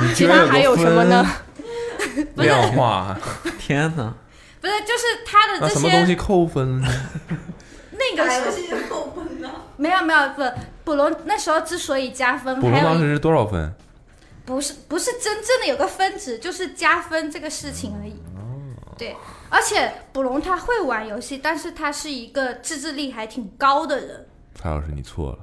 E: 你居
B: 其
E: 然
B: 他还有
E: 个
B: 什么呢
E: 分？量化，
C: 天哪！
F: 不是就是他的
E: 那
F: 这
E: 什么东
F: 些
E: 西扣分呢？
F: 那
J: 打
F: 个时
J: 游
F: 候
J: 戏就扣分了，
F: 没有没有不捕龙那时候之所以加分，
E: 捕龙
F: 还有
E: 当
F: 一
E: 时是多少分？
F: 不是不是真正的有个分值，就是加分这个事情而已。
E: 哦
F: 对，而且捕龙他会玩游戏，但是他是一个自制力还挺高的人。
E: 蔡老师，你错了，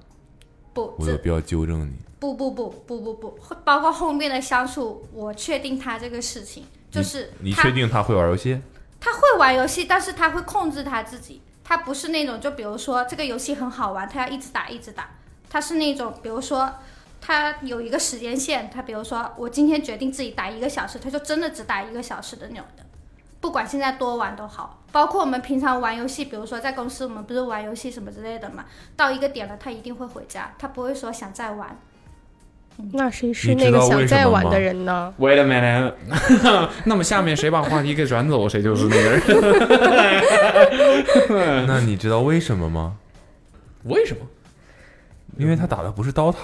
F: 不，
E: 我有
F: 自
E: 必要纠正你。
F: 不不不不不不，包括后面的相处，我确定他这个事情，就是
E: 你
F: 他
E: 确定他会玩游戏？
F: 他会玩游戏，但是他会控制他自己，他不是那种就比如说这个游戏很好玩，他要一直打一直打，他是那种比如说他有一个时间线，他比如说我今天决定自己打一个小时，他就真的只打一个小时的那种的，不管现在多晚都好。包括我们平常玩游戏，比如说在公司我们不是玩游戏什么之类的嘛，到一个点了他一定会回家，他不会说想再玩。
B: 那谁是那个想再玩的人呢？
C: Wait a minute，那么 下面谁把话题给转走，谁就是那个人。
E: 那你知道为什么吗？
C: 为什么？
E: 因为他打的不是刀塔。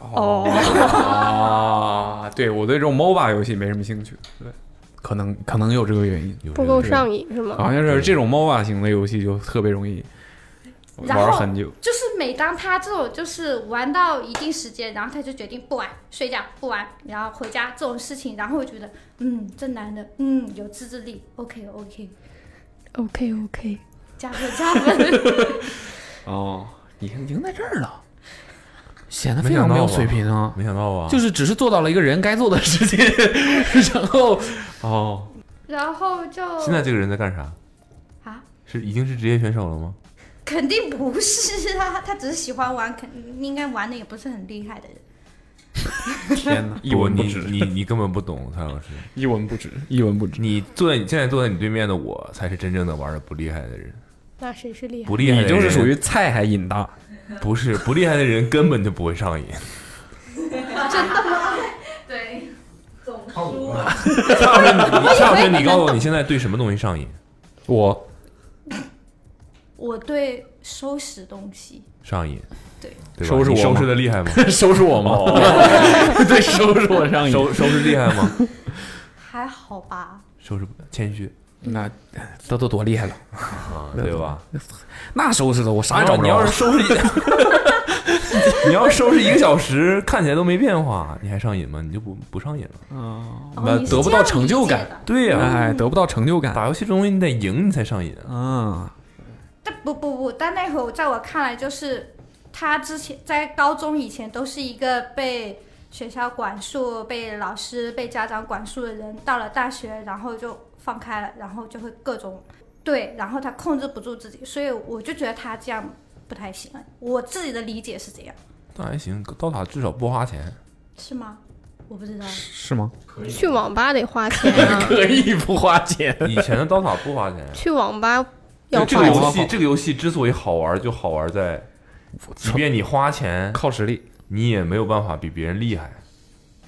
B: 哦，
C: 啊，对我对这种 MOBA 游戏没什么兴趣，对，可能可能有这个原因，
E: 有
B: 不
E: 人
B: 够上瘾是吗？
C: 好像是这种 MOBA 型的游戏就特别容易
F: 然后
C: 玩很久。
F: 就是每当他这种就是玩到一定时间，然后他就决定不玩，睡觉不玩，然后回家这种事情，然后我觉得，嗯，这男的，嗯，有自制力，OK OK，
B: OK OK，
C: 啊
F: 加分加分。
C: 哦，你赢在这儿了，显得
E: 没
C: 非常
E: 想
C: 没有
E: 到吧
C: 水平啊！
E: 没想到吧？
C: 就是只是做到了一个人该做的事情， 然后哦，
F: 然后就
E: 现在这个人在干啥？
F: 啊，
E: 是已经是职业选手了吗？
F: 肯定不是啊，他只是喜欢玩，肯应该玩的也不是很厉害的人。
C: 天哪，一
E: 不
C: 文不
E: 你
C: 值，
E: 你你根本不懂蔡老师。
C: 一文不值，一文不值。
E: 你坐在你现在坐在你对面的我，才是真正的玩的不厉害的人。
B: 那谁是厉害？
E: 不厉害
C: 你
E: 的
C: 就
E: 人
C: 是属于菜还瘾大，
E: 不是不厉害的人根本就不会上瘾。
J: 对，总
E: 蔡老师，你蔡老师，你告诉我你现在对什么东西上瘾？
C: 我
F: 我对收拾东西，
E: 上瘾。
F: 对
E: 对吧，
C: 收拾
E: 你
C: 我
E: 收
C: 吗哦
E: 拾的厉害吗？
C: 收拾我吗？ 对，收拾我上瘾。
E: 收收拾厉害吗？
F: 还好吧？
E: 收拾谦虚
C: 那这都多厉害了，
E: 啊，对吧？
C: 那收拾的我啥也
E: 你
C: 找
E: 要
C: 不着
E: 你要
C: 啊
E: 是。收拾一， 你要是收拾一个小时，看起来都没变化，你还上瘾吗？你就不不上瘾了。
F: 哦，你是
C: 得不
F: 这
C: 到
F: 样
C: 成
F: 理
C: 就
F: 解
C: 感
F: 的。
E: 对呀、
C: 哎，得不到成就感。
E: 打游戏这东西你得赢，你才上瘾啊。
C: 嗯，
F: 但不不不，但那会儿在我看来，就是他之前在高中以前都是一个被学校管束、被老师、被家长管束的人，到了大学，然后就放开了，然后就会各种对，然后他控制不住自己，所以我就觉得他这样不太行。我自己的理解是这样，
E: 那还行，刀塔至少不花钱。
F: 是吗？我不知道。
C: 是吗？
B: 去网吧得花钱啊，。
C: 可以不花钱。
E: 以前的刀塔不花钱
B: 去网吧 要
E: 对这
B: 花钱。
E: 个游戏，这个游戏之所以好玩，就好玩在，即便你花钱，
C: 靠实力。
E: 你也没有办法比别人厉害，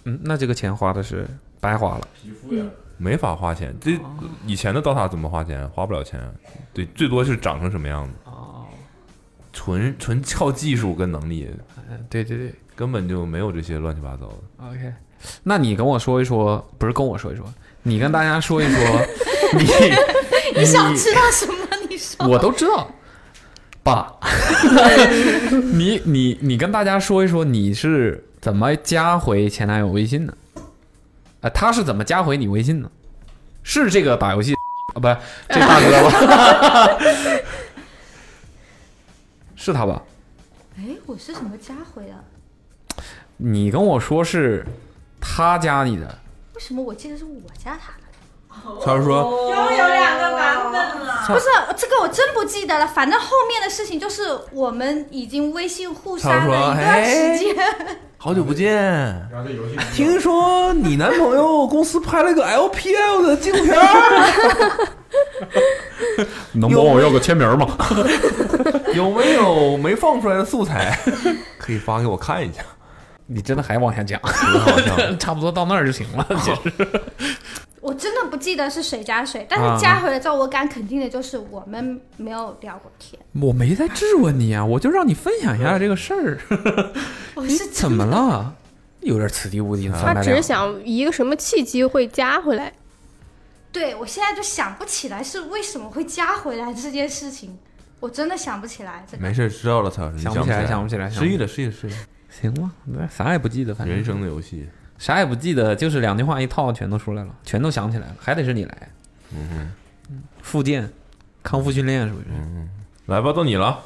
C: 嗯，那这个钱花的是白花了。
E: 没法花钱。这
B: 哦
E: 以前的刀塔怎么花钱？花不了钱啊，对，最多是长成什么样子。
C: 哦，
E: 纯纯 靠技术跟能力，
C: 对对对
E: 根本就没有这些乱七八糟的。
C: ，OK。那你跟我说一说，不是跟我说一说，你跟大家说一 说，你
F: 你想知道什么？你说。
C: 我都知道， 爸，你你你跟大家说一说你是怎么加回前男友微信的？啊、他是怎么加回你微信的？是这个打游戏 啊，不是这大哥吧？ 是他吧？
F: 哎，我是什么家回的？
C: 你跟我说是他加你的，
F: 为什么我记得是我加他的？
E: 他是说，
J: 又有两个版本了。
F: 不是这个，我真不记得了。反正后面的事情就是我们已经微信互
E: 他
F: 删
E: 说
F: 了一段时间。
C: 哎
E: 好久不见，
K: 然后这游戏
E: 听说你男朋友公司拍了个 LPL 的纪录片儿，
C: 能
E: 帮我
C: 要个签名吗？
E: 有没有没放出来的素材？ 可以发给我看 一下。
C: 你真的还往下讲，
E: 挺好笑
C: 差不多到那儿就行了。其实
F: 我真的不记得是谁加谁，但
C: 啊
F: 是加回来之后，我敢肯定的就是我们没有聊过天。
C: 我没在质问你啊，我就让你分享一下这个事儿。
B: 哦
F: 我
C: 你
F: 是
C: 怎么了？有点此地无银
B: 他
C: 三百
B: 只是
C: 两。
B: 想一个什么契机会加回来，
F: 对我现在就想不起来是为什么会加回来这件事情，我真的想不起来。这个
E: 没事，知道了，蔡老师，你
C: 想不
E: 不
C: 起来想
E: 想
C: 不起来想不
E: 失
C: 起
E: 忆了，失忆了，失 忆了。
C: 行吧，那啥也不记得，反
E: 人
C: 正
E: 生的游戏，
C: 啥也不记得，就是两句话一套，全都出来了，全都想起来了，还得是你来。
E: 嗯哼，
C: 复健、康复训练是不是？
E: 来吧，到你了。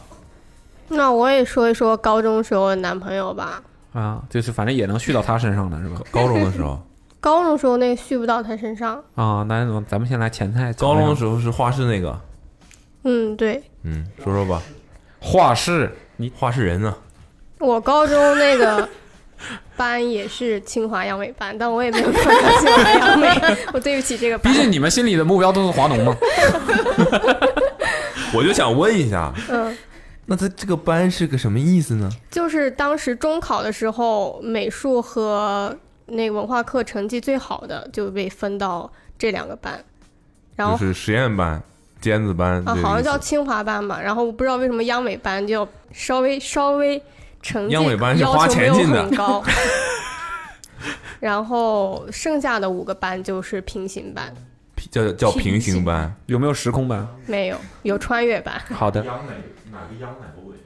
B: 那我也说一说高中时候的男朋友吧。
E: 嗯
C: 啊，就是反正也能续到他身上了，是吧？
E: 高中的时候，
B: 高中时候那个续不到他身上，
C: 啊，那咱们先来前菜。
E: 高中的
C: 是
E: 时候是画室那个，
B: 嗯，对
E: 嗯，说说吧，
C: 画室，
E: 你画室人呢？
B: 我高中那个班也是清华央美班，但我也没有考上清华央美，我对不起这个班
C: 毕。竟你们心里的目标都是华农嘛。
E: 我就想问一下，
B: 嗯，
E: 那他这个班是个什么意思呢？
B: 就是当时中考的时候，美术和那个文化课成绩最好的就被分到这两个班，然后
E: 就是实验班、尖子班
B: 啊，
E: 这个
B: 好像
E: 意思
B: 叫清华班吧，然后我不知道为什么央美班就稍微稍微成绩
E: 央美班是花
B: 要求没
E: 钱
B: 有
E: 进的
B: 很 高，然后剩下的五个班就是平行班，
E: 叫叫平行班，
C: 有没有时空版？
B: 没有有穿越班，
C: 好的，
K: 央哪哪个央哪个尾？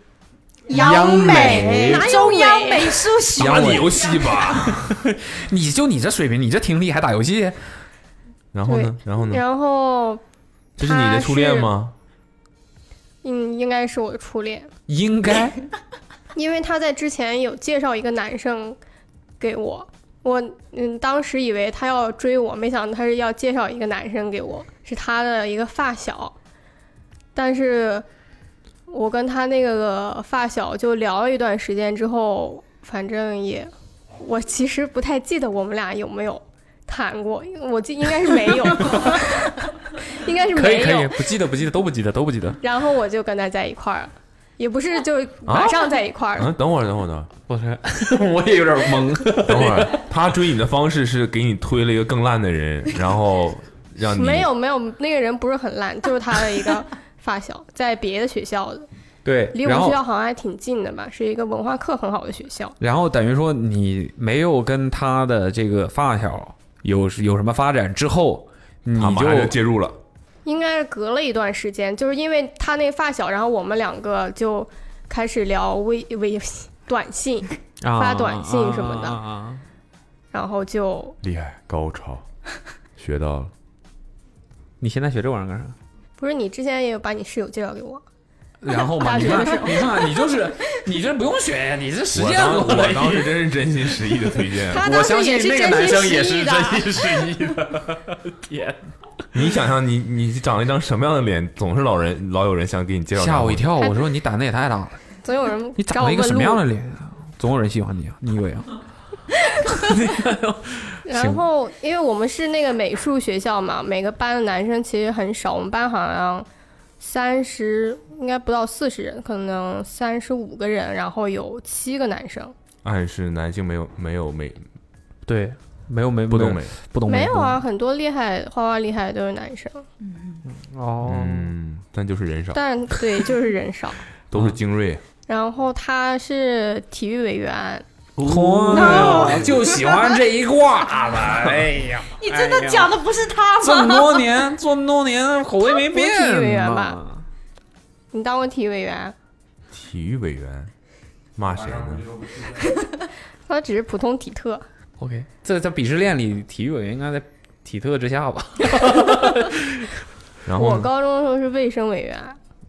C: 央
E: 哎
C: 美
B: 哪有
F: 中央
B: 美
F: 美术学
C: 央
E: 打
C: 美
E: 游戏吧。
C: 你就你这水平，你这听力还打游戏？
E: 然后呢？然后呢？
B: 然后
E: 这是你的初恋吗？
B: 嗯，应该是我的初恋，
C: 应 该
B: 因为他在之前有介绍一个男生给我，我嗯当时以为他要追我，没想到他是要介绍一个男生给我，是他的一个发小，但是我跟他那个发小就聊了一段时间之后，反正也我其实不太记得我们俩有没有谈过，我记应该是没有，应该是
C: 可以
B: 没
C: 可以，
B: 有。
C: 不记得不记得都不记得都不记得。
B: 然后我就跟他在一块儿了，也不是就马上在一块
C: 啊
B: 儿了。
E: 嗯，等会儿，等会儿，等会儿
C: 不 是，我也有点懵。
E: 等会儿，他追你的方式是给你推了一个更烂 的人，然后
C: 啊
E: 让你
B: 没有没有，那个人不是很烂，就是他的一 个发小，在别的学校的，
C: 对，
B: 离我
C: 然
B: 们
C: 后
B: 学校好像还挺近的吧，是一个文化课很好的学校。
C: 然后等于说你没有跟他的这个发小有有什么发展之后，你
E: 他马上就介入了。
B: 应该是隔了一段时间，就是因为他那发小，然后我们两个就开始聊微微短信，发短信什么的
C: 啊啊啊啊啊
B: 然后就
E: 厉害，高超，学到了。
C: 你现在学这玩意儿干啥？
B: 不是你之前也有把你室友介绍给我，
C: 然后 嘛，
B: 大
C: 你
B: 学
C: 看
B: 的时，候
C: 你看，你就是你这不用学呀，你这实
E: 我
C: 践
E: 当
C: 过了
E: 我当时真是真心实意的推 荐。
B: 他
C: 我
B: 当
C: 相
B: 时
C: 信
B: 也
C: 那
B: 真
C: 个男生
B: 心实
C: 也是
B: 意的，
C: 真心实意的。 天，
E: 你想象你你长了一张什么样的脸，总是老人老有人想给你介绍。
C: 吓我一。跳！我说你胆子也太大了，
B: 总有人
C: 你
B: 找
C: 长了一个
B: 问
C: 什么样
B: 路
C: 的脸啊？总有人喜欢你啊，你以为啊？
B: 然后，因为我们是那个美术学校嘛，每个班的男生其实很少，我们班好像三十，应该不到四十人，可能三十五个人，然后有七个男生。
E: 暗示南京没有没有美
C: 对，没有没
E: 不懂美，
C: 不懂
B: 没有啊，很多厉害画画厉害的都是男生，
C: 哦，
E: 嗯，但就是人少，
B: 但对，就是人少。
E: 都是精锐。
B: 然后他是体育委员，
C: 哦，就喜欢这一挂的，哎 呀，
F: 你真的讲的不是他吗？
C: 这么多年，这么多年口味没变
B: 他不是体育委员
C: 嘛
B: 吧你当过体育委员？
E: 体育委员骂谁呢？
B: 他只是普通体特，
C: OK，这在鄙视链里，体育委员应该在体特之下吧？
E: 然后
B: 我
E: 呢
B: 高中的时候是卫生委员，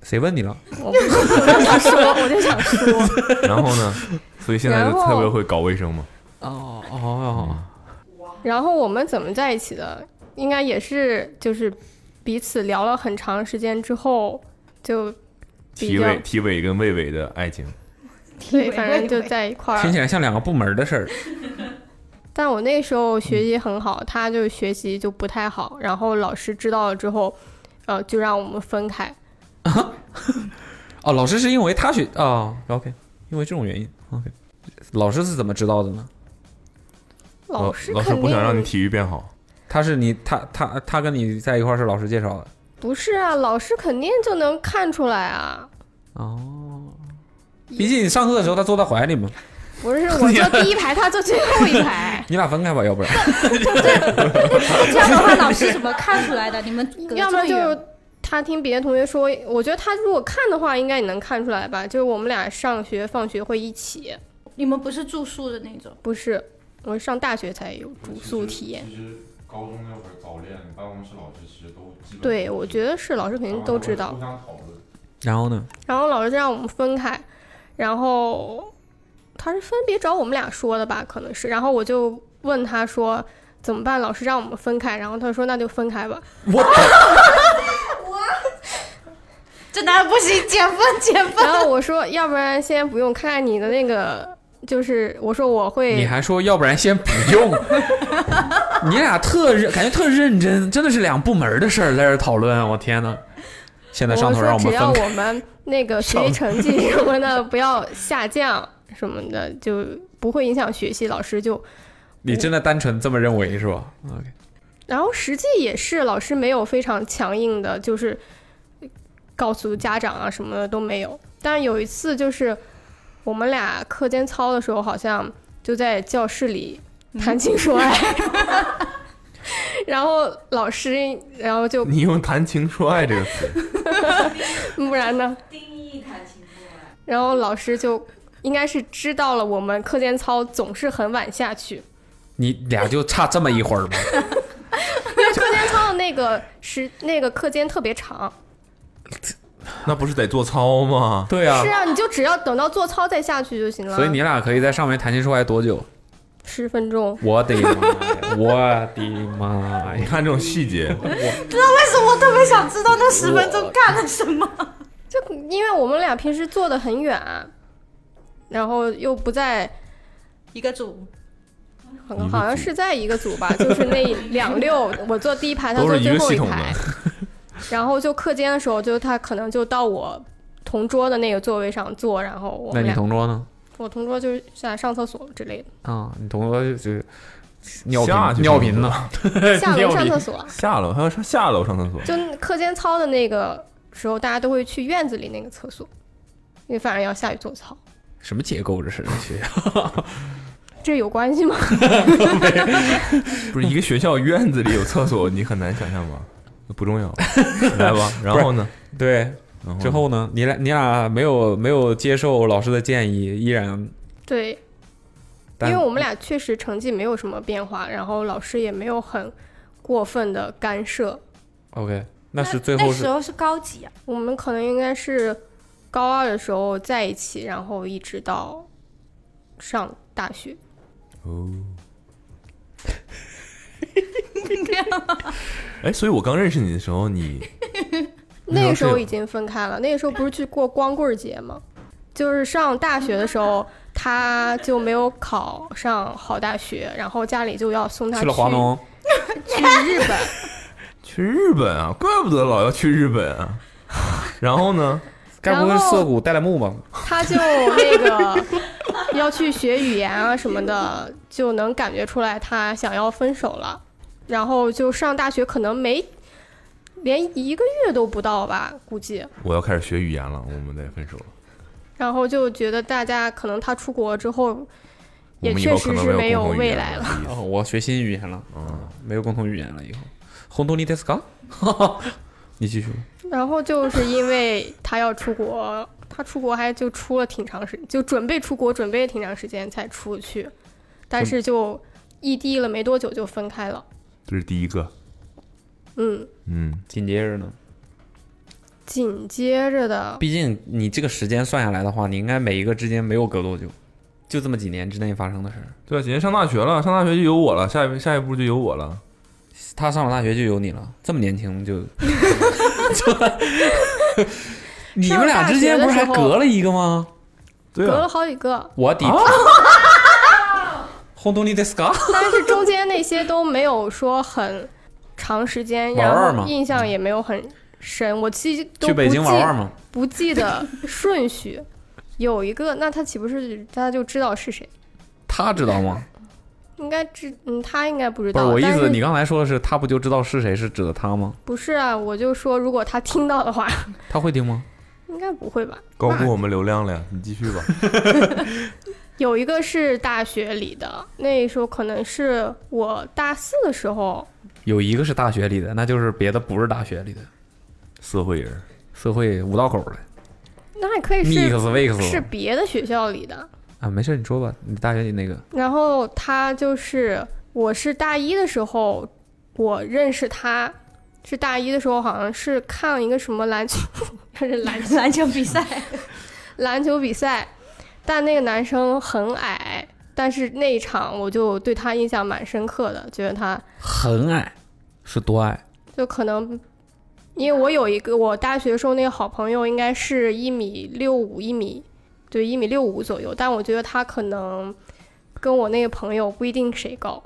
C: 谁问你了？
B: 我不是我就想说，我就想说，
E: 然后呢？所以现在就
B: 然后
E: 特别会搞卫生嘛。
C: 哦哦
B: 嗯
C: 哦，
B: 然后我们怎么在一起的？应该也是就是彼此聊了很长时间之后，就
E: 体
B: 比较
E: 委体委跟卫委的爱情，
B: 对，反正就在一块儿
C: 听。起来像两个部门的事儿。
B: 但我那时候学习很好，他就学习就不太好，然后老师知道了之后，呃，就让我们分开。
C: 哦，老师是因为他学哦，OK，因为这种原因，OK。老师是怎么知道的呢？
B: 老
E: 师
B: 师
E: 老
B: 肯定
E: 不想让你体育变好，
C: 他是你他他他跟你在一块儿是老师介绍的
B: 不是啊，老师肯定就能看出来啊。
C: 哦。毕竟你上课的时候他坐在怀里嘛，。
B: 不是，我 坐第一排，他坐最后一排
C: 你俩分开吧，要不然
F: 这样的话，老师怎么看出来的？你们 隔
B: 要
F: 这
B: 么
F: 么
B: 就
F: 远
B: 是他听别的同学说，我觉得他如果看的话，应该也能看出来吧。就是我们俩上学放学会一起，
F: 你们不是住宿的那种，
B: 不是我上大学才有住宿体验。
K: 其实高中那会儿早恋，办公室老师其实都基本
B: 对，我觉得是老师肯定都知道
K: 互。相讨论，
C: 然后呢？
B: 然后老师就让我们分开，然后他是分别找我们俩说的吧，可能是。然后我就问他说怎么办？老师让我们分开，然后他说那就分开吧。
C: 我
F: 这男的不行，减分减分。
B: 然后我说要不然先不用，看看你的那个，就是我说我
C: 你
B: 会，
C: 还说要不然先不用， 你俩特认，感觉特认真，真的是两部门的事儿在这儿讨论，啊我天呐，现在上头让
B: 说
C: 我们
B: 只要
C: 分开，
B: 我们那个学习成 绩什么的不要下降什么的，就不会影响学习，老师就。
C: 你真的单纯这么认为是吧？OK，
B: 然后实际也是老师没有非常强硬的，就是告诉家长啊什么的都没有。但有一次就是我们俩课间操的时候，好像就在教室里谈情说爱， 然后老师然后就
E: 你用“谈情说爱”这个词，
B: 不然呢，
J: 定义谈情说爱，
B: 然后老师就应该是知道了我们课间操总是很晚下去，
C: 你俩就差这么一会儿吗？
B: 课间操的那个时那个课间特别长，
C: 啊
E: 那不是得做操吗？
C: 对啊
B: 是，啊，你就只要等到做操再下去就行了。
C: 所以你俩可以在上面谈情说爱多久？
B: 十分钟。
C: 我的妈呀！我的妈
E: 你
C: 呀！
E: 看这种 细节，
F: 不知道为什么我特别想知道那十分钟干了什么。
B: 就因为我们俩平时坐得很远，然后又不在，
F: 一个组，
B: 好像好像是在一个组吧， 就是那两溜，我坐第一排，他
E: 都
B: 坐
E: 是一
B: 最
E: 个
B: 后
E: 系
B: 一
E: 统
B: 排
E: 的。。
B: 然后就课间的时候，就他可能就到我同桌的那个座位上坐，然后我
C: 那
B: 们
C: 你
B: 俩，
C: 同桌呢？
B: 我同桌就是下来上厕所之 类的，
C: 啊，你同桌就是尿
E: 下
C: 频
E: 去
C: 尿频呢？
B: 下
C: 尿
B: 楼上
C: 频
B: 厕所，啊
E: 下楼还要上下楼上厕 所，
B: 就课间操的那个时候，大家都会去院子里那个厕所，因为反正要下去做操，
C: 什么结构这是？学 校
B: 这有关系吗？
E: 不是一个学校院子里有 厕所，你很难想象吧？不重要，来吧。然后呢？
C: 对，
E: 然
C: 之后呢？你俩你俩没有没有接受老师的建议，依然
B: 对，因
C: 但
B: 为我们俩确实成绩没有什么变化，然后老师也没有很过分的干涉。
C: OK，那是最后
F: 那时
C: 是
F: 候是高级啊，
B: 我们可能应该是高二的时候在一起，然后一直到上大学。
E: 哦。哎，所以我刚认识你的时候，你
B: 那个时
E: 那时候
B: 候
E: 是
B: 已经分开了，那个时候不是去过光棍节吗？就是上大学的时候，他就没有考上好大学，然后家里就要送他
C: 去了华农，
B: 去日本。
E: 去日本啊，怪不得老要去日本啊。 然后呢？
C: 该不会涩谷带来木吧？
B: 他就那个 要去学语言啊什么的，就能感觉出来他想要分手了。然后就上大学，可能没连一个月都不到吧，估计。
E: 我要开始学语言了，我们得分手了。
B: 然后就觉得大家可能他出国之后，
E: 我
B: 也
E: 们以
B: 确
E: 后可
B: 实
E: 能
B: 是
E: 没
B: 没有
E: 共同语
B: 未
E: 言
B: 来了。
E: 了。
C: 哦，我要学新语言了，
E: 嗯，
C: 没有共同语言了以后。红豆尼德斯卡， 你继续。
B: 然后就是因为他要出国，他出国还就出了挺长时，就准备出国，准备挺长时间才出去，但是就异地了没多久就分开了。
E: 这是第一个。
B: 嗯，
E: 嗯，
C: 紧接着呢，
B: 紧接着的
C: 毕竟你这个时间算下来的话，你应该每一个之间没有隔多久，就这么几年之内发生的事儿。
E: 对啊，姐姐上大学了，上大学就有我了，下一下一步就有我了。
C: 他上了大学就有你了，这么年 轻就，就你们俩之间不是还隔了一个吗？
E: 对
B: 隔
E: 啊
B: 了，好几个，
C: 我的， 轰动你的 scar，
B: 但是中间那些都没有说很长时间，
C: 玩玩
B: 然
C: 嘛
B: 后印象也没有很深，我记都
C: 去北京
B: 不记
C: 玩玩嘛。
B: 不记得顺序。有一个，那他岂不是大家就知道是谁？
C: 他知道吗？
B: 应该知，嗯，他应该不知
C: 不是
B: 道。
C: 我意
B: 但
C: 思，
B: 是
C: 你刚才说的是他不就知道是谁是指的他吗？
B: 不是啊，我就说如果他听到的话，
C: 他会听吗？
B: 应该不会吧？
E: 高估我们流量了呀，你继续 吧。
B: 有一个是大学里的，那时候可能是我大四的时候，
C: 有一个是大学里的，那就是别的不是大学里的
E: 社会人，
C: 社会五道口的
B: 那还可以
C: mix
B: 是
C: mix
B: 是别的学校里的。
C: 啊，没事，你说吧，你大学里那个
B: 然后他就是，我是大一的时候，我认识他，是大一的时候，好像是看一个什么篮球， 是篮
F: 篮球比赛，
B: 篮球比赛，但那个男生很矮，但是那一场我就对他印象蛮深刻的，觉得他
C: 很矮，是多矮？
B: 就可能，因为我有一个我大学时候那个好朋友，应该是一米六五，一米对一米六五左右，但我觉得他可能跟我那个朋友不一定谁高，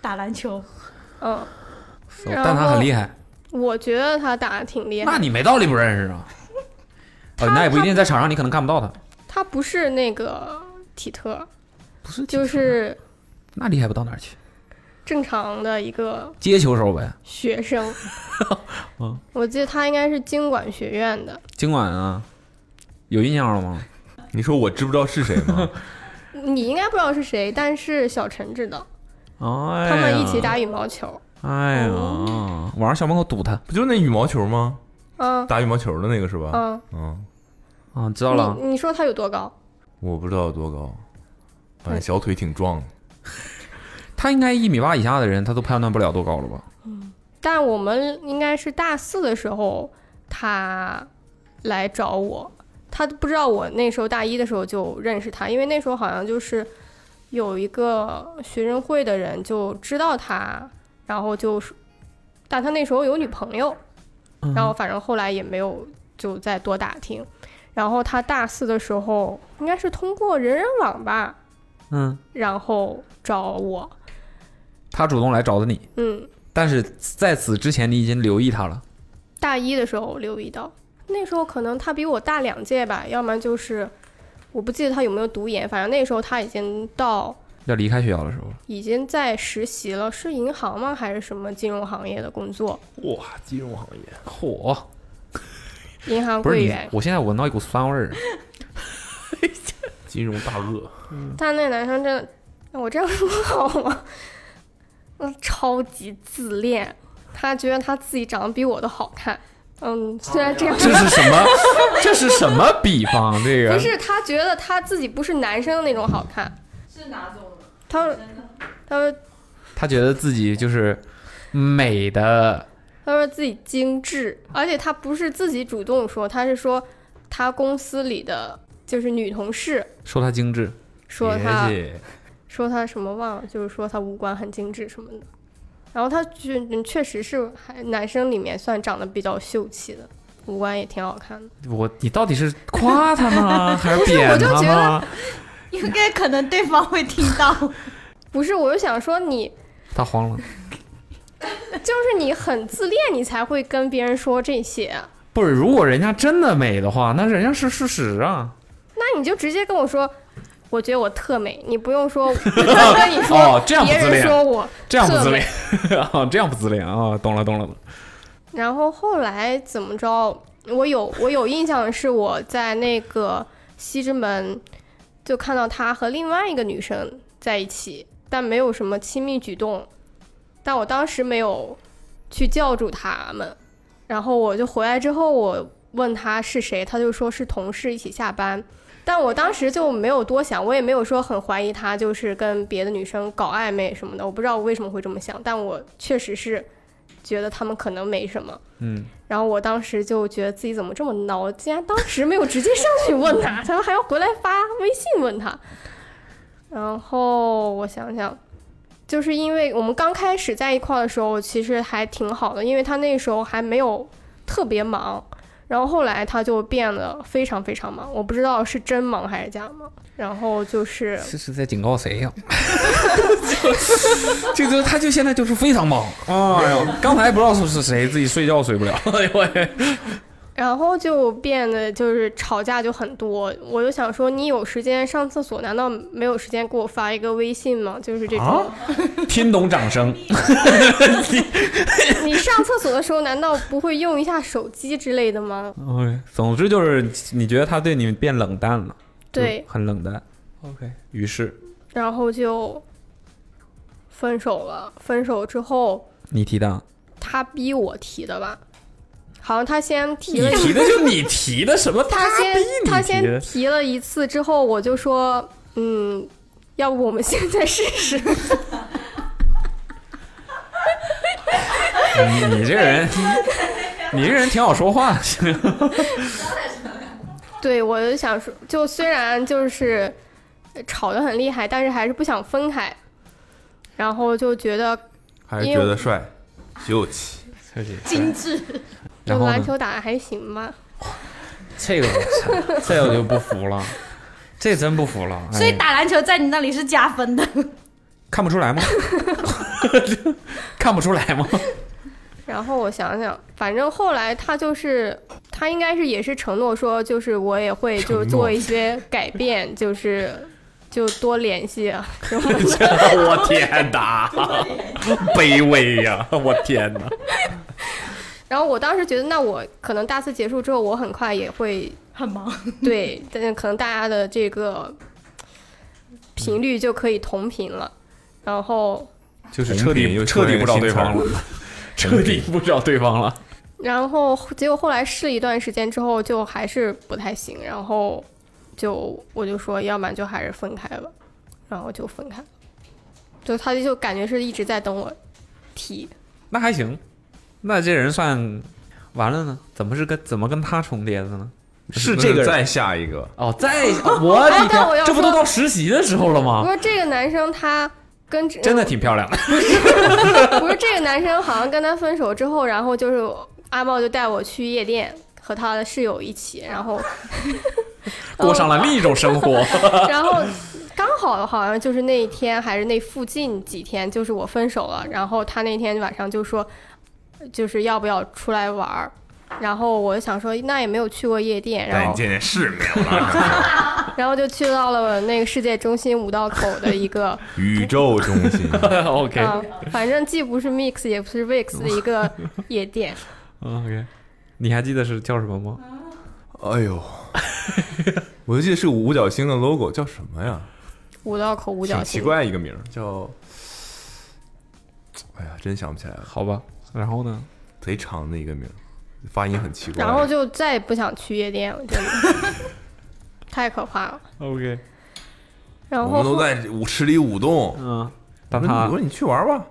F: 打篮球，
B: 嗯，然后
C: 但他很厉害，
B: 我觉得他打的挺厉
C: 那
B: 害，
C: 你没道理不认识啊。哦，那也不一定，在场上你可能看不到他，
B: 他不是那个体特，
C: 不是
B: 就是
C: 那厉害不到哪儿去，
B: 正常的一个
C: 接球手呗。，
B: 学生
C: 嗯
B: 我记得他应该是经管学院的，
C: 今晚啊，有印象了吗？
E: 你说我知不知道是谁 吗？
B: 你应该不知道是谁，但是小陈知道，
C: 哎呀，
B: 他们一起打羽哦毛球，
C: 哎呀，晚上校门口堵他
E: 不就是那羽毛球吗？
B: 嗯
E: 打羽毛球的那个是吧？
B: 嗯，
E: 嗯，
C: 啊，知道了。
B: 你你说他有多高？
E: 我不知道有多高，反正小腿挺壮的。
C: 他应该一米八以下的人，他都判断不了多高了吧？
B: 但我们应该是大四的时候，他来找我，他不知道我那时候大一的时候就认识他，因为那时候好像就是有一个学生会的人就知道他，然后就是，但他那时候有女朋友，
C: 嗯
B: 然后反正后来也没有就再多打听。然后他大四的时候，应该是通过人人网吧，
C: 嗯，
B: 然后找我，
C: 他主动来找的你，
B: 嗯，
C: 但是在此之前你已经留意他了。
B: 大一的时候留意到，那时候可能他比我大两届吧，要么就是我不记得他有没有读研，反正那时候他已经到
C: 要离开学校的时候，
B: 已经在实习了，是银行吗还是什么金融行业的工作？
E: 哇，金融行业，
C: 嚯，
B: 银行
C: 不是
B: 柜
C: 你
B: 员，。
C: 我现在闻到一股酸味儿。
E: 金融大鳄，
B: 但那男生真的，我这样说好吗？嗯，超级自恋，他觉得他自己长得比我都好看。嗯，虽然这样，
C: 哦这是什么？ 这是什么比方？这个
B: 不是他觉得他自己不是男生那种好看。
J: 是哪种？
B: 他说，他说
C: 他觉得自己就是美的，
B: 他说自己精致，而且他不是自己主动说，他是说他公司里的就是女同事
C: 说她精致，
B: 说他
E: 别介
B: 说他什么忘了，就是说他五官很精致什么的。然后他确确实是还男生里面算长得比较秀气的，五官也挺好看的。
C: 我你到底是夸他呢，还是
B: 不是
C: 贬
B: 我就
C: 他
B: 觉
C: 呢？
F: 应该可能对方会听到。
B: 不是，我就想说 你
C: 他慌了，
B: 就是你很自恋，你才会跟别人说这些。啊
C: 不是？如果人家真的美的话，那人家是事实啊。
B: 那你就直接跟我说，我觉得我特美，你不用 说我跟你说，
C: 哦这样不
B: 别
C: 自
B: 人
C: 恋
B: 说我。
C: 这样不自恋 啊，这样不自恋啊，懂了懂了。
B: 然后后来怎么着？我有我有印象的是我在那个西直门就看到他和另外一个女生在一起，但没有什么亲密举动，但我当时没有去叫住他们。然后我就回来之后，我问他是谁，他就说是同事一起下班。但我当时就没有多想，我也没有说很怀疑他就是跟别的女生搞暧昧什么的。我不知道我为什么会这么想，但我确实是觉得他们可能没什么。
C: 嗯，
B: 然后我当时就觉得自己怎么这么孬，竟然当时没有直接上去问他，然后还要回来发微信问他。然后我想想，就是因为我们刚开始在一块儿的时候，其实还挺好的，因为他那时候还没有特别忙。然后后来他就变得非常非常忙，我不知道是真忙还是假忙。然后就是
C: 这是在警告谁呀、 就就就他就现在就是非常忙。哎呦，刚才不知道是是谁自己睡觉睡不了。 哎呦喂，
B: 然后就变得就是吵架就很多，我就想说，你有时间上厕所，难道没有时间给我发一个微信吗？就是这种，
C: 啊听懂掌声。
B: 你上厕所的时候难道不会用一下手机之类的吗？
C: OK，总哎之就是你觉得他对你变冷淡了，
B: 对
C: 就，很冷淡。OK，于是
B: 然后就分手了。分手之后，
C: 你提的，
B: 他逼我提的吧？好像他先提
C: 你
B: 了一
C: 提的就你提的什么？
B: 他
C: 逼
B: 先
C: 你
B: 他
C: 提
B: 先
C: 的
B: 提了一次之后，我就说，嗯，要不我们现在试试？
C: 你你这个人，你这个人挺好说话的。
B: 对，我就想说，就虽然就是呃吵得很厉害，但是还是不想分开。然后就觉得
E: 还是觉得帅，秀气。
F: 精致，
B: 就
C: 然后
B: 篮
C: 呢？
B: 球打得还行吧，
C: 这个我操，这个我就不服了，这真不服了。
F: 所以
C: 哎
F: 打篮球在你那里是加分的。
C: 看不出 来吗？看不出来 吗？
B: 然后我想想，反正后来他就是他应该是也是承诺说，就是我也会就是
E: 承诺
B: 做一些改变，就是就多联系啊什么的。
C: 我天哪，卑微呀、我天哪！
B: 然后我当时觉得，那我可能大四结束之后，我很快也会
F: 很忙，
B: 对，但是可能大家的这个频率就可以同频了。然后，
E: 就是
C: 彻底彻底不找对方 了，彻底不找对方了。
B: 然后结果后来试了一段时间之后，就还是不太行。然后就我就说，要不然就还是分开吧。然后就分开了，就他就感觉是一直在等我提。
C: 那还行，那这人算完了呢？怎么是跟怎么跟他重叠的呢？是这个人
E: 再下一个，
C: 哦，再我
B: 啊
C: 你
B: 但我
C: 看
B: 要
C: 这不
B: 说
C: 都到实习的时候了
B: 不
C: 吗？
B: 过这个男生他跟真
C: 啊真的挺漂亮
B: 嗯
C: 的，
B: 不是这个男生，好像跟他分手之后，然后就是阿茂就带我去夜店，和他的室友一起，然后
C: 过上了另一种生 活。
B: 然后刚好好像就是那一天还是那附近几天，就是我分手了，然后他那天晚上就说，就是要不要出来玩儿，然后我就想说那也没有去过夜店，然
E: 带你
B: 后
E: 见见世面了，
B: 然后就去到了那个世界中心五道口的一 个，
E: 宇宙中心。
C: OK
B: 嗯、反正既不是 Mix 也不是 Vix 的一个夜店，
C: 嗯 OK，你还记得是叫什么吗？
E: 哎呦，我就记得是五角星的 logo 叫什么呀？
B: 五道口五角
E: 挺奇
B: 星。
E: 怪一个名儿叫，哎呀，真想不起来了，
C: 好吧，然后呢？
E: 贼长的一个名儿，发音很奇怪。
B: 然后就再也不想去夜店了，真的 太可怕了。
C: OK，
B: 然
E: 我
B: 后
E: 们都
B: 后
E: 在舞池里舞动，
C: 嗯，
E: 我
C: 但
E: 说
C: 他
E: 我说你去玩吧，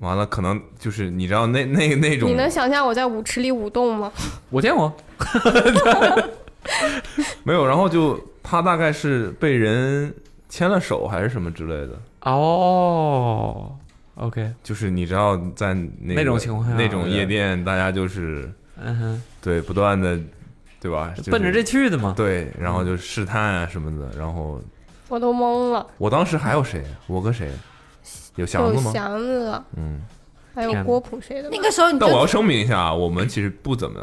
E: 完了可能就是你知道那那那种
B: 你能想象我在舞池里舞动吗？
C: 我见过，
E: 没有，然后就他大概是被人牵了手还是什么之类的，
C: 哦，OK，
E: 就是你知道在那个
C: 那种情况下
E: 那种
C: 对
E: 夜店，大家就是
C: 嗯哼，
E: 对，不断的，对吧？就是
C: 奔着这去的嘛。
E: 对，然后就试探啊什么的，然后
B: 我都懵了，
E: 我当时还有谁？啊我跟谁？有祥
B: 有
E: 子吗？
B: 祥子，
E: 嗯，
B: 还有
C: 天哪
B: 郭普谁的吗
F: 那个时候你就
E: 但我要声明一下啊，我们其实不怎么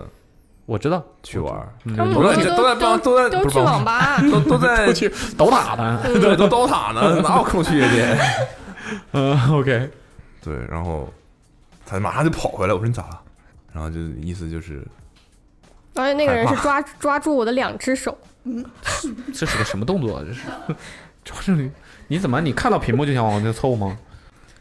C: 我知道，
E: 去玩儿，
C: 嗯
B: 他们
E: 不是
B: 都
E: 都在帮都在
B: 都
E: 不
B: 去
E: 是帮
B: 网吧，啊
E: 都都 在
C: 都去倒打的。
E: 对都刀塔 呢，哪有空啊去夜店？
C: 嗯，OK，
E: 对，然后他马上就跑回来，我说你咋了？然后就意思就是
B: 而且那个人是抓抓住我的两只手，
C: 这是个什么动作啊？这 是抓着你，你怎么你看到屏幕就想往那凑吗？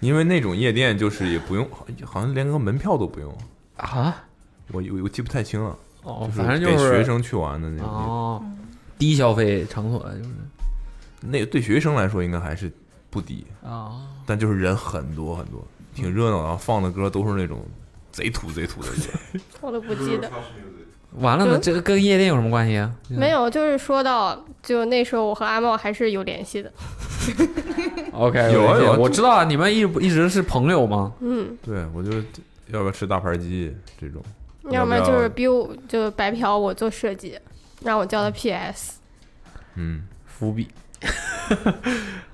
E: 因为那种夜店就是也不用，好好像连个门票都不用，
C: 啊？
E: 我我我记不太清了，
C: 哦
E: 就，
C: 反正
E: 给
C: 就是
E: 学生去玩的那种，
C: 哦，低消费场所啊就是
E: 那对学生来说应该还是不低，
C: 啊，
E: 但就是人很多很多，挺热闹的，然后放的歌都是那种贼土贼土的歌，
B: 我都不记得。
E: 嗯
C: 完了呢，这个跟夜店有什么关系啊？
B: 没有，就是说到就那时候我和阿茂还是有联系的，
C: ，OK，
E: 有啊有啊
C: 我知道啊，你们一一直是朋友吗？
B: 嗯，
E: 对我就要不要吃大盘鸡这种，
B: 要
E: 要
B: 不
E: 不
B: 然
E: 要
B: 就是逼我就白嫖我做设计，让我教他 PS，
E: 嗯，
C: 伏笔。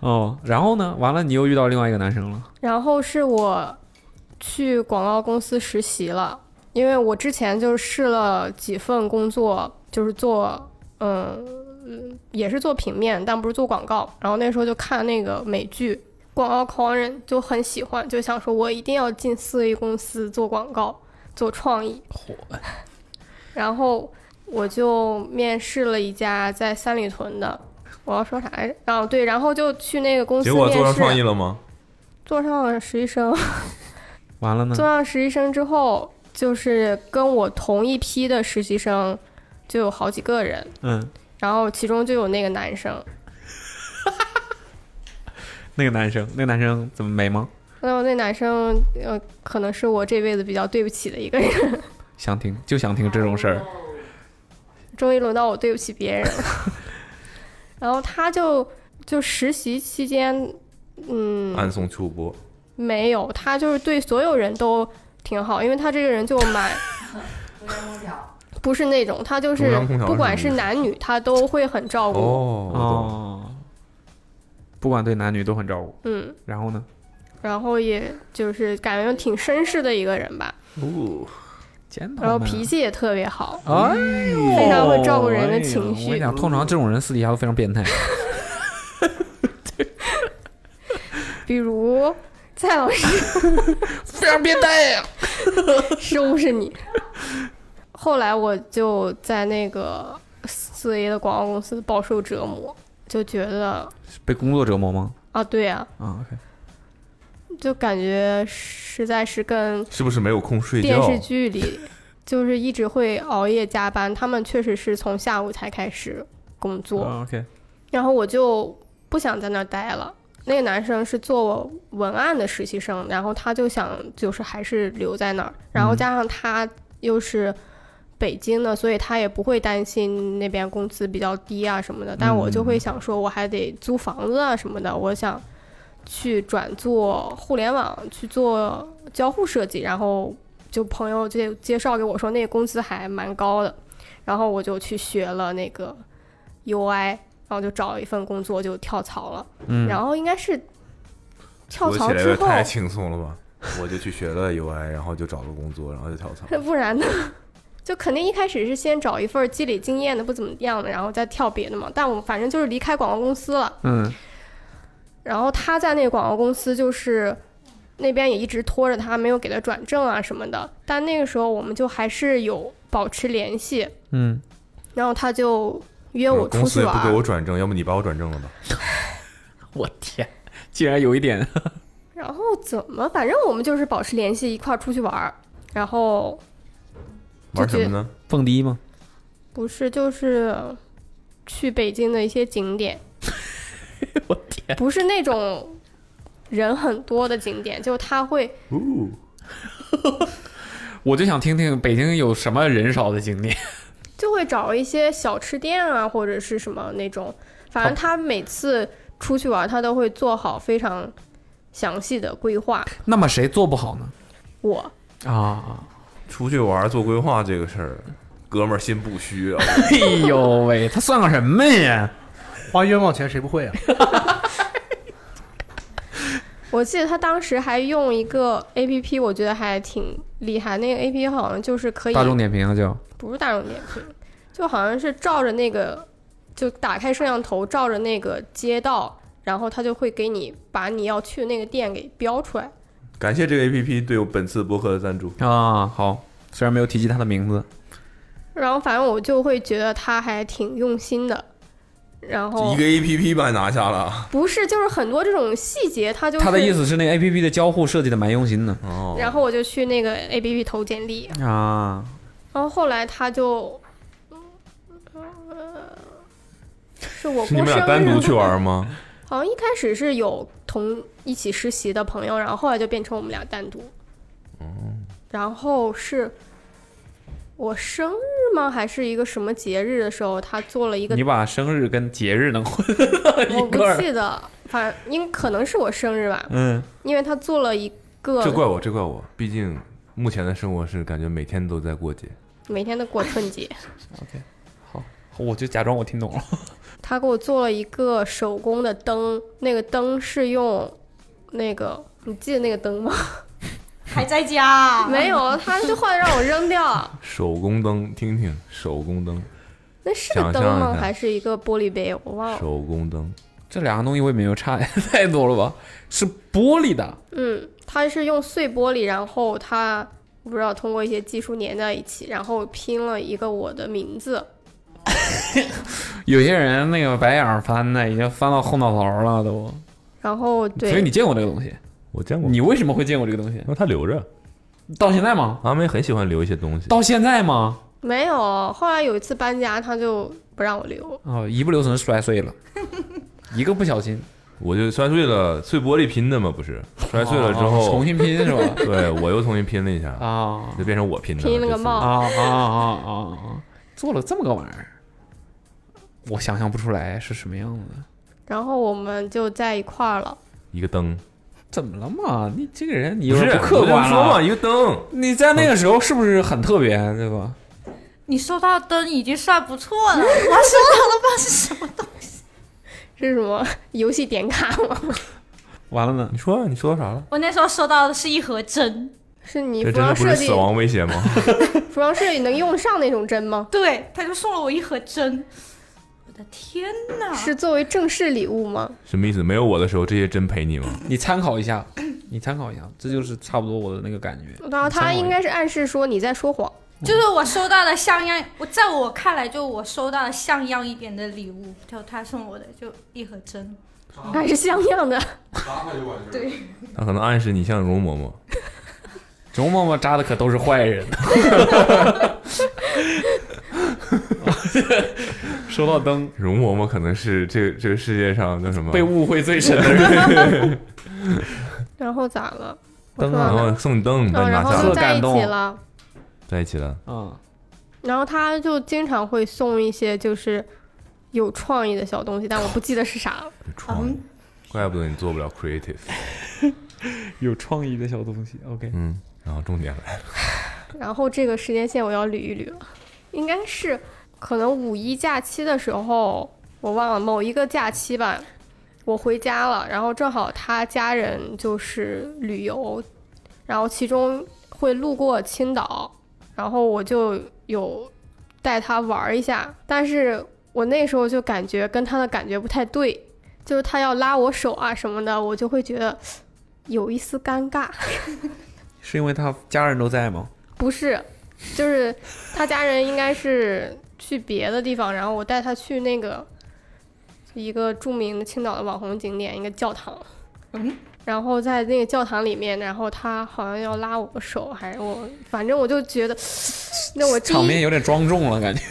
C: 哦，然后呢？完了，你又遇到另外一个男生了。
B: 然后是我去广告公司实习了，因为我之前就是试了几份工作，就是做嗯嗯也是做平面，但不是做广告。然后那时候就看那个美剧《广告狂人》，就很喜欢，就想说我一定要进四 A 公司做广告，做创意。
C: 嚯！
B: 然后我就面试了一家在三里屯的，我要说啥来着？啊，对，然后就去那个公司
E: 结
B: 面
E: 果
B: 试，
E: 做上创意了吗？
B: 做上了实习生。
C: 完
E: 嗯
C: 了呢？
B: 做上实习生之后，就是跟我同一批的实习生就有好几个人，
C: 嗯，
B: 然后其中就有那个男生，
C: 那个男生，那个男生怎么没吗？
B: 那我那男生呃，可能是我这辈子比较对不起的一个人，
C: 想听就想听这种事儿。
B: 终于轮到我对不起别人了。 然后他就就实习期间，嗯，
E: 暗送秋波，
B: 没有，他就是对所有人都挺好，因为他这个人就蛮不是那种，他就
E: 中
B: 是
E: 央空调
B: 不
E: 是
B: 管
E: 吗
B: 是男女，他都会很照顾。
E: 哦，我懂了。
C: 哦，不管对男女都很照顾。
B: 嗯，
C: 然后呢？
B: 然后也就是感觉挺绅士的一个人吧，
C: 哦，简
B: 然后脾气也特别好，
C: 哎呦，
B: 非常会照顾人的情绪
C: 哎呀我跟你讲，通常这种人私底下都非常变态。
B: 比如蔡老师
C: 非常变态啊呀！
B: 收拾你。后来我就在那个四 A 的广告公司饱受折磨，就觉得
C: 被工作折磨吗？
B: 啊，对啊，
C: 啊，OK，
B: 就感觉实在是跟
E: 是不是没有空睡
B: 电
E: 觉？
B: 视剧里就是一直会熬夜加班，他们确实是从下午才开始工作，
C: 啊，OK，
B: 然后我就不想在那儿待了。那个男生是做文案的实习生，然后他就想就是还是留在那儿，然后加上他又是北京的，所以他也不会担心那边工资比较低啊什么的。但我就会想说，我还得租房子啊什么的，我想去转做互联网，去做交互设计。然后就朋友介介绍给我说，那个工资还蛮高的，然后我就去学了那个 UI。然后就找了一份工作就跳槽了，
C: 嗯，
B: 然后应该是跳
E: 我
B: 槽
E: 起来
B: 之
E: 也
B: 后，
E: 太轻松了吧！ 我就去学了 UI，然后就找了工作，然后 就跳槽。
B: 不然呢？就肯定一开始是先找一份积累经验的不怎么样的，然后再跳别的嘛。但我反正就是离开广告公司了，
C: 嗯，
B: 然后他在那个广告公司就是那边也一直拖着他，没有给他转正啊什么的。但那个时候我们就还是有保持联系，
C: 嗯，
B: 然后他就约我
E: 公
B: 出
E: 司
B: 去
E: 也
B: 玩
E: 不
B: 儿，
E: 给我转正，要不你把我转正了吧？
C: 我天，竟然有一点，
B: 然后怎么反正我们就是保持联系，一块儿出去玩儿，然后
E: 玩什么呢？
C: 蹦迪吗？
B: 不是，就是去北京的一些景点。
C: 我天，
B: 不是那种人很多的景点，就他会
C: 我就想听听北京有什么人少的景点。
B: 就会找一些小吃店啊，或者是什么那种，反正他每次出去玩，他都会做好非常详细的规划。
C: 那么谁做不好呢？
B: 我
C: 啊，
E: 出去玩做规划这个事儿，
L: 哥们儿心不虚 啊。
C: 哎呦喂，他算个什么呀？
M: 花冤枉钱谁不会啊？
B: 我记得他当时还用一个 A P P，我觉得还挺厉害。那个 A P P 好像就是可以
C: 大众点评啊，就
B: 不是大众点评，就好像是照着那个，就打开摄像头照着那个街道，然后他就会给你把你要去的那个店给标出来。
L: 感谢这个 A P P 对我本次播客的赞助
C: 啊。好，虽然没有提及他的名字，
B: 然后反正我就会觉得他还挺用心的。然后
L: 一个 A P P 把你拿下了。
B: 不是，就是很多这种细节，他就是
C: 他的意思是那个 A P P 的交互设计的蛮用心的
L: 哦
B: 然后我就去那个 A P P 投简历，
C: 啊，
B: 然后后来他就，呃，是我
L: 是你
B: 过
L: 们俩
B: 生
L: 单
B: 日
L: 独去玩吗？
B: 好像一开始是有同一起实习的朋友，然后后来就变成我们俩单独。然后是我生日吗？还是一个什么节日的时候，他做了一个
C: 你把生日跟节日能混 到
B: 我
C: 一
B: 不
C: 块儿，
B: 记得，反正应可能是我生日吧，
C: 嗯，
B: 因为他做了一个
L: 这怪我，这怪我，毕竟目前的生活是感觉每天都在过节。
B: 每天都过春节，
C: 我就假装我听懂了。
B: 他给我做了一个手工的灯，那个灯是用那个你记得那个灯吗？
F: 还在家？
B: 没有，他就后来让我扔掉。
L: 手工灯，听听手工灯，
B: 那是个灯
L: 想象
B: 吗
L: 一？下
B: 还是一个玻璃杯？我忘了。
L: 手工灯，
C: 这两个东西未免又差 太多了吧？是玻璃的，
B: 嗯，它是用碎玻璃，然后它我不知道通过一些技术粘在一起，然后拼了一个我的名字。
C: 有些人那个白眼儿翻的已经翻到后脑勺了都。
B: 然后对，
C: 所以你见过这个东西？
L: 我见过。哦
C: 你为什么会见过这个东西？因
L: 为他留着，
C: 到现在吗？
L: 阿妹很喜欢留一些东西。
C: 到现在吗？
B: 没有？后来有一次搬家，他就不让我留。
C: 哦，一不留神摔碎 了，一个不小心。
L: 我就摔碎了，碎玻璃拼的嘛，不是？摔碎了之
C: 哦
L: 后
C: 重新拼 是吧
L: 对，我又重新拼了一下
C: 啊，
L: 就变成我拼的。
B: 拼了个帽
C: 啊啊啊啊啊！做了这么个玩意儿，我想象不出来是什么样子。
B: 然后我们就在一块儿了。
L: 一个灯，
C: 怎么了嘛？你这个人你
L: 不
C: 有
L: 是
C: 点不客
L: 我就
C: 观
L: 说嘛嗯
C: 了。
L: 一个灯，
C: 你在那个时候是不是很特别，对吧？
F: 你收到灯已经算不错了，我收到的不知道是什么东西。
B: 是什么 游戏点卡吗？
C: 完了呢？
L: 你说啊你说到啥了？
F: 我那时候收到的是一盒针，
B: 是你
L: 这
B: 服
L: 真的
B: 装
L: 不
B: 设
L: 是
B: 计
L: 死，亡威胁吗？
B: 服装设计能用上那种针吗？
F: 对，他就送了我一盒针。我的天哪！
B: 是作为正式礼物吗？
L: 什么意思？没有我的时候，这些真陪你吗？
C: 你参考一下，你参考一下，这就是差不多我的那个感觉。
B: 然后他应该是暗示说你在说谎。
F: 就是我收到的像样，我在我看来，就我收到的像样一点的礼物，就他送我的就一盒针，
B: 还是像样的。
F: 对，
L: 他可能暗示你像容嬷嬷。
C: 容嬷嬷扎的可都是坏 人。 收到灯，
L: 容嬷嬷可能是这这个世界上叫什么
C: 被误会最深的 人。
B: 然后咋了？我
L: 灯
B: 说
L: 啊，
B: 完了
L: 然后送你灯，把
B: 嗯
L: 你拿
B: 然后
L: 下
B: 就
L: 了，
B: 在一起了。
L: 在一起了。
C: 嗯，
B: 然后他就经常会送一些就是有创意的小东西，但我不记得是啥了。
L: 怪不得你做不了 creative。
C: 有创意的小东西，OK。
L: 嗯，然后重点来了，
B: 然后这个时间线我要捋一捋了，应该是可能五一假期的时候，我忘了某一个假期吧，我回家了，然后正好他家人就是旅游，然后其中会路过青岛，然后我就有带他玩儿一下，但是我那时候就感觉跟他的感觉不太对，就是他要拉我手啊什么的，我就会觉得有一丝尴尬。
C: 是因为他家人都在吗？
B: 不是，就是他家人应该是去别的地方，然后我带他去那个一个著名的青岛的网红景点，一个教堂。
F: 嗯，
B: 然后在那个教堂里面，然后他好像要拉我的手，还是我，反正我就觉得，那我第
C: 场面
B: 一
C: 有点庄重了，感觉。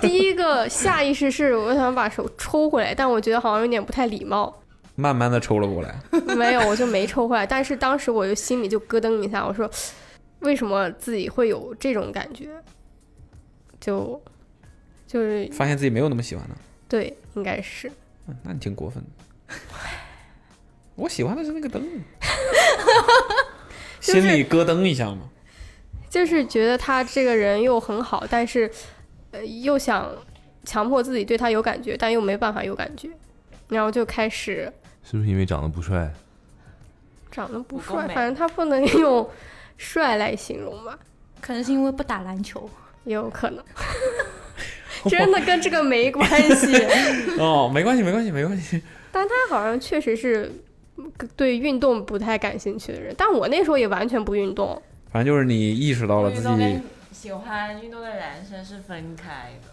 B: 第一个下意识是我想把手抽回来，但我觉得好像有点不太礼貌，
C: 慢慢的抽了过来，
B: 没有，我就没抽回来。但是当时我就心里就咯噔一下，我说为什么自己会有这种感觉？就就是
C: 发现自己没有那么喜欢他。
B: 对，应该是。
C: 嗯那你挺过分的。 我喜欢的是那个 灯，心里咯噔一下嘛。
B: 就是觉得他这个人又很好，但是呃，又想强迫自己对他有感觉，但又没办法有感觉，然后就开始
E: 是不是因为长得不帅？
B: 长得不
F: 够
B: 帅，
F: 美
B: 反正他不能 用帅来形容吧，
F: 可能是因为不打篮球，
B: 也有可能， 真的跟这个没关系。
C: 哦，没关系，没关系，没关系。
B: 但他好像确实是嗯对运动不太感兴趣的人，但我那时候也完全不运动，
C: 反正就是你意识到了自
I: 运动
C: 己
I: 跟，喜欢运动的男生是分开的。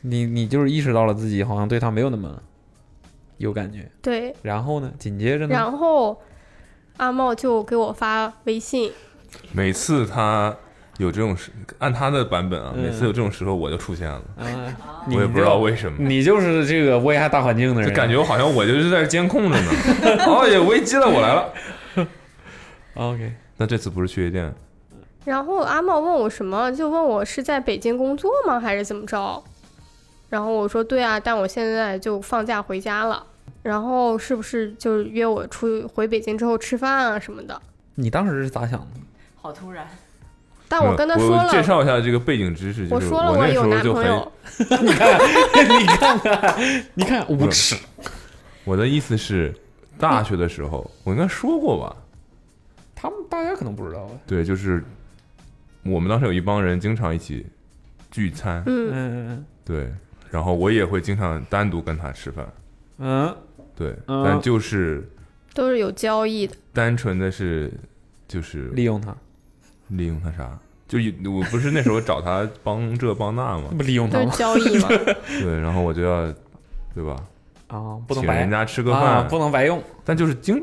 C: 你你就是意识到了自己好像对他没有那么有感觉。
B: 对。
C: 然后呢？紧接着呢？
B: 然后阿茂就给我发微信，
E: 每次他有这种时，按他的版本啊，
C: 嗯
E: 每次有这种时候我就出现了，
C: 啊你
E: 我也不知道为什么，
C: 你就是这个危害大环境的人，
E: 就感觉好像我就是在这监控着 呢。哦，有危机了，我来了。
C: OK，
E: 那这次不是去夜店，
B: 然后阿茂问我什么，就问我是在北京工作吗，还是怎么着？然后我说对啊，但我现在就放假回家了。然后是不是就约我出回北京之后吃饭啊什么的？
C: 你当时是咋想的？
I: 好突然，
B: 但我跟他说
E: 没有我介
B: 了，
E: 绍一下这个背景知识，
B: 我
E: 就是
B: 说了
E: 我那时
B: 有
E: 候
B: 男
E: 就
B: 朋
E: 很
B: 友，
C: 你看无耻。
E: 我的意思是，大学的时候我应该说过吧？
C: 他们大家可能不知道吧？
E: 对，就是我们当时有一帮人经常一起聚餐，
B: 嗯
C: 嗯嗯
E: 对，然后我也会经常单独跟他吃饭，
C: 嗯，
E: 对，
C: 嗯
E: 但就是
B: 都是有交易的。
E: 单纯的是就是
C: 利用他，
E: 利用他啥？就一我不是那时候找他帮这帮那吗？
C: 不利用
B: 他吗就是交易嘛
E: 对，然后我就要，对吧？
C: 啊，不能
E: 请
C: 白
E: 人家吃个饭，
C: 啊不能白用。
E: 但就是经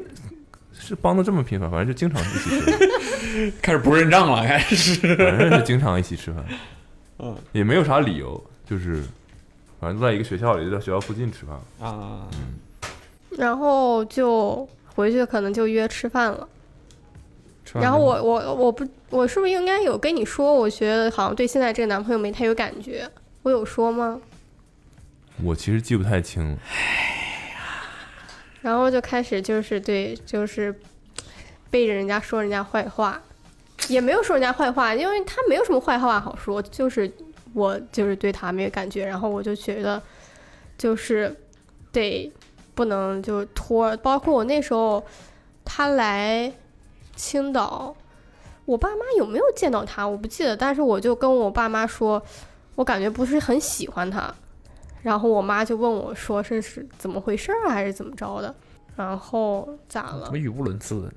E: 是帮的这么频繁，反正就经常一起吃，
C: 开始不认账了，开始。
E: 反正是经常一起吃饭，
C: 嗯，
E: 也没有啥理由，就是反正都在一个学校里，就在学校附近吃饭
C: 啊。
B: 然后就回去可能就约吃饭了。
C: 吃完
B: 然后
C: 之
B: 我我我不我是不是应该有跟你说？我觉得好像对现在这个男朋友没太有感觉，我有说吗？
E: 我其实记不太清了，
B: 然后就开始就是对，就是背着人家说人家坏话，也没有说人家坏话，因为他没有什么坏话好说，就是我就是对他没有感觉，然后我就觉得就是得不能就拖，包括我那时候他来青岛，我爸妈有没有见到他我不记得，但是我就跟我爸妈说，我感觉不是很喜欢他，然后我妈就问我说是是怎么回事儿啊，还是怎么着的，然后咋了
C: 怎么？语无伦次的？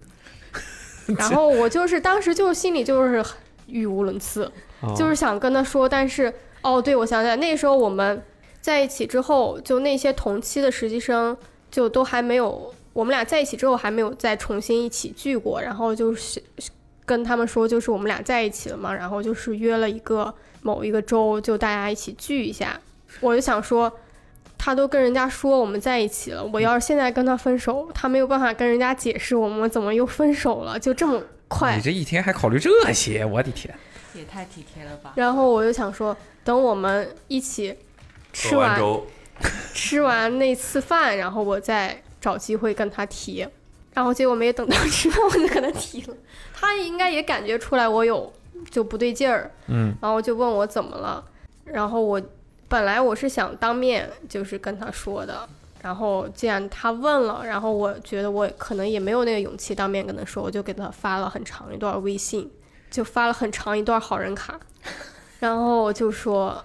B: 然后我就是当时就心里就是很语无伦次，
C: 哦
B: 就是想跟他说，但是哦，对，我想起来那时候我们在一起之后，就那些同期的实习生就都还没有，我们俩在一起之后还没有再重新一起聚过，然后就是跟他们说就是我们俩在一起了嘛，然后就是约了一个某一个周，就大家一起聚一下，我就想说。他都跟人家说我们在一起了，我要是现在跟他分手，他没有办法跟人家解释我们怎么又分手了，就这么快
C: 你。这一天还考虑这些，我的天！
I: 也太体贴了吧？
B: 然后我就想说，等我们一起吃
E: 喝完
B: 完
E: 粥，
B: 吃完那次饭，然后我再找机会跟他提。然后结果没等到吃饭，我就跟他提了。他应该也感觉出来我有就不对劲儿，
C: 嗯，
B: 然后就问我怎么了，然后我本来我是想当面就是跟他说的，然后既然他问了，然后我觉得我可能也没有那个勇气当面跟他说，我就给他发了很长一段微信，就发了很长一段好人卡，然后我就说，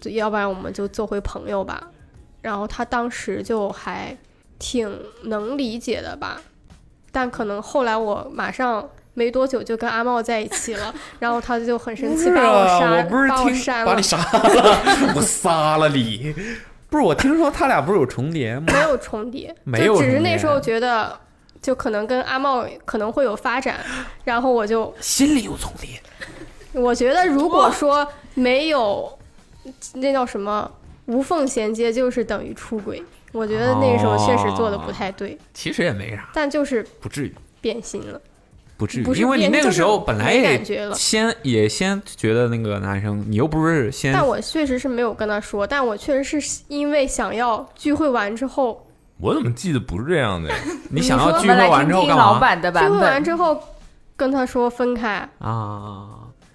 B: 就要不然我们就做回朋友吧，然后他当时就还挺能理解的吧，但可能后来我马上。没多久就跟阿茂在一起了， 然后他就很生气，
C: 不是
B: 把我
C: 啊
B: 删，
C: 我不是
B: 把我
C: 听
B: 删了，
C: 把你杀了， 我杀了你。不是，我听说他俩不是有重叠吗？
B: 没有重叠，
C: 没有
B: 就只是
C: 重叠
B: 那时候觉得，就可能跟阿茂可能会有发 展，然后我就
C: 心里有重叠。
B: 我觉得如果说没有，那叫什么无缝衔接，就是等于出轨。我觉得那时候确实做的不太对，
C: 其实也没啥，
B: 但就是
C: 不至于，
B: 变心了。
C: 不至于，
B: 不是
C: 因为你
B: 变
C: 那个
B: 就是
C: 时候本来
B: 没
C: 也
B: 感觉了
C: 先也先觉得那个男生，你又不是先，
B: 但我确实是没有跟他说，但我确实是因为想要聚会完之后，
E: 我怎么记得不是这样的呀？
C: 你想要聚会完之后干嘛
B: 的聚会完之后跟他说分开，
C: 啊？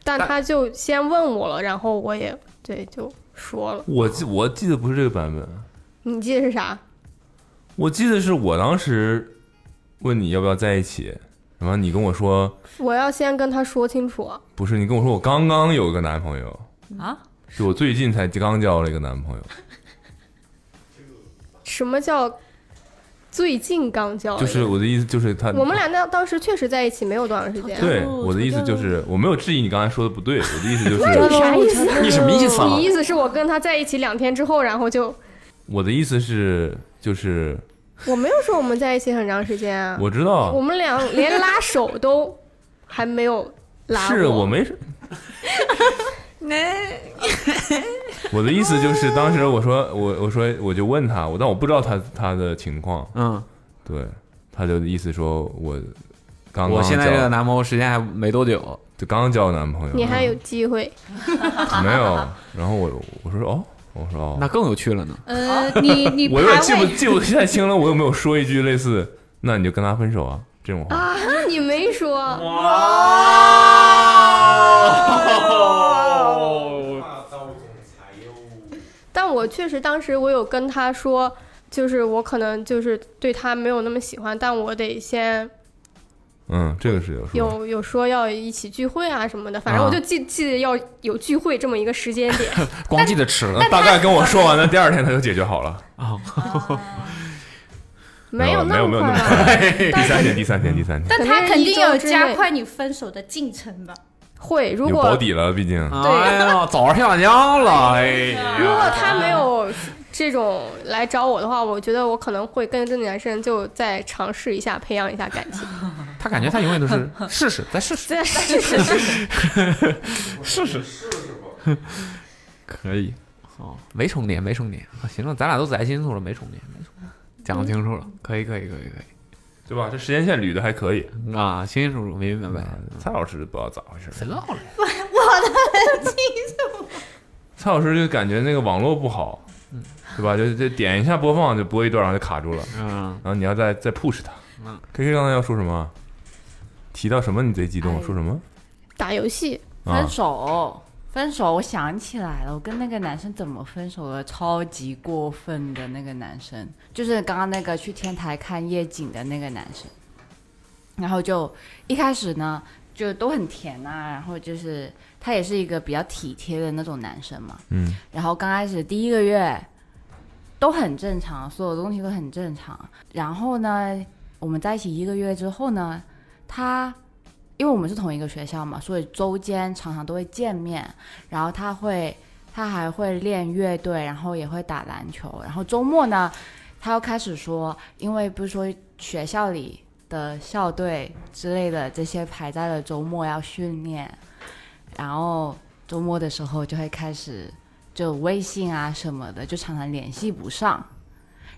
B: 但他就先问我了，然后我也对，就说了。
E: 我记我记得不是这个版本，
B: 你记得是啥？
E: 我记得是我当时问你要不要在一起，然后你跟我说
B: 我要先跟他说清楚
E: 不是，你跟我说我刚刚有个男朋友，
B: 啊！
E: 就我最近才刚交了一个男朋友，
B: 什么叫最近刚交？
E: 就是我的意思就是他
B: 哦我们俩哦那当时确实在一起没有多长时间。
E: 对，我的意思就是，我没有质疑你刚才说的不对，我的意思就
B: 那 你啥意思
E: 是，？啊
B: 你意思是我跟他在一起两天之后，然后就
E: 我的意思是，就是
B: 我没有说我们在一起很长时间啊。
E: 我知道
B: 我们俩连拉手都还没有拉过。
E: 是我没，
B: 那
E: 我的意思就是， 当时我说我我说我就问他，我但我不知道他他的情况，
C: 嗯，
E: 对，他就意思说我刚刚哦
C: 我现在这个男
E: 朋友时间还没多久，就刚交男朋友，
B: 你还有机会。
E: 没有？然后我我说哦，我说哦，那更有趣了呢。
F: 呃， 你你
E: 我有点记
F: 排
E: 不
F: 位
E: 记不太清了，我有没有说一句类似“那你就跟他分手啊”这种话？
B: 啊，你没说。
C: 啊
B: 但我确实当时我有跟他说，就是我可能就是对他没有那么喜欢，但我得先
E: 嗯，这个是有说。
B: 有有说要一起聚会啊什么的，反正
E: 啊
B: 我就记记得要有聚会这么一个时间点。
E: 光记得吃了，大概跟我说完了，第二天他就解决好了啊。
B: 没有
E: 没
B: 那
E: 有
B: 么
E: 没有那么
B: 快
E: 快
B: 吧，
E: 第三天第三天第三天，
F: 但他肯定有
B: 肯定
F: 加
B: 是一周之
F: 快你分手的进程吧？
B: 会，如
E: 有
B: 果
E: 保底了，毕竟。
C: 哎呀，早上下江了，哎 呀！
B: 如果他没有这种来找我的话，我觉得我可能会跟这个男生就再尝试一下，培养一下感情。
C: 他感觉他永远都 是试试，再试试，
B: 再试试再试
C: 试， 试试，可以。哦，没重叠，没重叠。啊行了，咱俩都宅清楚了，没重叠，没重叠，讲清楚了，可以，可以，可以，可以。
E: 对吧？这时间线捋的还可以
C: 啊，清清楚楚，明明白白。
E: 蔡老师不知道咋回事，
C: 嗯谁唠了？
F: 我的很清楚。
E: 蔡老师就感觉那个网络不好，
C: 嗯
E: 对吧？就就点一下播放就播一段，然后就卡住了。嗯，然后你要再再 push 它。
C: 嗯
E: K K 刚才要说什么？啊提到什么？你贼激
I: 哎
E: 动？说什么？
B: 打游戏，
E: 啊
I: 分手，分手，我想起来了，我跟那个男生怎么分手的？超级过分的那个男生，就是刚刚那个去天台看夜景的那个男生。然后就一开始呢，就都很甜呐、然后就是他也是一个比较体贴的那种男生嘛。
E: 嗯。
I: 然后刚开始第一个月都很正常，所有东西都很正常。然后呢，我们在一起一个月之后呢，他因为我们是同一个学校嘛，所以周间常常都会见面。然后他会，他还会练乐队，然后也会打篮球。然后周末呢，他又开始说，因为不是说学校里的校队之类的这些排在了周末要训练，然后周末啊的时候就会开始就微信啊什么的，就常常联系不上。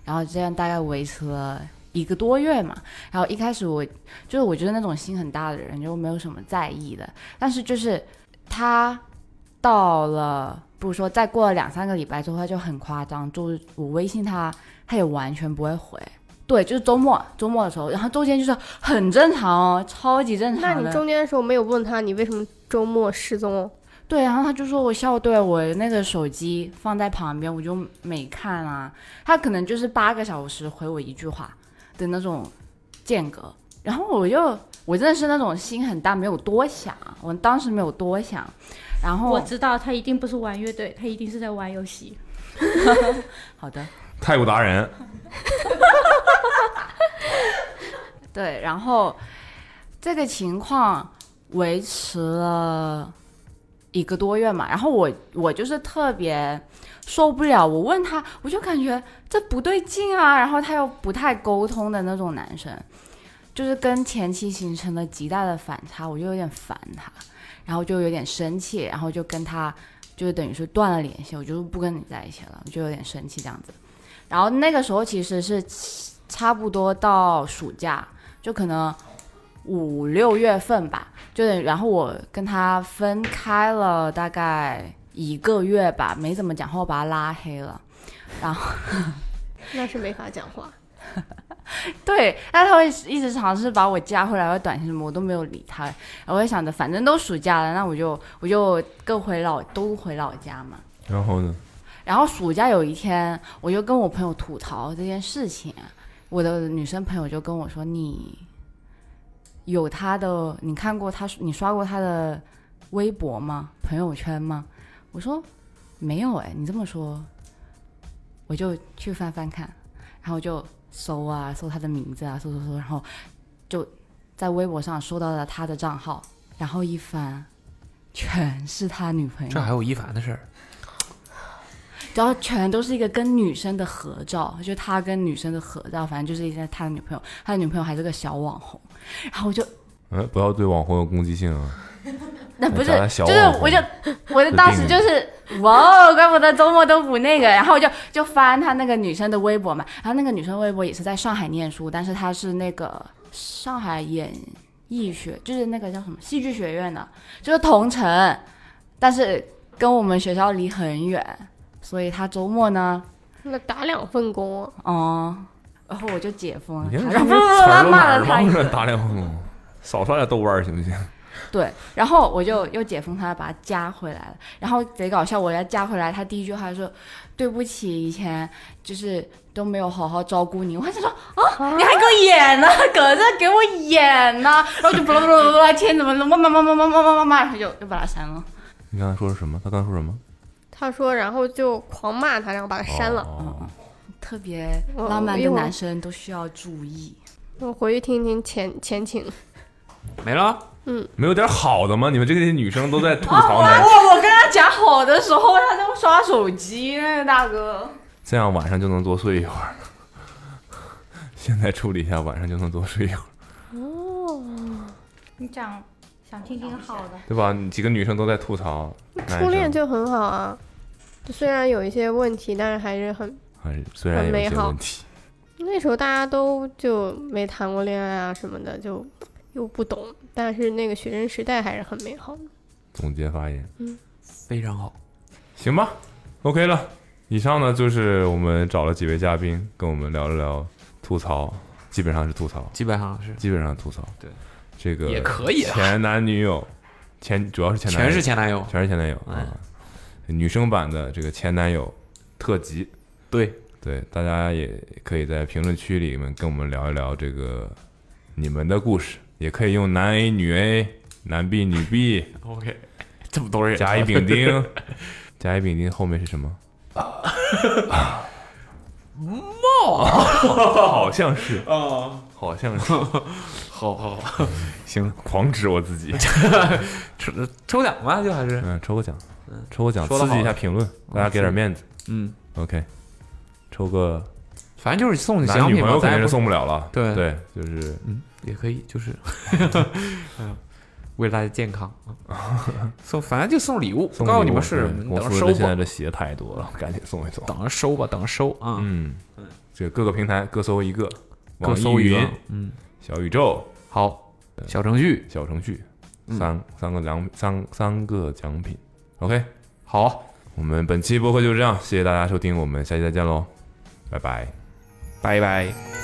I: 然后这样大概维持了一个多月嘛。然后一开始我就是我觉得那种心很大的人就没有什么在意的，但是就是他到了，不如说再过了两三个礼拜之后，他就很夸张，就是我微信他，他也完全不会回。对，就是周末周末的时候，然后周间就是很正常哦，超级正
B: 那
I: 常的。
B: 你中间的时候没有问他你为什么周末失踪？
I: 对，然后他就说我校队，我那个手机放在旁边，我就没看啊。他可能就是八个小时回我一句话的那种间隔，然后我就我真的是那种心很大，没有多想，我当时没有多想，然后
F: 我知道他一定不是玩乐队，他一定是在玩游戏。
I: 好的，
E: 泰国达人，
I: 对，然后这个情况维持了一个多月嘛，然后我我就是特别受不了，我问他，我就感觉这不对劲啊，然后他又不太沟通的那种男生，就是跟前期形成了极大的反差，我就有点烦他，然后就有点生气，然后就跟他就是等于是断了联系，我就是不跟你在一起了，我就有点生气这样子。然后那个时候其实是差不多到暑假，就可能五六月份吧，就是然后我跟他分开了大概一个月吧，没怎么讲话，我把他拉黑了，然后。
B: 那是没法讲话。
I: 对，但他会一直尝试把我加回来，我短信什么我都没有理他。我就想着，反正都暑假了，那我就我就各回老都回老家嘛。
E: 然后呢？
I: 然后暑假有一天，我就跟我朋友吐槽这件事情，我的女生朋友就跟我说：“你有她的，你看过她，你刷过她的微博吗？朋友圈吗？”我说：“没有哎，你这么说，我就去翻翻看，然后就搜啊，搜她的名字啊，搜搜搜，然后就在微博上搜到了她的账号，然后一翻，全是他女朋友。
C: 这还有一凡的事儿，
I: 然后全都是一个跟女生的合照，就他跟女生的合照，反正就是一些他的女朋友，他的女朋友还是个小网红，然后我就
E: 嗯，不要对网红有攻击性啊！
I: 那不是
E: 咱俩，小
I: 就是
E: 网红
I: 我就我就当时就是哇，哦，怪不得周末都不那个，然后我就就翻他那个女生的微博嘛，然后那个女生微博也是在上海念书，但是她是那个上海演艺学，就是那个叫什么戏剧学院的，就是同城，但是跟我们学校离很远，所以她周末呢
B: 那打两份工啊，
I: 哦，然后我就解封了
E: 你看这
I: 他，然后
E: 不是词儿
I: 他
E: 都
I: 骂
E: 哪
I: 了
E: 儿
I: 他一
E: 忘了
I: 顿，
E: 打脸网红，少刷点豆瓣儿行不行？
I: 对，然后我就又解封他，把他加回来了。然后贼搞笑，我要加回来，他第一句话说：“对不起，以前就是都没有好好照顾你。”我还想说啊，你还给我演呢，搁这给我演呢，然后就巴拉巴拉巴拉，天怎么慢慢慢慢慢慢慢慢慢，然后就就把他删了。
E: 你刚才说是什么？他刚才说什么？
B: 他说，然后就狂骂他，然后把他删
E: 哦
B: 了。
I: 嗯特别浪漫的男生都需要注意。
B: 我回去听一听前前情。
E: 没了。
B: 嗯，
E: 没有点好的吗？你们这些女生都在吐槽
B: 哦
E: 男生，
I: 我我跟他讲好的时候，他在刷手机，那个大哥。
E: 这样晚上就能多睡一会儿。现在处理一下，晚上就能多睡一会儿，
F: 哦，你讲想听听好的，
E: 对吧？你几个女生都在吐槽男
B: 初恋
E: 生，
B: 就很好啊，就虽然有一些问题，但是还是很
E: 还是虽然有一
B: 很
E: 些
B: 美好
E: 问题，
B: 那时候大家都就没谈过恋爱啊什么的，就又不懂，但是那个学生时代还是很美好的。
E: 总结发言。
B: 嗯，
C: 非常好。
E: 行吧，OK 了。以上呢就是我们找了几位嘉宾跟我们聊了聊吐槽，基本上是吐槽，
C: 基本上是
E: 基本上吐槽。对，这个
C: 也可以啊
E: 前男女友，前主要是前男友
C: 全是前男友
E: 全是前男友
C: 哎
E: 啊。女生版的这个前男友特辑，
C: 对
E: 对，大家也可以在评论区里面跟我们聊一聊这个你们的故事，也可以用男 A 女 A、男 B 女 B。
C: OK，这么多人
E: 甲乙丙丁， 甲乙丙丁后面是什么？
C: 啊 冒，
E: 好像是
C: 啊，
E: 好像 是，
C: 好好 好，
E: 行，狂指我自己，
C: 抽抽奖吧，就还是
E: 嗯，抽个奖，抽个奖，
C: 说得
E: 刺
C: 好啊
E: 激一下评论，大家给点面子，
C: 嗯
E: ，OK，抽个，
C: 反正就是送你
E: 男
C: 奖
E: 女
C: 品嗯
E: 朋
C: 嘛，
E: 友肯
C: 咱也
E: 定是
C: 不
E: 送不了了，
C: 对
E: 对，就是，
C: 嗯，也可以，就是， 嗯，为了大家健康啊，送反正就送礼物，不
E: 送
C: 告诉
E: 礼
C: 你
E: 物
C: 们是什么，
E: 对
C: 你
E: 公
C: 等着
E: 司
C: 收
E: 的现在
C: 吧，
E: 这鞋太多了，赶紧送一送，
C: 等着收吧，等着收啊，
E: 嗯，这各个平台各搜一个，
C: 各
E: 网易
C: 搜一个
E: 云，
C: 嗯，
E: 小宇宙，
C: 好，小程序，
E: 小程序，
C: 嗯
E: 三三个奖，三三个奖品，OK，好，我们本期播客就是这样，谢谢大家收听，我们下期再见喽，拜拜，
C: 拜拜。